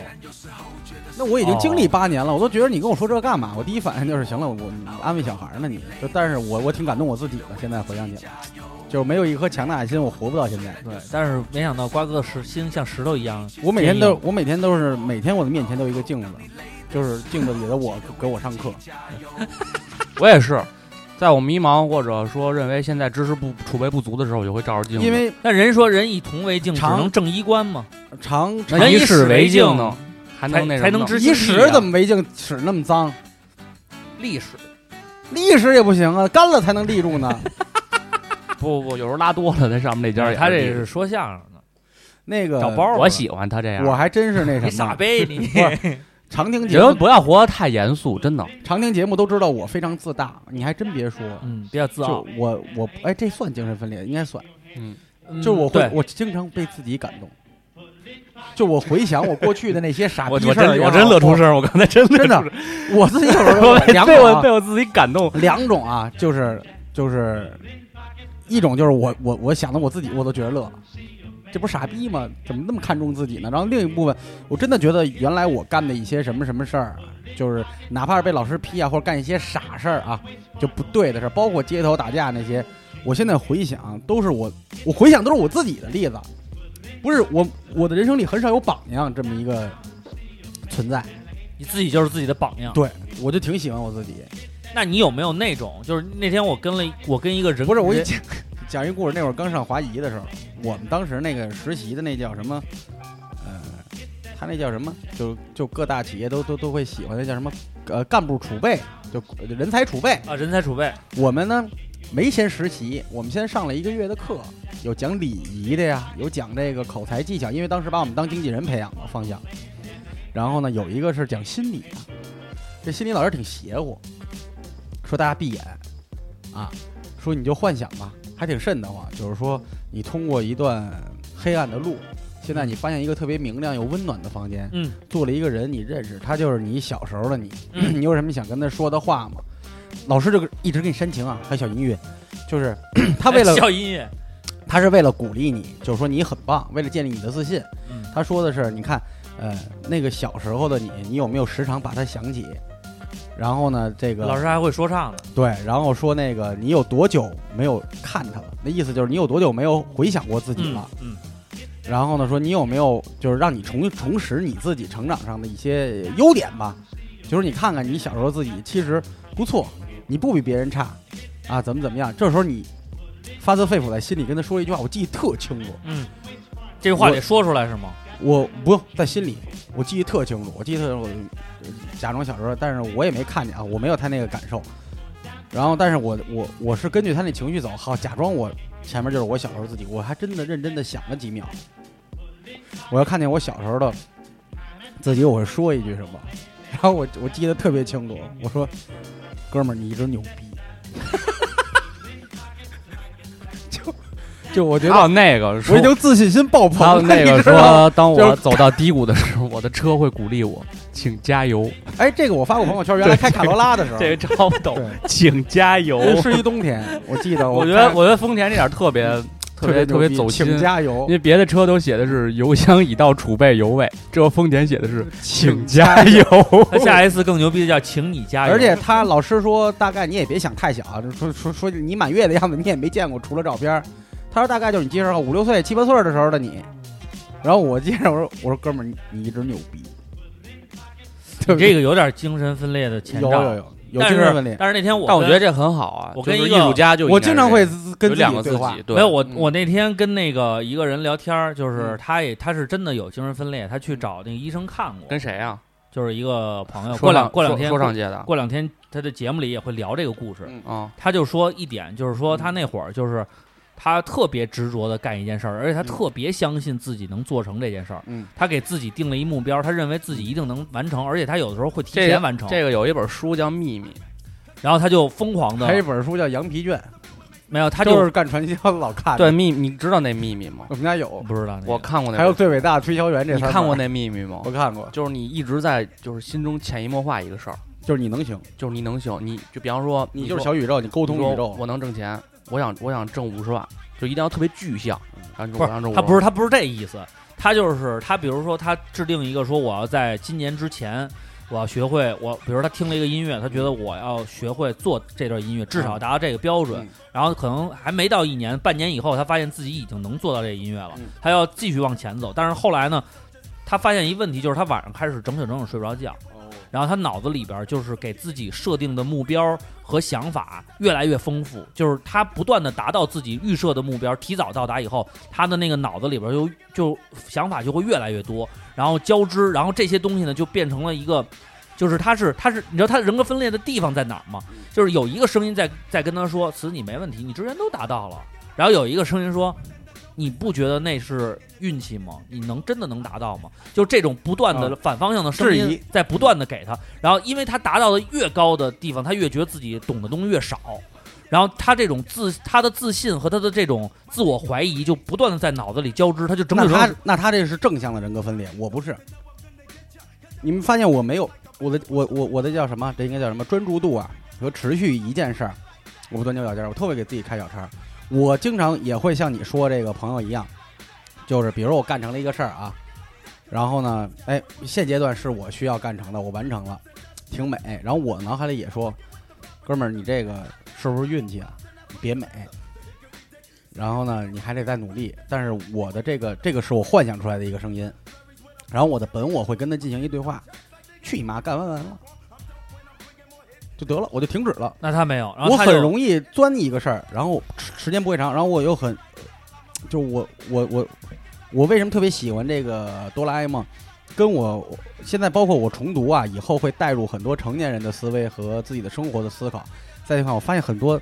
S5: 那我已经
S3: 哦
S5: 经历八年了，我都觉得你跟我说这干嘛？我第一反应就是行了，我你安慰小孩呢你，就但是我我挺感动我自己的，现在回想起来，就没有一颗强大的心，我活不到现在。
S3: 对，但是没想到瓜哥的石心像石头一样坚硬。
S5: 我每天都我每天都是每天我的面前都有一个镜子，就是镜子里的我给我上课。
S4: 我也是，在我迷茫或者说认为现在知识不储备不足的时候，我就会照着镜子。
S5: 因为
S3: 但人说人以铜为镜，只
S5: 长
S3: 能正衣冠嘛。
S5: 常
S4: 那
S3: 人以
S4: 以
S3: 史
S4: 史
S3: 为
S4: 为
S3: 镜
S4: 镜呢，还
S3: 才
S4: 能那什
S3: 才
S4: 么
S3: 能
S4: 呢
S3: 知
S5: 一
S3: 其意
S5: 史
S3: 啊
S5: 怎么为镜使那么脏？
S3: 历史
S5: 历史也不行啊，干了才能立住呢。
S4: 不不不，有时候拉多了在上面那家也
S3: 他这
S4: 啊是
S3: 是说相声的，
S5: 那个
S3: 找包儿
S4: 我喜欢他这样。
S5: 我还真是那
S3: 你
S5: 什
S3: 傻
S5: 么，
S3: 呗你。
S5: 常听节
S4: 人
S5: 目，
S4: 不要活得太严肃，真的。
S5: 常听节目都知道我非常自大，你还真别说，
S3: 嗯，比较自傲
S5: 就。我我哎，这算精神分裂，应该算，
S4: 嗯，
S5: 就是我会
S3: 对
S5: 我经常被自己感动，就我回想我过去的那些傻
S8: 我
S5: 逼
S8: 我
S5: 事儿
S8: 真
S5: 也好，
S8: 我真乐出声，我刚才真
S5: 我，真的，我自己有时 候两
S8: 被
S5: 种
S8: 我被
S5: 啊，
S8: 我自己感动。
S5: 两种啊，就是就是一种就是我我我想的我自己我都觉得乐了。这不是傻逼吗？怎么那么看重自己呢？然后另一部分，我真的觉得原来我干的一些什么什么事儿啊，就是哪怕是被老师批啊，或者干一些傻事儿啊，就不对的事儿，包括街头打架那些，我现在回想都是我，我回想都是我自己的例子，不是我我的人生里很少有榜样这么一个存在，
S3: 你自己就是自己的榜样。
S5: 对我就挺喜欢我自己。
S3: 那你有没有那种，就是那天我跟了一我跟一个人，
S5: 不是我一
S3: 人
S5: 讲 嗯讲一故事，那会儿刚上华谊的时候，我们当时那个实习的那叫什么？呃，他那叫什么？就就各大企业都都都会喜欢那叫什么？呃，干部储备，就呃人才储备。
S3: 啊，人才储备，
S5: 我们呢没先实习，我们先上了一个月的课，有讲礼仪的呀，有讲这个口才技巧，因为当时把我们当经纪人培养了方向。然后呢，有一个是讲心理的，这心理老师挺邪乎，说大家闭眼啊，说你就幻想吧，还挺瘆得慌。就是说你通过一段黑暗的路，现在你发现一个特别明亮又温暖的房间，
S3: 嗯，
S5: 坐了一个人你认识，他就是你小时候的你，你有什么想跟他说的话吗？老师就一直给你煽情啊，还有小音乐，就是他为了
S3: 哎小音乐，
S5: 他是为了鼓励你，就是说你很棒，为了建立你的自信。
S3: 嗯
S5: 他说的是，你看，呃，那个小时候的你，你有没有时常把它想起？然后呢，这个
S3: 老师还会说唱呢，
S5: 对，然后说那个你有多久没有看他了？那意思就是你有多久没有回想过自己
S3: 嗯
S5: 了？
S3: 嗯，
S5: 然后呢，说你有没有就是让你重重拾你自己成长上的一些优点吧？就是你看看你小时候自己其实不错，你不比别人差，啊，怎么怎么样？这时候你发自肺腑在心里跟他说一句话，我记得特清楚。
S3: 这话得说出来是吗？
S5: 我不用在心里，我记忆特清楚，我记得我呃假装小时候，但是我也没看见啊，我没有他那个感受。然后，但是我我我是根据他那情绪走，好，假装我前面就是我小时候自己，我还真的认真的想了几秒。我要看见我小时候的自己，我会说一句什么，然后我我记得特别清楚，我说：“哥们儿，你一直牛 逼。”就就我觉得
S4: 还有那个说
S5: 我已，经自信心爆棚
S4: 还
S5: 了，
S4: 有那
S5: 你
S4: 个
S5: 知道吗
S4: 说，当
S5: 就
S4: 我走到低谷的时候，我的车会鼓励我，请加油。
S5: 哎，这个我发过朋友圈，原来开卡罗拉的时候，
S4: 这个超不懂，
S5: 对，
S4: 请加油。
S5: 是一冬天， 我记得
S4: 我觉
S5: 看
S4: 得，我觉得丰田这点特别特别特
S5: 牛
S4: 别
S5: 逼
S4: 走心，
S5: 请
S4: 因
S5: 加油，
S4: 为别的车都写的是油箱已到储备油位，只有丰田写的是请
S5: 加
S4: 加油。
S3: 他下一次更牛逼的叫请你加油，
S5: 而且他老师说，大概你也别想太小啊，说说说你满月的样子你也没见过，除了照片儿。他说大概就是你记着五六岁、七八岁的时候的你。然后我接着我说我说哥们儿你你一直牛逼，
S3: 你这个有点精神分裂的前兆，
S5: 有有有有
S3: 但
S5: 精神分
S3: 是
S5: 裂。
S3: 但是那天我
S7: 但我觉得
S3: 跟
S7: 这很好啊，
S3: 我
S7: 就
S3: 跟
S7: 是
S3: 一
S7: 艺
S3: 个
S7: 术家就应
S5: 我
S7: 该
S5: 经
S7: 是
S5: 常
S7: 这
S5: 会
S7: 样
S5: 跟
S7: 有
S5: 自
S7: 两
S5: 己
S7: 个
S5: 对
S7: 自
S5: 话
S7: 己，，对，嗯
S3: 没有我
S5: 嗯
S3: 我那天跟那个一个人聊天儿，就是他也他是真的有精神分裂，他去找那个医生看过
S7: 跟，谁啊？
S3: 就是一个朋友，
S7: 说
S3: 过两
S7: 唱
S3: 过两
S7: 说
S3: 天
S7: 说唱界的啊
S3: 过两天他的节目里也会聊这个故事，
S5: 嗯
S7: 啊，
S3: 他就说一点，就是说
S7: 嗯
S3: 他那会儿就是他特别执着的干一件事儿，而且
S7: 嗯
S3: 他特别相信自己能做成这件事儿。
S5: 嗯，
S3: 他给自己定了一目标，他认为自己一定能完成，而且他有的时候会提
S7: 这
S3: 前
S7: 个
S3: 完成。
S7: 这个有一本书叫《秘密
S3: 然后他就疯狂
S5: 还有一
S3: 的
S5: 本书叫《羊皮卷》，
S3: 没嗯有，他
S5: 就
S3: 就是
S5: 干传销的老看》。，
S7: 对，秘密，你知道那秘密吗？
S5: 我们家有，
S3: 不知道那个
S7: 我看过那本，
S5: 还有最伟大的推销员这
S7: 你
S5: 三本
S7: 看过？那秘密吗
S5: 我？看过，
S7: 就是你一直在就是心中潜移默化一个事儿，
S5: 就是你能行，
S7: 就是你能行，你就比方说
S5: 你
S7: 你
S5: 就是
S7: 说
S5: 小宇宙，你沟通
S7: 你说
S5: 宇宙。
S7: 我能挣钱，我想我想挣五十万，就一定要特别具象，
S5: 嗯
S7: 然后你
S3: 不
S7: 说我
S3: 是
S7: 想挣五十
S3: 他
S7: 万，
S3: 不是他不是这意思，他就是他，比如说他制定一个说我要在今年之前。我要学会我，比如他听了一个音乐，他觉得我要学会做这段音乐，至少达到这个标准。
S5: 嗯嗯
S3: 然后可能还没到一年、半年以后，他发现自己已经能做到这个音乐了，
S5: 嗯
S3: 他要继续往前走。但是后来呢，他发现一问题，就是他晚上开始整宿整宿睡不着觉，
S7: 哦
S3: 然后他脑子里边就是给自己设定的目标和想法越来越丰富，就是他不断的达到自己预设的目标，提早到达以后，他的那个脑子里边就就想法就会越来越多，然后交织，然后这些东西呢就变成了一个，就是他是他是你知道他人格分裂的地方在哪儿吗？就是有一个声音在在跟他说：“此你没问题，你之前都达到了。”然后有一个声音说：“你不觉得那是运气吗？你能真的能达到吗？”就这种不断的
S5: 啊
S3: 反方向的声
S5: 质
S3: 音
S5: 疑
S3: 在不断的给他，然后因为他达到的越高的地方，他越觉得自己懂的东西越少。然后他这种自他的自信和他的这种自我怀疑就不断的在脑子里交织，他就整
S5: 那
S3: 整
S5: 他那他这是正向的人格分裂，我不是。你们发现我没有我的我我我的叫什么？这应该叫什么？专注度啊和持续一件事儿，我不钻牛角尖儿，我特会给自己开小差儿。我经常也会像你说这个朋友一样，就是比如我干成了一个事儿啊，然后呢，哎，现阶段是我需要干成的，我完成了，挺美。然后我脑海里也说，哥们儿，你这个是不是运气啊？你别美，然后呢，你还得再努力。但是我的这个这个是我幻想出来的一个声音，然后我的本我会跟他进行一对话，去你妈，干完完了就得了，我就停止了。
S3: 那他没有，然后
S5: 我
S3: 他
S5: 很
S3: 就
S5: 容易钻一个事儿，然后时时间不会长，然后我又很，就我我我我为什么特别喜欢这个哆啦 A 梦？跟我现在包括我重读啊，以后会带入很多成年人的思维和自己的生活的思考。再去看，我发现很多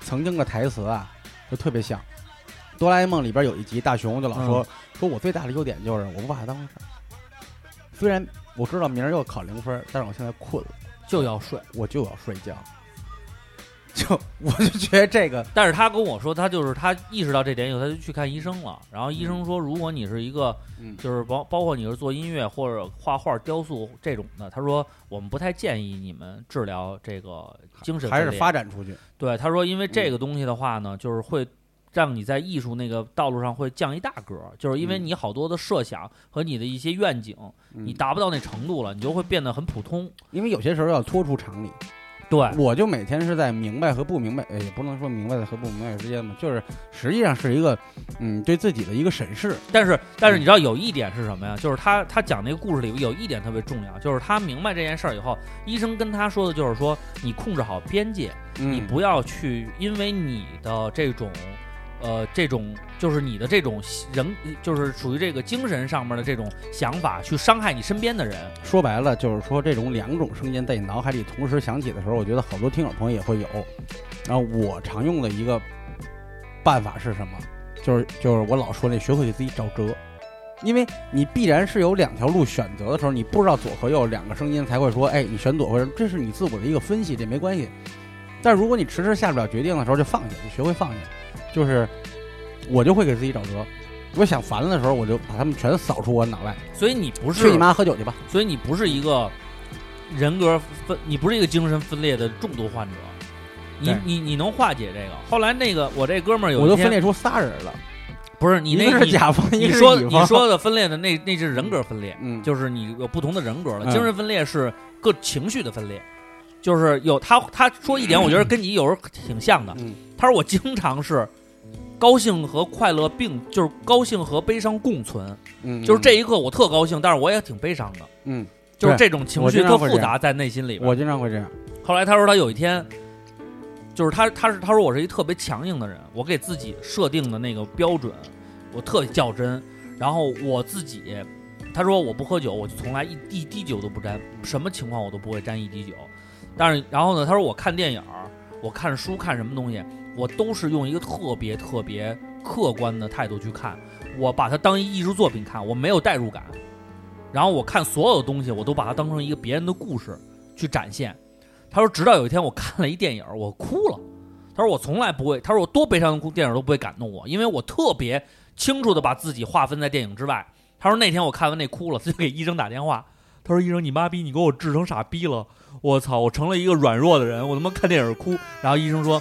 S5: 曾经的台词啊，就特别像。哆啦 A 梦里边有一集，大雄就老
S3: 嗯
S5: 说、说我最大的优点就是我不把它当回事儿。虽然我知道明儿又考零分儿，但是我现在困了，
S3: 就要睡。
S5: 我就要睡觉。就我就觉得这个
S3: 但是他跟我说，他就是他意识到这点以后，他就去看医生了。然后医生说，如果你是一个，
S5: 嗯
S3: 就是包包括你是做音乐或者画画、雕塑这种的，他说我们不太建议你们治疗这个精神
S5: 还
S3: 分
S5: 是
S3: 裂
S5: 发展出去。
S3: 对，他说因为这个东西的话呢，就是会让你在艺术那个道路上会降一大格儿，就是因为
S5: 嗯
S3: 你好多的设想和你的一些愿景，你达不到那程度了，你就会变得很普通。
S5: 因为有些时候要脱出常理。
S3: 对，
S5: 我就每天是在明白和不明白，呃也不能说明白和不明白之间嘛，就是实际上是一个，嗯，对自己的一个审视。
S3: 但是但是你知道有一点是什么呀？就是他他讲那个故事里有一点特别重要，就是他明白这件事儿以后，医生跟他说的就是说你控制好边界，你
S5: 嗯，
S3: 不要去因为你的这种。呃，这种就是你的这种人，就是属于这个精神上面的这种想法，去伤害你身边的人。
S5: 说白了就是说这种两种声音在你脑海里同时响起的时候，我觉得好多听友朋友也会有。然后我常用的一个办法是什么？就是就是我老说那学会给自己找辙，因为你必然是有两条路选择的时候，你不知道左和右两个声音才会说，哎，你选左或者这是你自我的一个分析，这没关系。但如果你迟迟下不了决定的时候，就放下，就学会放下。就是我就会给自己找辙，我想烦了的时候，我就把他们全扫出我脑外。
S3: 所以你不是
S5: 去你妈喝酒去吧！
S3: 所以你不是一个人格分，你不是一个精神分裂的重度患者，你
S5: 对
S3: 你你能化解这个。后来那个我这哥们儿有
S5: 我
S3: 一
S5: 都
S3: 天
S5: 分裂出仨人了，
S3: 不是你
S5: 一
S3: 那
S5: 个是甲方，
S3: 你
S5: 一
S3: 你
S5: 个是
S3: 说
S5: 乙
S3: 你
S5: 方
S3: 说的分裂的那那是人格分裂，
S5: 嗯，
S3: 就是你有不同的人格了。
S5: 嗯
S3: 精神分裂是各情绪的分裂，就是有他他说一点，我觉得跟你有时候挺像的。
S5: 嗯
S3: 他说我经常是。高兴和快乐并就是高兴和悲伤共存，
S5: 嗯
S3: 就是这，一刻我特高兴，但是我也挺悲伤的，
S5: 嗯，
S3: 就是
S5: 对
S3: 这种情
S5: 我
S3: 绪
S5: 经
S3: 特
S5: 常会
S3: 复
S5: 这样
S3: 杂在内心里 边。
S5: 我经常会这样，
S3: 后来他说他有一天，就是他他是他说我是一特别强硬的人，我给自己设定的那个标准，我特别较真，然后我自己，他说我不喝酒，我就从来一一滴酒都不沾，什么情况我都不会沾一滴酒。但是然后呢，他说我看电影儿，我看书，看什么东西，我都是用一个特别特别客观的态度去看，我把它当一艺术作品看，我没有代入感。然后我看所有东西，我都把它当成一个别人的故事去展现。他说，直到有一天我看了一电影，我哭了。他说我从来不会，他说我多悲伤的哭电影都不会感动我，因为我特别清楚的把自己划分在电影之外。他说那天我看完那哭了，他就给医生打电话，他说医生你妈逼，你给我治成傻逼了，我操，我成了一个软弱的人，我他妈看电影哭。然后医生说，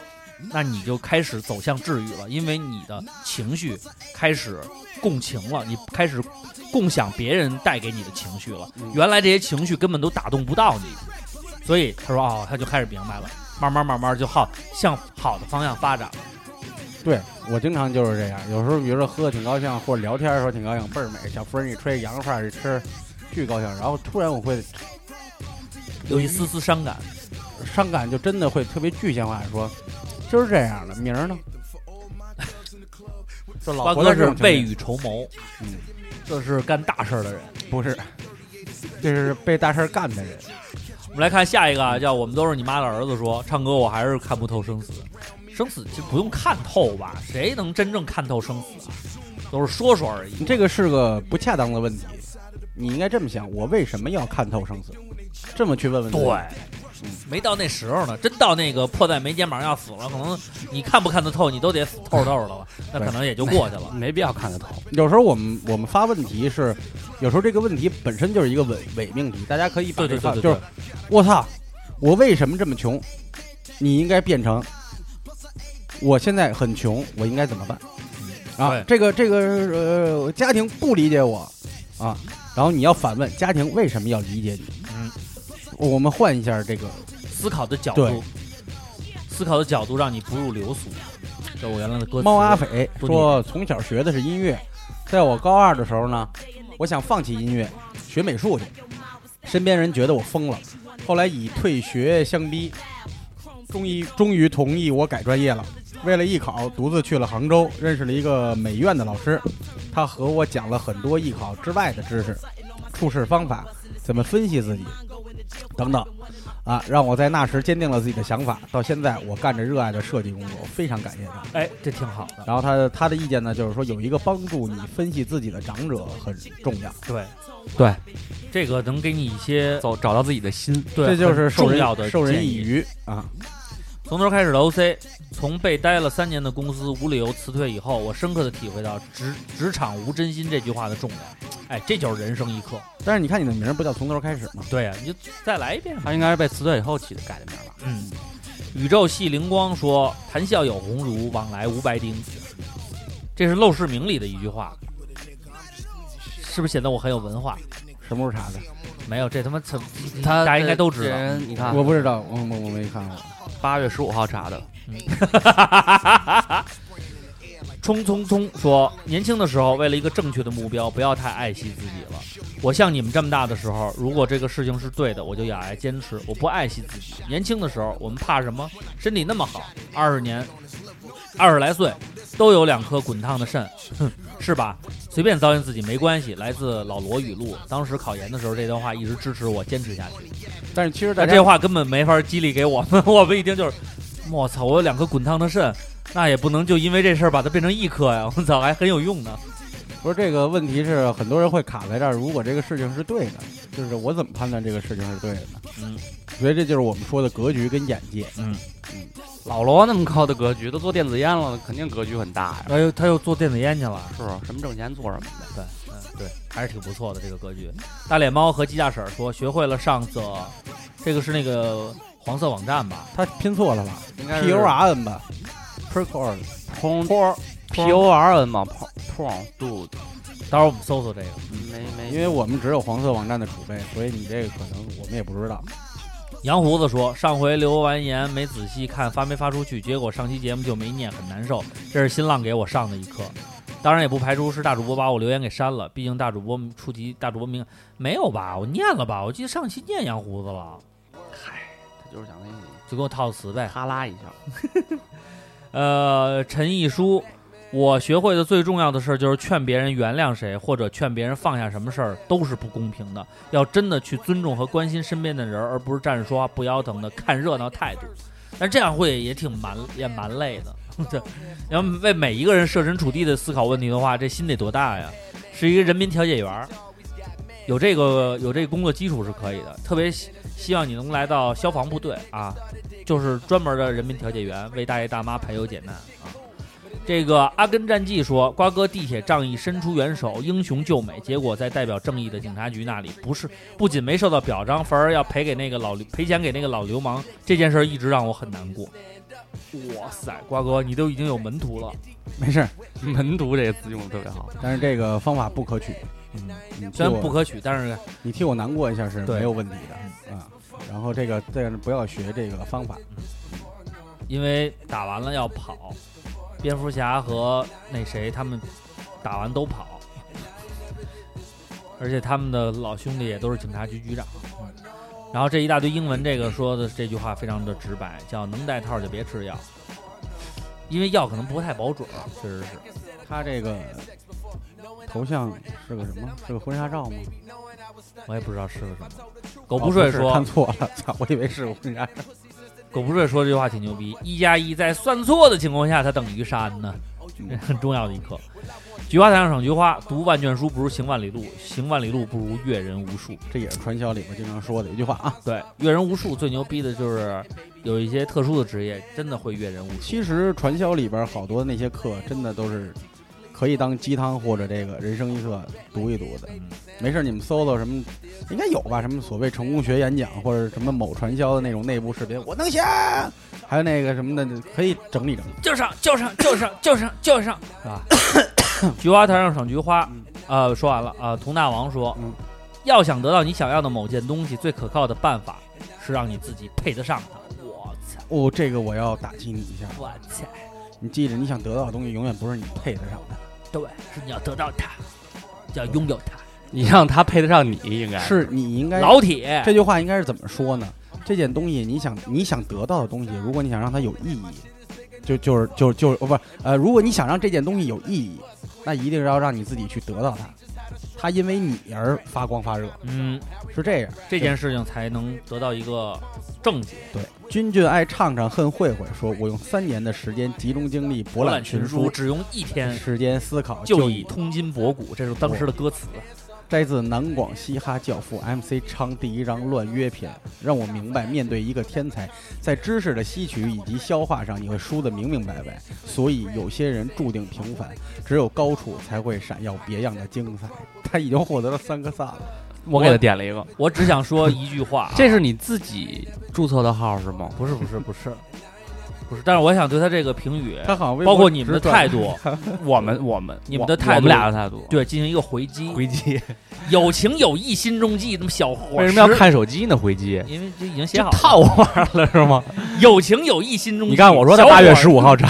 S3: 那你就开始走向治愈了，因为你的情绪开始共情了，你开始共享别人带给你的情绪了。原来这些情绪根本都打动不到你，所以他说哦，他就开始明白了，慢慢慢慢就好向好的方向发展了。
S5: 对我经常就是这样。有时候比如说喝的挺高兴，或者聊天的时候挺高兴，倍儿美，小夫人一吹，洋范儿一吃，巨高兴。然后突然我会
S3: 有一丝丝伤感，
S5: 伤感，就真的会特别具象化地说，今儿这样的，明儿 呢？这
S3: 瓜
S5: 老活
S3: 哥
S5: 在这
S3: 是
S5: 种情
S3: 未
S5: 景
S3: 雨绸缪，
S5: 嗯，
S3: 这是干大事儿的人。
S5: 不是，这是被大事儿干的人。
S3: 我们来看下一个啊，叫我们都是你妈的儿子说，唱歌我还是看不透生死，生死就不用看透吧，谁能真正看透生死啊？都是说说而已。
S5: 这个是个不恰当的问题，你应该这么想：我为什么要看透生死？这么去问问自己。
S3: 对，没到那时候呢，真到那个迫在眉睫马上要死了，可能你看不看得透，你都得死透透的 了，那可能也就过去了。
S4: 没必要看得透。
S5: 有时候我们我们发问题是，有时候这个问题本身就是一个伪伪命题，大家可以把这
S3: 对对
S5: 个
S3: 对对，
S5: 就是我操，我为什么这么穷？你应该变成我现在很穷，我应该怎么办？啊
S3: 嗯
S5: 这
S3: 对，
S5: 个这个呃，家庭不理解我啊，然后你要反问家庭为什么要理解你？
S3: 嗯，
S5: 我们换一下这个
S3: 对思考的角度
S5: 对，
S3: 思考的角度让你不入流俗。这我原来的歌词，
S5: 猫阿斐
S3: 不
S5: 说，从小学的是音乐，在我高二的时候呢，我想放弃音乐，学美术去。身边人觉得我疯了，后来以退学相逼，终于终于同意我改专业了。为了艺考，独自去了杭州，认识了一个美院的老师，他和我讲了很多艺考之外的知识，处事方法，怎么分析自己，等等，啊，让我在那时坚定了自己的想法。到现在，我干着热爱的设计工作，我非常感谢他。
S3: 哎，这挺好的。
S5: 然后他的他的意见呢，就是说有一个帮助你分析自己的长者很重要，
S3: 对，
S4: 对，
S3: 这个能给你一些
S4: 走找到自己的心，
S3: 对，
S5: 这就是
S3: 很
S5: 授
S3: 重
S5: 人
S3: 要的
S5: 授人
S3: 建
S5: 以
S3: 议。
S5: 渔啊。
S3: 从头开始的 OC，从被待了三年的公司无理由辞退以后，我深刻的体会到职职场无真心这句话的重要。哎，这就是人生一课。
S5: 但是你看你的名儿不叫从头开始吗？
S3: 对呀、你就再来一遍吧。
S4: 他应该是被辞退以后起的改的名吧？
S3: 嗯，宇宙系灵光说：“谈笑有鸿儒，往来无白丁。”这是《陋室铭》里的一句话，是不是显得我很有文化？
S5: 什么时候查的？
S3: 没有，这他妈怎么
S4: 他呃
S3: 大家应该都知
S4: 这
S3: 道。
S4: 人你
S3: 啊
S4: 看，
S5: 我不知道，我我我没看过。
S4: 八月十五号查的，
S3: 冲冲冲说，年轻的时候为了一个正确的目标，不要太爱惜自己了。我像你们这么大的时候，如果这个事情是对的，我就咬牙坚持，我不爱惜自己。年轻的时候，我们怕什么？身体那么好，二十年，二十来岁，都有两颗滚烫的肾， 哼，是吧？随便糟践自己没关系。来自老罗语录，当时考研的时候，这段话一直支持我坚持下去。
S5: 但是其实大
S3: 但
S5: 家
S3: 这话根本没法激励给我们， 我们一听就是，我操，我有两颗滚烫的肾，那也不能就因为这事儿把它变成一颗呀，我操，还很有用呢。
S5: 不是这个问题是很多人会卡在这儿。如果这个事情是对的，就是我怎么判断这个事情是对的呢？
S3: 嗯，
S5: 所以这就是我们说的格局跟眼界。
S4: 老罗那么高的格局，都做电子烟了，肯定格局很大呀，
S3: 哎呦，他又做电子烟去了，
S4: 是不是？什么挣钱做什么呗。
S3: 对，嗯，对，还是挺不错的这个格局。大脸猫和鸡架婶儿说，学会了上色，这个是那个黄色网站吧
S5: 他拼错了吧
S4: 应该是
S5: ？P O R N 吧，Percorn
S4: porn p o r n 嘛，porn porn dude，
S3: 到时候我们搜搜这个。
S4: 没没，
S5: 因为我们只有黄色网站的储备，所以你这个可能我们也不知道。
S3: 杨胡子说，上回留完言没仔细看发没发出去，结果上期节目就没念，很难受。这是新浪给我上的一课，当然也不排除是大主播把我留言给删了，毕竟大主播触及大主播名没有吧？我念了吧？我记得上期念杨胡子了，
S4: 他就是想给你
S3: 就给我套词呗。
S4: 哈拉一下。
S3: 呃，陈毅书，我学会的最重要的事儿就是劝别人原谅谁，或者劝别人放下什么事儿，都是不公平的。要真的去尊重和关心身边的人，而不是站着说话不腰疼的看热闹态度。但这样会也挺蛮也蛮累的， 这要为每一个人设身处地的思考问题的话，这心得多大呀？是一个人民调解员儿，有这个有这个工作基础是可以的。特别希希望你能来到消防部队啊，就是专门的人民调解员，为大爷大妈排忧解难啊。这个阿根战记说，瓜哥地铁仗义伸出援手，英雄救美，结果在代表正义的警察局那里，不是不仅没受到表彰，反而要赔给那个老流赔钱给那个老流氓，这件事儿一直让我很难过。哇塞，瓜哥，你都已经有门徒了，
S5: 没事儿，
S4: 门徒这个词用的特别好，
S5: 但是这个方法不可取。
S3: 嗯，
S5: 你替
S3: 虽然
S5: 我
S3: 不可取，但是
S5: 你替我难过一下是
S3: 对
S5: 没有问题的啊。然后这个，但是不要学这个方法。
S3: 因为打完了要跑，蝙蝠侠和那谁他们打完都跑，而且他们的老兄弟也都是警察局局长。然后这一大堆英文，这个说的这句话非常的直白，叫能戴套就别吃药，因为药可能不太保准，确实是。
S5: 他这个头像是个什么？是个婚纱照吗？
S3: 我也不知道是个什么。狗
S5: 我
S3: 不睡说，
S5: 看错了，操！我以为是个婚纱照。
S3: 狗不睡说这句话挺牛逼，一加一在算错的情况下，它等于三呢，这 很重要的一课。菊花台上赏菊花，读万卷书不如行万里路，行万里路不如阅人无数。
S5: 这也是传销里边经常说的一句话啊。
S3: 对，阅人无数最牛逼的就是有一些特殊的职业，真的会阅人无数。
S5: 其实传销里边好多那些课，真的都是可以当鸡汤或者这个人生一课读一读的。没事，你们搜搜什么，应该有吧？什么所谓成功学演讲或者什么某传销的那种内部视频，我能行。还有那个什么的，可以整理整理。
S3: 就上就上就上就上就上， 是吧？菊花台上赏菊花，呃，说完了啊、呃。佟大王说，
S5: 嗯
S3: 要想得到你想要的某件东西，最可靠的办法是让你自己配得上它。我操！
S5: 哦，这个我要打击你一下。
S3: 我操！
S5: 你记着，你想得到的东西，永远不是你配得上的，
S3: 对，是你要得到它，要拥有它。
S4: 你让他配得上你，应该
S5: 是你应该。
S3: 老铁，
S5: 这句话应该是怎么说呢？这件东西，你想你想得到的东西，如果你想让它有意义，就就是就就哦不是呃，如果你想让这件东西有意义，那一定要让你自己去得到它。他因为你而发光发热，
S3: 嗯，
S5: 是这样。
S3: 这件事情才能得到一个正解。
S5: 对，君君爱唱唱恨慧慧，说我用三年的时间集中精力博
S3: 博
S5: 览
S3: 览群
S5: 书
S3: 书，，只用一天
S5: 时间思考
S3: 就已
S5: 已
S3: 通今博古，这是当时的歌词。
S5: 摘自南广嘻哈教父 MC 昌第一张《乱约篇》，让我明白，面对一个天才，在知识的吸取以及消化上，你会输得明明白白。所以，有些人注定平凡，只有高处才会闪耀别样的精彩。他已经获得了三个赞 了，
S4: 我啊给他点了一个，
S3: 我只想说一句话啊，
S4: 这是你自己注册的号是吗？
S3: 不是不是不 是不是？但是我想对他这个评语，
S5: 他好像微博
S3: 包括你们的
S5: 只转
S3: 态度，
S4: 我们我们
S3: 你们
S4: 我
S3: 的态度
S4: 我们俩的态度，
S3: 对进行一个回击。
S4: 回击。
S3: 有情有义心中记，那么小伙
S4: 为什么要
S3: 石？
S4: 看手机呢？回击
S3: 因为这已经写
S4: 这
S3: 好了。
S4: 套话了是吗？
S3: 有情有义心中记。
S4: 你看我说他
S3: 小伙
S4: 八月十五号炸，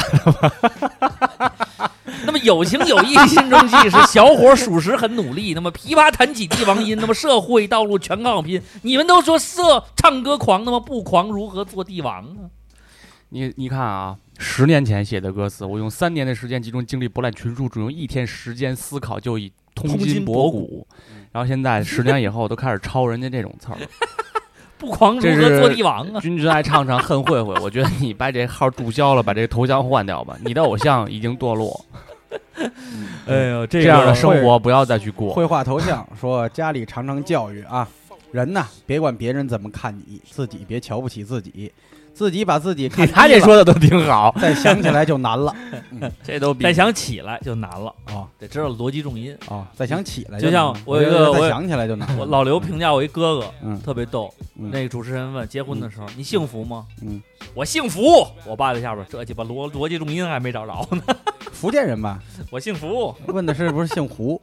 S3: 那么有情有义心中记是小伙属实很努力，那么琵琶弹起帝王音，那么社会道路全靠拼。你们都说社唱歌狂，那么不狂如何做帝王啊呢？
S4: 你你看啊，十年前写的歌词，我用三年的时间集中精力博览群书，只用一天时间思考就已通
S3: 通
S4: 今
S3: 今
S4: 博
S3: 博
S4: 古。然后现在十年以后都开始抄人家这种词儿了，
S3: 不狂如何做帝王啊？
S4: 君君爱唱唱恨慧慧，我觉得你把这号注销了，把这个头像换掉吧。你的偶像已经堕落，
S8: 哎呦，这
S4: 这样的
S8: 个
S4: 生活不要再去过。
S5: 绘画头像说家里常常教育啊，人呐，别管别人怎么看你，自己别瞧不起自己，自己把自己看
S4: 你还得
S5: 低了，
S4: 说的都挺好，
S5: 再想起来就难了
S4: 这都比
S3: 再想起来就难了，
S8: 哦
S5: 啊
S3: 得知道逻辑重音。
S5: 啊！再想起来
S3: 就
S5: 难
S3: 像
S5: 了
S3: 我有一
S5: 觉得
S3: 个我
S5: 再
S3: 有
S5: 想起来就难了。
S3: 我老刘评价我一哥哥，
S5: 嗯
S3: 特别逗。
S5: 嗯
S3: 那个主持人问结婚的时候，你幸福吗？
S5: 嗯，
S3: 我幸福。我爸在下边，这鸡巴逻逻辑重音还没找着呢。
S5: 福建人 吧，
S3: 我幸福。
S5: 问的是不是姓胡？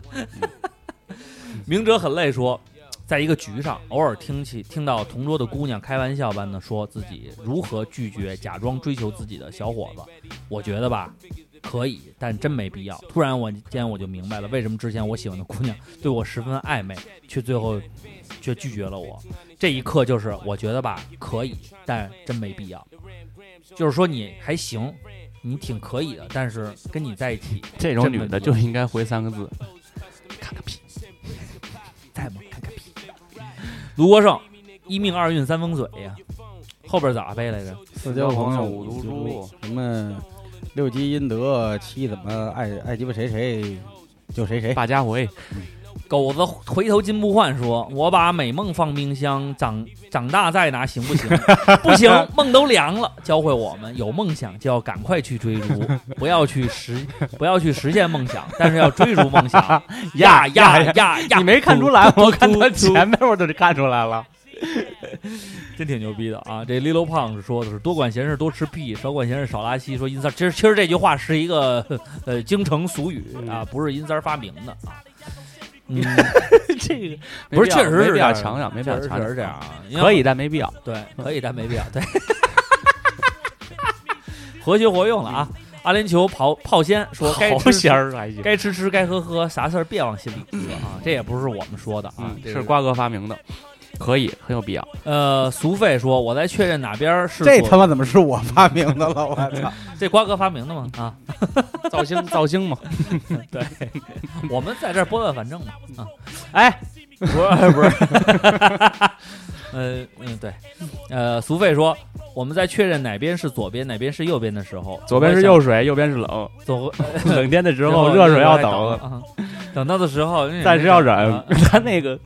S3: 明哲很累说，在一个局上，偶尔听起听到同桌的姑娘开玩笑般的说自己如何拒绝假装追求自己的小伙子，我觉得吧，可以，但真没必要。突然我间我就明白了，为什么之前我喜欢的姑娘对我十分暧昧，却最后却拒绝了我。这一刻就是我觉得吧，可以，但真没必要。就是说你还行，你挺可以的，但是跟你在一起
S4: 这种女的就应该回三个字，看个屁。
S3: 在吗？看看屁。卢国胜，一命二运三风水呀，后边咋背来着？
S5: 四
S4: 交
S5: 交
S4: 朋
S5: 朋
S4: 友
S5: 友
S4: 五
S5: 五
S4: 毒
S5: 毒
S4: 株
S5: 株，什么六积阴德，七怎么爱爱鸡巴谁谁就谁谁。
S4: 大家回
S3: 狗子回头金不换说：“我把美梦放冰箱，长长大再拿行不行？啊不行， 梦都凉了。教会我们，有梦想就要赶快去追 逐，不要去实，不要去实现梦想，但是要追逐梦想。 呀呀呀呀！
S4: 你没看出来吗？我看他前面我就看出来了。
S3: 真挺牛逼的啊！这 Lilo 胖是说的是多管闲事多吃屁，少管闲事少拉稀。说阴三儿，其实其实这句话是一个 呃京城俗语啊，不是阴三儿发明的啊。 嗯，
S4: 这个
S3: 不是确实是
S4: 没必
S3: 这
S4: 要
S3: 样
S4: 强调，没必要
S3: 确实
S4: 强调
S3: 是这样，啊，因为
S4: 可以但没必要。
S3: 对，可以但没必要对， 活学活用了啊！阿联酋炮炮仙说该
S4: 好
S3: 吃
S4: 仙儿还行，
S3: 该吃吃该喝喝，啥事儿别往心里搁啊！这也不是我们说的啊
S4: 嗯，
S3: 这
S4: 是瓜哥发明的，可以很有必要。
S3: 呃，俗费说我在确认哪边儿是
S5: 这
S3: 左
S5: 他妈怎么是我发明的了？我 操！
S3: 这瓜哥发明的吗？啊，
S4: 造星造星嘛，
S3: 对，我们在这儿拨乱反正嘛啊！哎，不是不是，呃嗯对，呃，俗费说我们在确认哪边是左边，哪边是右边的时候，
S4: 左边是右水，右边是冷，
S3: 左
S4: 冷天的时
S3: 之
S4: 候
S3: 后
S4: 热水要
S3: 等啊
S4: 等，，
S3: 等到的时候
S4: 暂时要忍
S3: 啊。
S4: 他那个，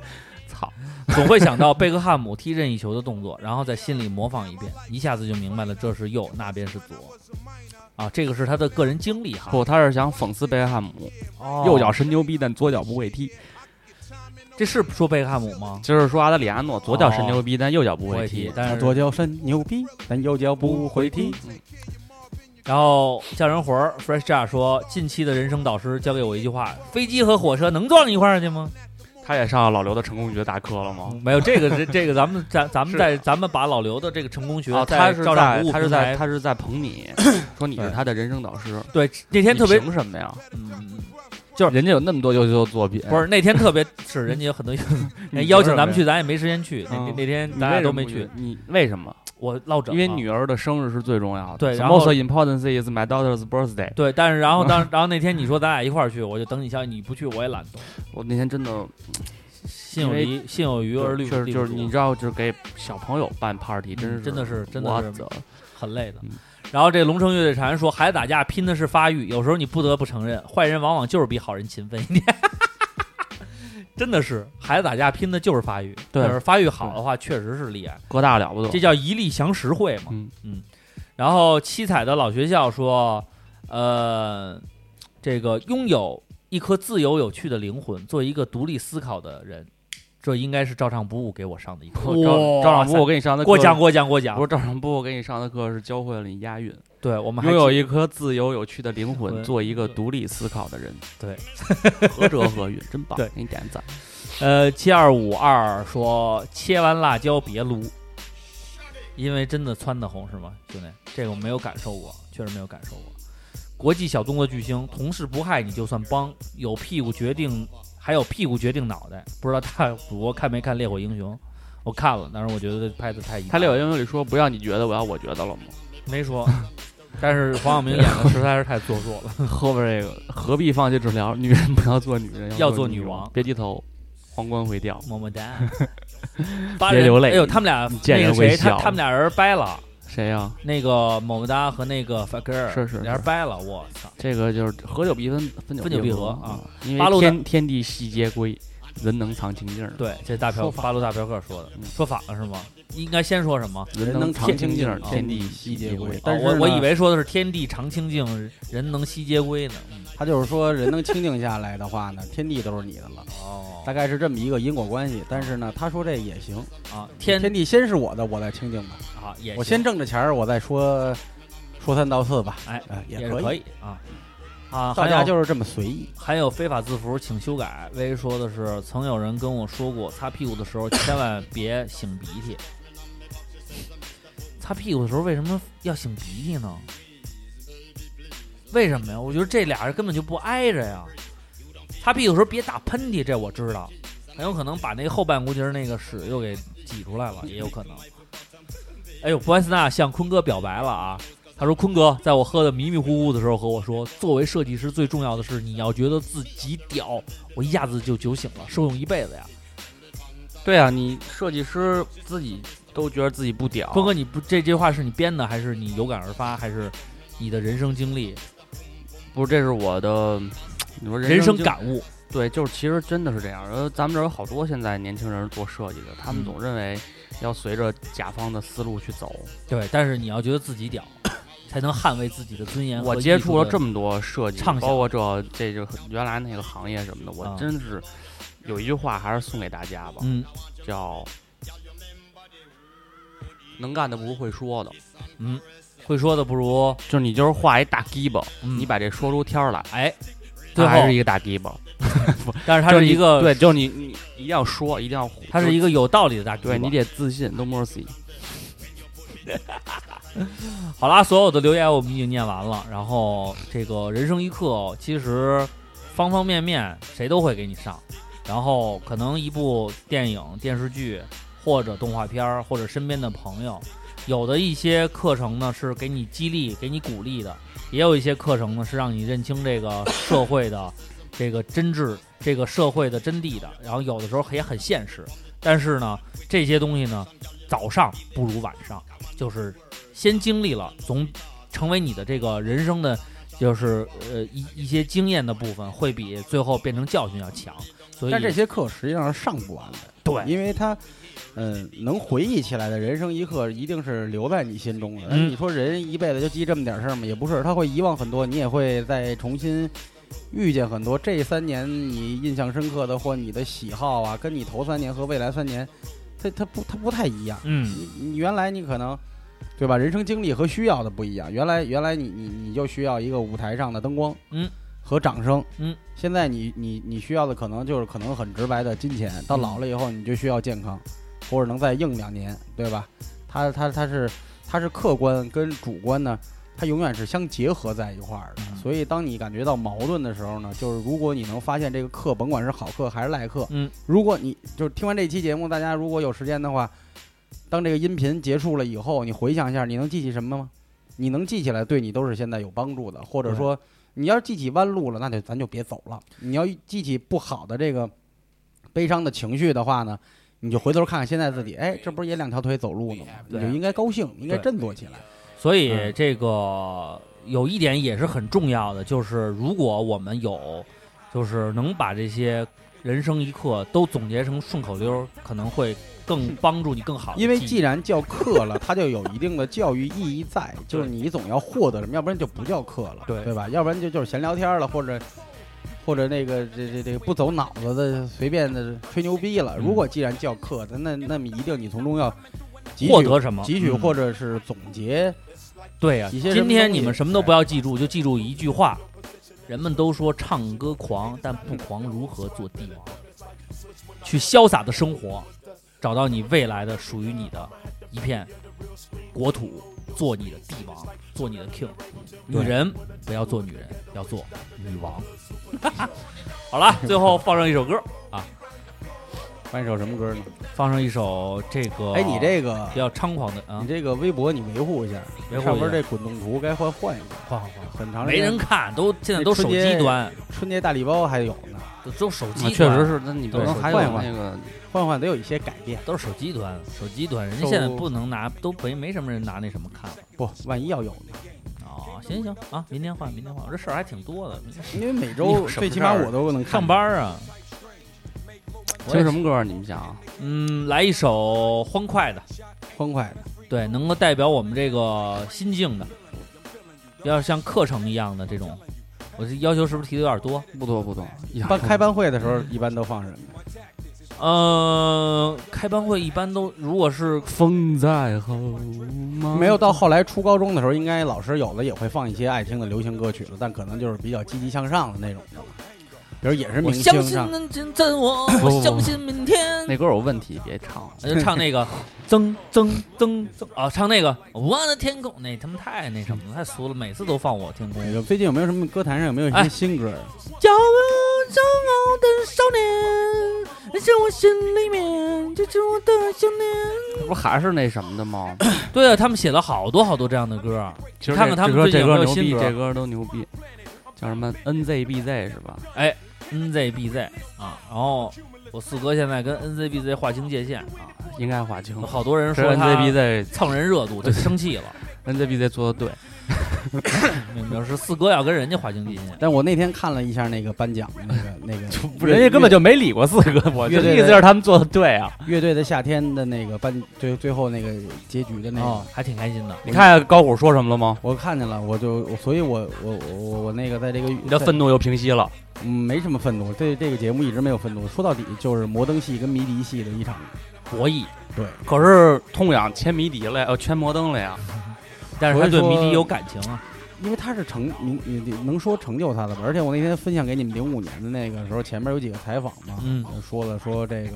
S4: 操，
S3: 总会想到贝克汉姆踢任意球的动作，然后在心里模仿一遍，一下子就明白了这是右，那边是左。啊，这个是他的个人经历哈。哦
S4: 不，他是想讽刺贝克汉姆，右脚神牛逼，但左脚不会踢。
S3: 这是说贝克汉姆吗？
S4: 就是说阿德里亚诺左脚神牛逼，但右脚不
S3: 不
S4: 会
S3: 会
S4: 踢
S3: 踢，。但是
S5: 左脚伸牛逼，但右脚不会踢。
S3: 然后匠人活儿 Fresh j a 说，近期的人生导师教给我一句话：飞机和火车能撞一块儿去吗？
S4: 他也上了老刘的成功学大课了吗？
S3: 没有，这个这 这个咱们咱咱
S4: 哦是
S3: 们在咱们把老刘的这个成功学嗯
S4: 哦，
S3: 在
S4: 他是
S3: 照常
S4: 在
S3: 服务
S4: 他是
S3: 平
S4: 在
S3: 台，
S4: 他是在捧你，说你是他的人生导师。
S3: 对那天
S4: 你
S3: 特别
S4: 凭什么呀？
S3: 嗯
S4: 人家有那么多优秀的作品，
S3: 不是那天特别是 人家有很多人家邀请咱们去，咱也没时间去，那
S4: 嗯
S3: 那那天
S4: 你
S3: 大家
S4: 为什
S3: 都
S4: 么
S3: 没
S4: 不
S3: 去，，
S4: 你为什么？
S3: 我落枕
S4: 因
S3: 了，
S4: 为女儿的生日是最重要的。
S3: 对
S4: The
S3: 然后
S4: most important thing is my daughter's birthday。
S3: 对，但是然 后当然后那天你说咱俩一块儿去，我就等你消息，你不去我也懒得。
S4: 我那天真的
S3: 心有余，心有余而虑
S4: 确
S3: 不
S4: 实
S3: 虑
S4: 就是
S3: 不
S4: 你
S3: 足
S4: 知道，就是给小朋友办 party，真是
S3: 嗯真的是真
S4: 我
S3: 的是
S4: 操
S3: 很累的
S4: 嗯。
S3: 然后这龙城乐队禅说，孩子打架拼的是发育，有时候你不得不承认，坏人往往就是比好人勤奋一点。 真的是，孩子打架拼的就是发育。
S4: 对
S3: 要是发育好的话，确实是厉害，
S4: 哥大了不
S3: 这
S4: 得。
S3: 叫一力降十会嘛。
S4: 嗯
S3: 然后七彩的老学校说，呃，这个拥有一颗自由有趣的灵魂，做一个独立思考的人，这应该是照常不误给我上的一课。
S4: 照照常不，我给你上的
S3: 过
S4: 课
S3: 奖过奖过
S4: 不
S3: 奖
S4: 是！照常不，我给你上的课是教会了你押韵，
S3: 对我们还
S4: 拥
S3: 记
S4: 有一颗自由有趣的灵魂，
S3: 对
S4: 做一个独立思考 的人。
S3: 对，
S4: 何哲何韵，真棒，
S3: 对
S4: 给你点赞。
S3: 呃，七二五二说切完辣椒别撸，因为真的窜的红是吗，兄弟？这个我没有感受过，确实没有感受过。国际小动作巨星，同事不害你就算帮，有屁股决定，还有屁股决定脑袋。不知道大 主播看没看《烈火英雄》？我看了，但是我觉得拍的太一般。
S4: 他六英语里说不要你觉得，我要我觉得 了吗？
S3: 没说，但是黄晓明演的实在是太做 作了。
S4: 喝吧这个，何必放弃治疗？女人不要做女人，
S3: 要
S4: 做
S3: 做女
S4: 王
S3: 王
S4: 别低头，皇冠会掉。
S3: 么么哒， 八
S4: 别
S3: 人
S4: 流泪
S3: 哎呦，他们俩
S4: 见
S3: 那个
S4: 人微
S3: 谁，他
S4: 笑
S3: 他们俩人掰了。
S4: 谁呀、
S3: 那个么么哒和那个 f u c k e r
S4: 是是是
S3: 俩人掰了，我操！
S4: 这个就是合久必分，分久
S3: 分久必合
S4: 啊
S3: 啊！
S4: 因
S3: 八
S4: 为
S3: 路
S4: 天天地细皆归，人能藏清静儿。
S3: 对，这大嫖
S5: 说反
S3: 八路大嫖客说的
S4: 嗯，
S3: 说反了是吗？应该先说什么？
S4: 人
S5: 能
S4: 藏
S5: 天
S4: 清静儿，
S5: 地
S4: 天
S5: 地
S4: 细
S5: 皆
S4: 皆
S5: 归
S4: 归。
S5: 但
S3: 哦
S5: 是
S3: 我我
S5: 呢
S3: 以为说的是天地常清静，人能西皆归呢。嗯
S5: 他就是说，人能清静下来的话呢，天地都是你的了，
S3: 哦
S5: 大概是这么一个因果关系。但是呢，他说这也行，
S3: 啊，天
S5: 天地先是我的，我再清静吧。
S3: 啊也
S5: 我
S3: 行
S5: 先挣着钱儿，我再说说三道四吧。
S3: 哎
S5: 哎，
S3: 也
S5: 也
S3: 是
S5: 可
S3: 可
S5: 以。
S3: 以啊啊，
S5: 大
S3: 还
S5: 家
S3: 有
S5: 就是这么随意。
S3: 还有非法字符，请修改。微说的是，曾有人跟我说过，擦屁股的时候千万别擤鼻涕。 擦屁股的时候为什么要擤鼻涕呢？为什么呀？我觉得这俩人根本就不挨着呀。擦屁股的时候别打喷嚏，这我知道，很有可能把那后半股节儿那个屎又给挤出来了，也有可能。哎呦，布莱斯纳向坤哥表白了啊！他说：“坤哥，在我喝的迷迷糊糊的时候和我说，作为设计师最重要的是你要觉得自己屌。”我一下子就酒醒了，受用一辈子呀！
S4: 对啊，你设计师自己都觉得自己不屌。
S3: 坤哥，你不这句话是你编的，还是你有感而发，还是你的人生经历、
S4: 不是，这是我的，你说
S3: 人生
S4: 经
S3: 感悟？
S4: 对，就是其实真的是这样。然后咱们这儿有好多现在年轻人做设计的，他们
S3: 嗯
S4: 总认为要随着甲方的思路去走。
S3: 对，但是你要觉得自己屌， 才能捍卫自己的尊严。
S4: 我接触了这
S3: 么，
S4: 么多设计，
S3: 畅想
S4: 包括这这就原来那个行业什么的，我
S3: 啊
S4: 真是有一句话还是送给大家吧，
S3: 嗯
S4: 叫能干的不如会说的，
S3: 嗯，会说的不如、
S4: 就是你就是画一大鸡巴，
S3: 嗯、
S4: 你把这说出天儿来，
S3: 哎，最
S4: 它
S3: 后
S4: 还是一个大鸡巴。
S3: 但是他
S4: 就是你
S3: 一个，
S4: 对，就是你你一定要说，一定要，
S3: 他是一
S4: 个，啊
S3: 个有道理的大哥。
S4: 对你得自信，no mercy。
S3: 好啦，所有的留言我们已经念完了。然后这个人生一课，其实方方面面谁都会给你上。然后可能一部电影、电视剧，或者动画片儿，或者身边的朋友，有的一些课程呢是给你激励、给你鼓励的，也有一些课程呢是让你认清这个社会的这个真挚、这个社会的真谛的。然后有的时候也很现实，但是呢，这些东西呢，早上不如晚上，就是先经历了，总成为你的这个人生的，就是呃一一些经验的部分，会比最后变成教训要强。所以，
S5: 但这些课实际上是上不完的，
S3: 对
S5: 因为他，嗯，能回忆起来的人生一刻，一定是留在你心中的。
S3: 嗯
S5: 你说人一辈子就记这么点事儿吗？也不是，他会遗忘很多，你也会再重新遇见很多。这三年你印象深刻的或你的喜好啊，跟你头三年和未来三年，它它不它不太一样。
S3: 嗯，
S5: 你你原来你可能。对吧？人生经历和需要的不一样。原来原来你你你就需要一个舞台上的灯光，
S3: 嗯，
S5: 和掌声，
S3: 嗯。
S5: 现在你你你需要的可能就是可能很直白的金钱，到老了以后你就需要健康，或者能再硬两年，对吧？它它它是它是客观跟主观呢，它永远是相结合在一块儿的。
S3: 嗯
S5: 所以当你感觉到矛盾的时候呢，就是如果你能发现这个课，甭管是好课还是赖课，
S3: 嗯，
S5: 如果你就是听完这期节目，大家如果有时间的话，当这个音频结束了以后，你回想一下，你能记起什么吗？你能记起来，对你都是现在有帮助的。或者说，你要是记起弯路了，那就咱就别走了。你要记起不好的这个悲伤的情绪的话呢，你就回头看看现在自己，哎，这不是也两条腿走路呢吗？你
S3: 对
S5: 就应该高兴，应该振作起来。
S3: 所
S5: 嗯
S3: 以这个有一点也是很重要的，就是如果我们有，就是能把这些人生一刻都总结成顺口溜儿，可能会 更帮助你更好地记忆。
S5: 因为既然叫课了，它就有一定的教育意义 在，就是你总要获得什么，要不然就不叫课了，
S3: 对
S5: 对吧？要不然就就是闲聊天了，或者或者那个这这这不走脑子的，随便的吹牛逼了。如
S3: 嗯
S5: 果既然叫课，那那那么一定你从中要汲取
S3: 获得什么
S5: 汲取
S3: 嗯
S5: 或者是总结，
S3: 对呀、
S5: 一些什么
S3: 今天
S5: 东西
S3: 你们什么都不要记住，就记住一句话：人们都说唱歌狂，但不狂如何做帝王？去潇洒的生活，找到你未来的属于你的一片国土，做你的帝王，做你的 king。女人不要做女人，要做女 王。好了，最后放上一首歌，
S5: 翻一首什么歌呢？
S3: 放上一首这个，
S5: 哎，你这个
S3: 比较猖狂的啊
S5: 你，这个微博你维护一下，
S3: 维护一下
S5: 上边这滚动图该换换一个，
S3: 换换换，
S5: 很长时
S3: 没
S5: 间
S3: 人看，都现在都手
S5: 春
S3: 机
S5: 节
S3: 端，
S5: 春节大礼包还有呢，
S3: 都都手机
S4: 啊
S3: 端，
S4: 确实是，那你不
S3: 对
S4: 能
S3: 手
S4: 还
S5: 机
S4: 有
S5: 换一
S4: 那个
S5: 换换得有一些改变，
S3: 都是手机端，手机端，人家
S5: 手
S3: 现在不能拿，都没没什么人拿那什么看了。
S5: 不，万一要有呢？
S3: 哦，行行啊，明天换，明天换，我这事儿还挺多的。明天
S5: 因为每
S3: 你
S5: 周
S3: 有什么
S5: 最起码
S3: 事儿
S5: 我都能看
S3: 上班儿啊，
S4: 听什么歌？你们想啊？
S3: 嗯，来一首欢快的，
S5: 欢快的。
S3: 对，能够代表我们这个心境的，不要像课程一样的这种。我这要求是不是提的有点多？
S4: 不多不多，一
S5: 办
S4: 样
S5: 开班会的时候一般都放什么呀？
S3: 嗯，开班会一般都如果是
S4: 风在吼
S3: 嗯
S4: 吗？
S5: 没有到后来初高中的时候，应该老师有的也会放一些爱听的流行歌曲了，但可能就是比较积极向上的那种的了，比如也是
S3: 我
S5: 明
S3: 相
S5: 星
S3: 信
S5: 上。
S3: 能见真我，
S4: 不
S3: 我
S4: 不
S3: 相
S4: 不
S3: 信明天。
S4: 那歌有问题，别唱了。
S3: 我就唱那个增增增增啊，唱那个我的天空，那他妈太那什么了，太俗了，每次都放我天空。
S5: 有最近有没有什么歌坛上有没有什
S3: 哎
S5: 么新歌？
S3: 骄傲骄傲的少年，你在我心里面，这是我的想念。
S4: 这不还是那什么的 吗？
S3: 对啊，他们写了好多好多这样的歌，
S4: 其实
S3: 看看他们最近
S4: 这
S3: 有没
S4: 歌
S3: 有
S4: 牛
S3: 新
S4: 逼，
S3: 歌
S4: 这歌都牛逼，叫什么 NZBZ 是吧？
S3: 哎，NZBZ 啊，然后我四哥现在跟 NZBZ 划清界限啊，
S4: 应该划清
S3: 有。好多人
S4: 这
S3: 说他
S4: NZBZ
S3: 蹭人热度，就生气 了。
S4: NZBZ 做的对，
S3: 明白是四哥要跟人家划清界限，
S5: 但我那天看了一下那个颁奖的那个那 个，
S8: 人家根本就没理过四哥，我
S5: 乐
S8: 的
S5: 队
S8: 意思就是他们做的对啊。
S5: 乐队的夏天的那个颁最最后那个结局的那个
S3: 哦，，还挺开心的。
S4: 你看高虎说什么了吗？
S5: 我看见了，我就我所以我，我我我我那个在这个
S8: 你的愤怒又平息了，
S5: 嗯，没什么愤怒，对这个节目一直没有愤怒。说到底就是摩登系跟迷笛系的一场
S3: 博弈，
S5: 对。
S4: 可是痛痒签迷笛了呀，呃，签摩登了呀。
S3: 但是他对
S5: 所以
S3: 迷
S5: 说
S3: 笛有感情啊。
S5: 因为他是成你你你能说成就他的吧？而且我那天分享给你们零五年的那个时候，前面有几个采访嘛，
S3: 嗯
S5: 我说了说这个，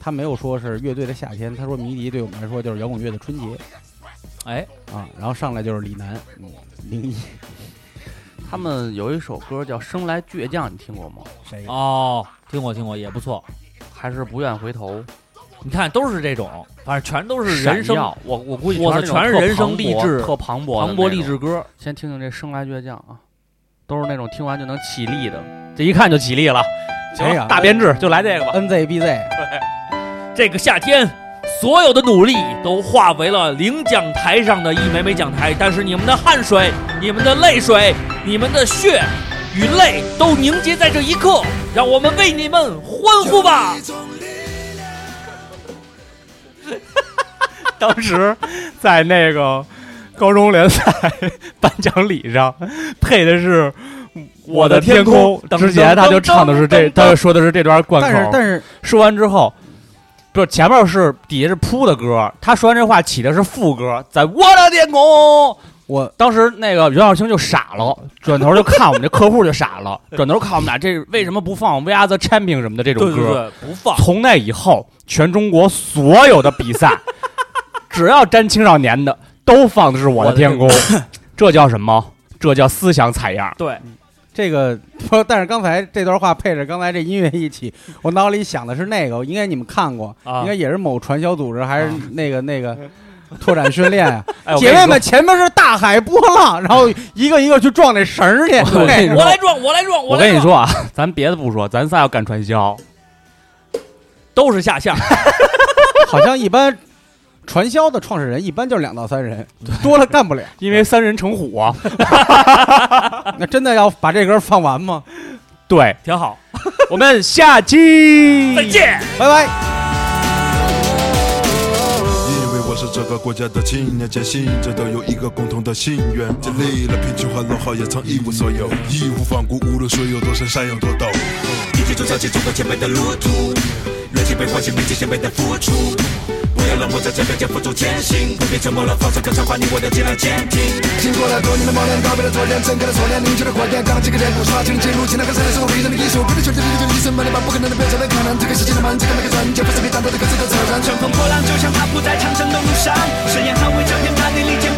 S5: 他没有说是乐队的夏天，他说迷笛对我们来说就是摇滚乐的春节
S3: 哎，
S5: 啊，然后上来就是李楠，嗯，零一
S4: 他们有一首歌叫《生来倔强》，你听过吗？
S5: 谁
S3: 哦，听过听过，也不错。
S4: 还是不愿回头？
S3: 你看，都是这种，反正全都是人
S4: 闪
S3: 生
S4: 耀我我估计
S3: 我操
S4: 那种
S3: 全是
S4: 特
S3: 人生
S4: 磅
S3: 励
S4: 礴
S3: 志
S4: 特磅礴的
S3: 磅礴
S4: 那
S3: 励
S4: 种
S3: 志歌。
S4: 先听听这《生来倔强》啊，都是那种听完就能起立的。
S8: 这一看就起立了。行
S5: 哎
S3: 哎
S5: 谁呀
S8: 了，大编制就来这个吧。
S5: ？NZBZ
S3: 呃这个夏天，所有的努力都化为了领奖台上的一枚枚奖台，但是你们的汗水、你们的泪水、你们的血与泪都凝结在这一刻，让我们为你们欢呼吧！
S8: 当时在那个高中联赛颁奖礼上配的是《我的天空》，之前他就唱的是这，他就说的是这段贯口。
S5: 但是但是
S8: 说完之后，不是前面是底下是铺的歌，他说完这话起的是副歌，在我的天空。
S5: 我
S8: 当时那个袁晓清就傻了，转头就看我们这客户就傻 了，转头看我们俩这为什么不放《We Are the Champion》什么的这种歌？，
S3: 不放
S8: 从那以后，全中国所有的比 赛，只要沾青少年 的，都放的是《我的天空》，这叫什么？这叫思想采样。
S3: 对，
S5: 这个，不，但是刚才这段话配着刚才这音乐一 起，我脑里想的是那个，应该你们看过，
S11: 啊
S5: 应该也是某传销组织还是那个、那个 拓展训练啊。
S11: 哎，我跟
S5: 姐
S11: 你
S5: 妹
S11: 说
S5: 们，前面是大海波浪，然后一个一个去撞那 绳儿去。
S12: 我跟你
S5: 对
S12: 说
S3: 我来撞，我来撞，
S12: 我
S3: 来
S12: 跟你
S3: 撞，
S12: 说啊，咱别的不说，咱仨要干传销，
S3: 都是下 线。
S5: 好像一般传销的创始人一般就两到三人，多了干不了。
S4: 因为
S12: 嗯
S4: 三人成虎啊。
S5: 那真的要把这歌放完吗？
S4: 对，
S3: 挺好，
S4: 我们下期
S3: 再见。
S5: 拜拜。
S1: 因为我是这个国家的青年，坚信这都有一个共同的信愿，经历了贫穷和落后，也曾一无所有，义无反顾，无论水有多深，山有多陡。
S13: 一起走上去走过前辈的路途，热情被唤醒，铭记前辈的付出。不要冷漠，在前面肩负住前行，不必沉默了，放手可召唤你我的力量坚定。
S1: 经过了多年的磨练，告别了昨天，睁开了锁链，凝聚了火焰，当几个人骨刷新了记录，前来和善良生活为证的一首，不是绝对的一种一生，把你把不可能的变成了可能，这个世界的门，这个那个人，绝不是你站在这个字的扯上。
S14: 乘风破浪，就像踏步在长征的路上，誓言捍卫着天大地，历经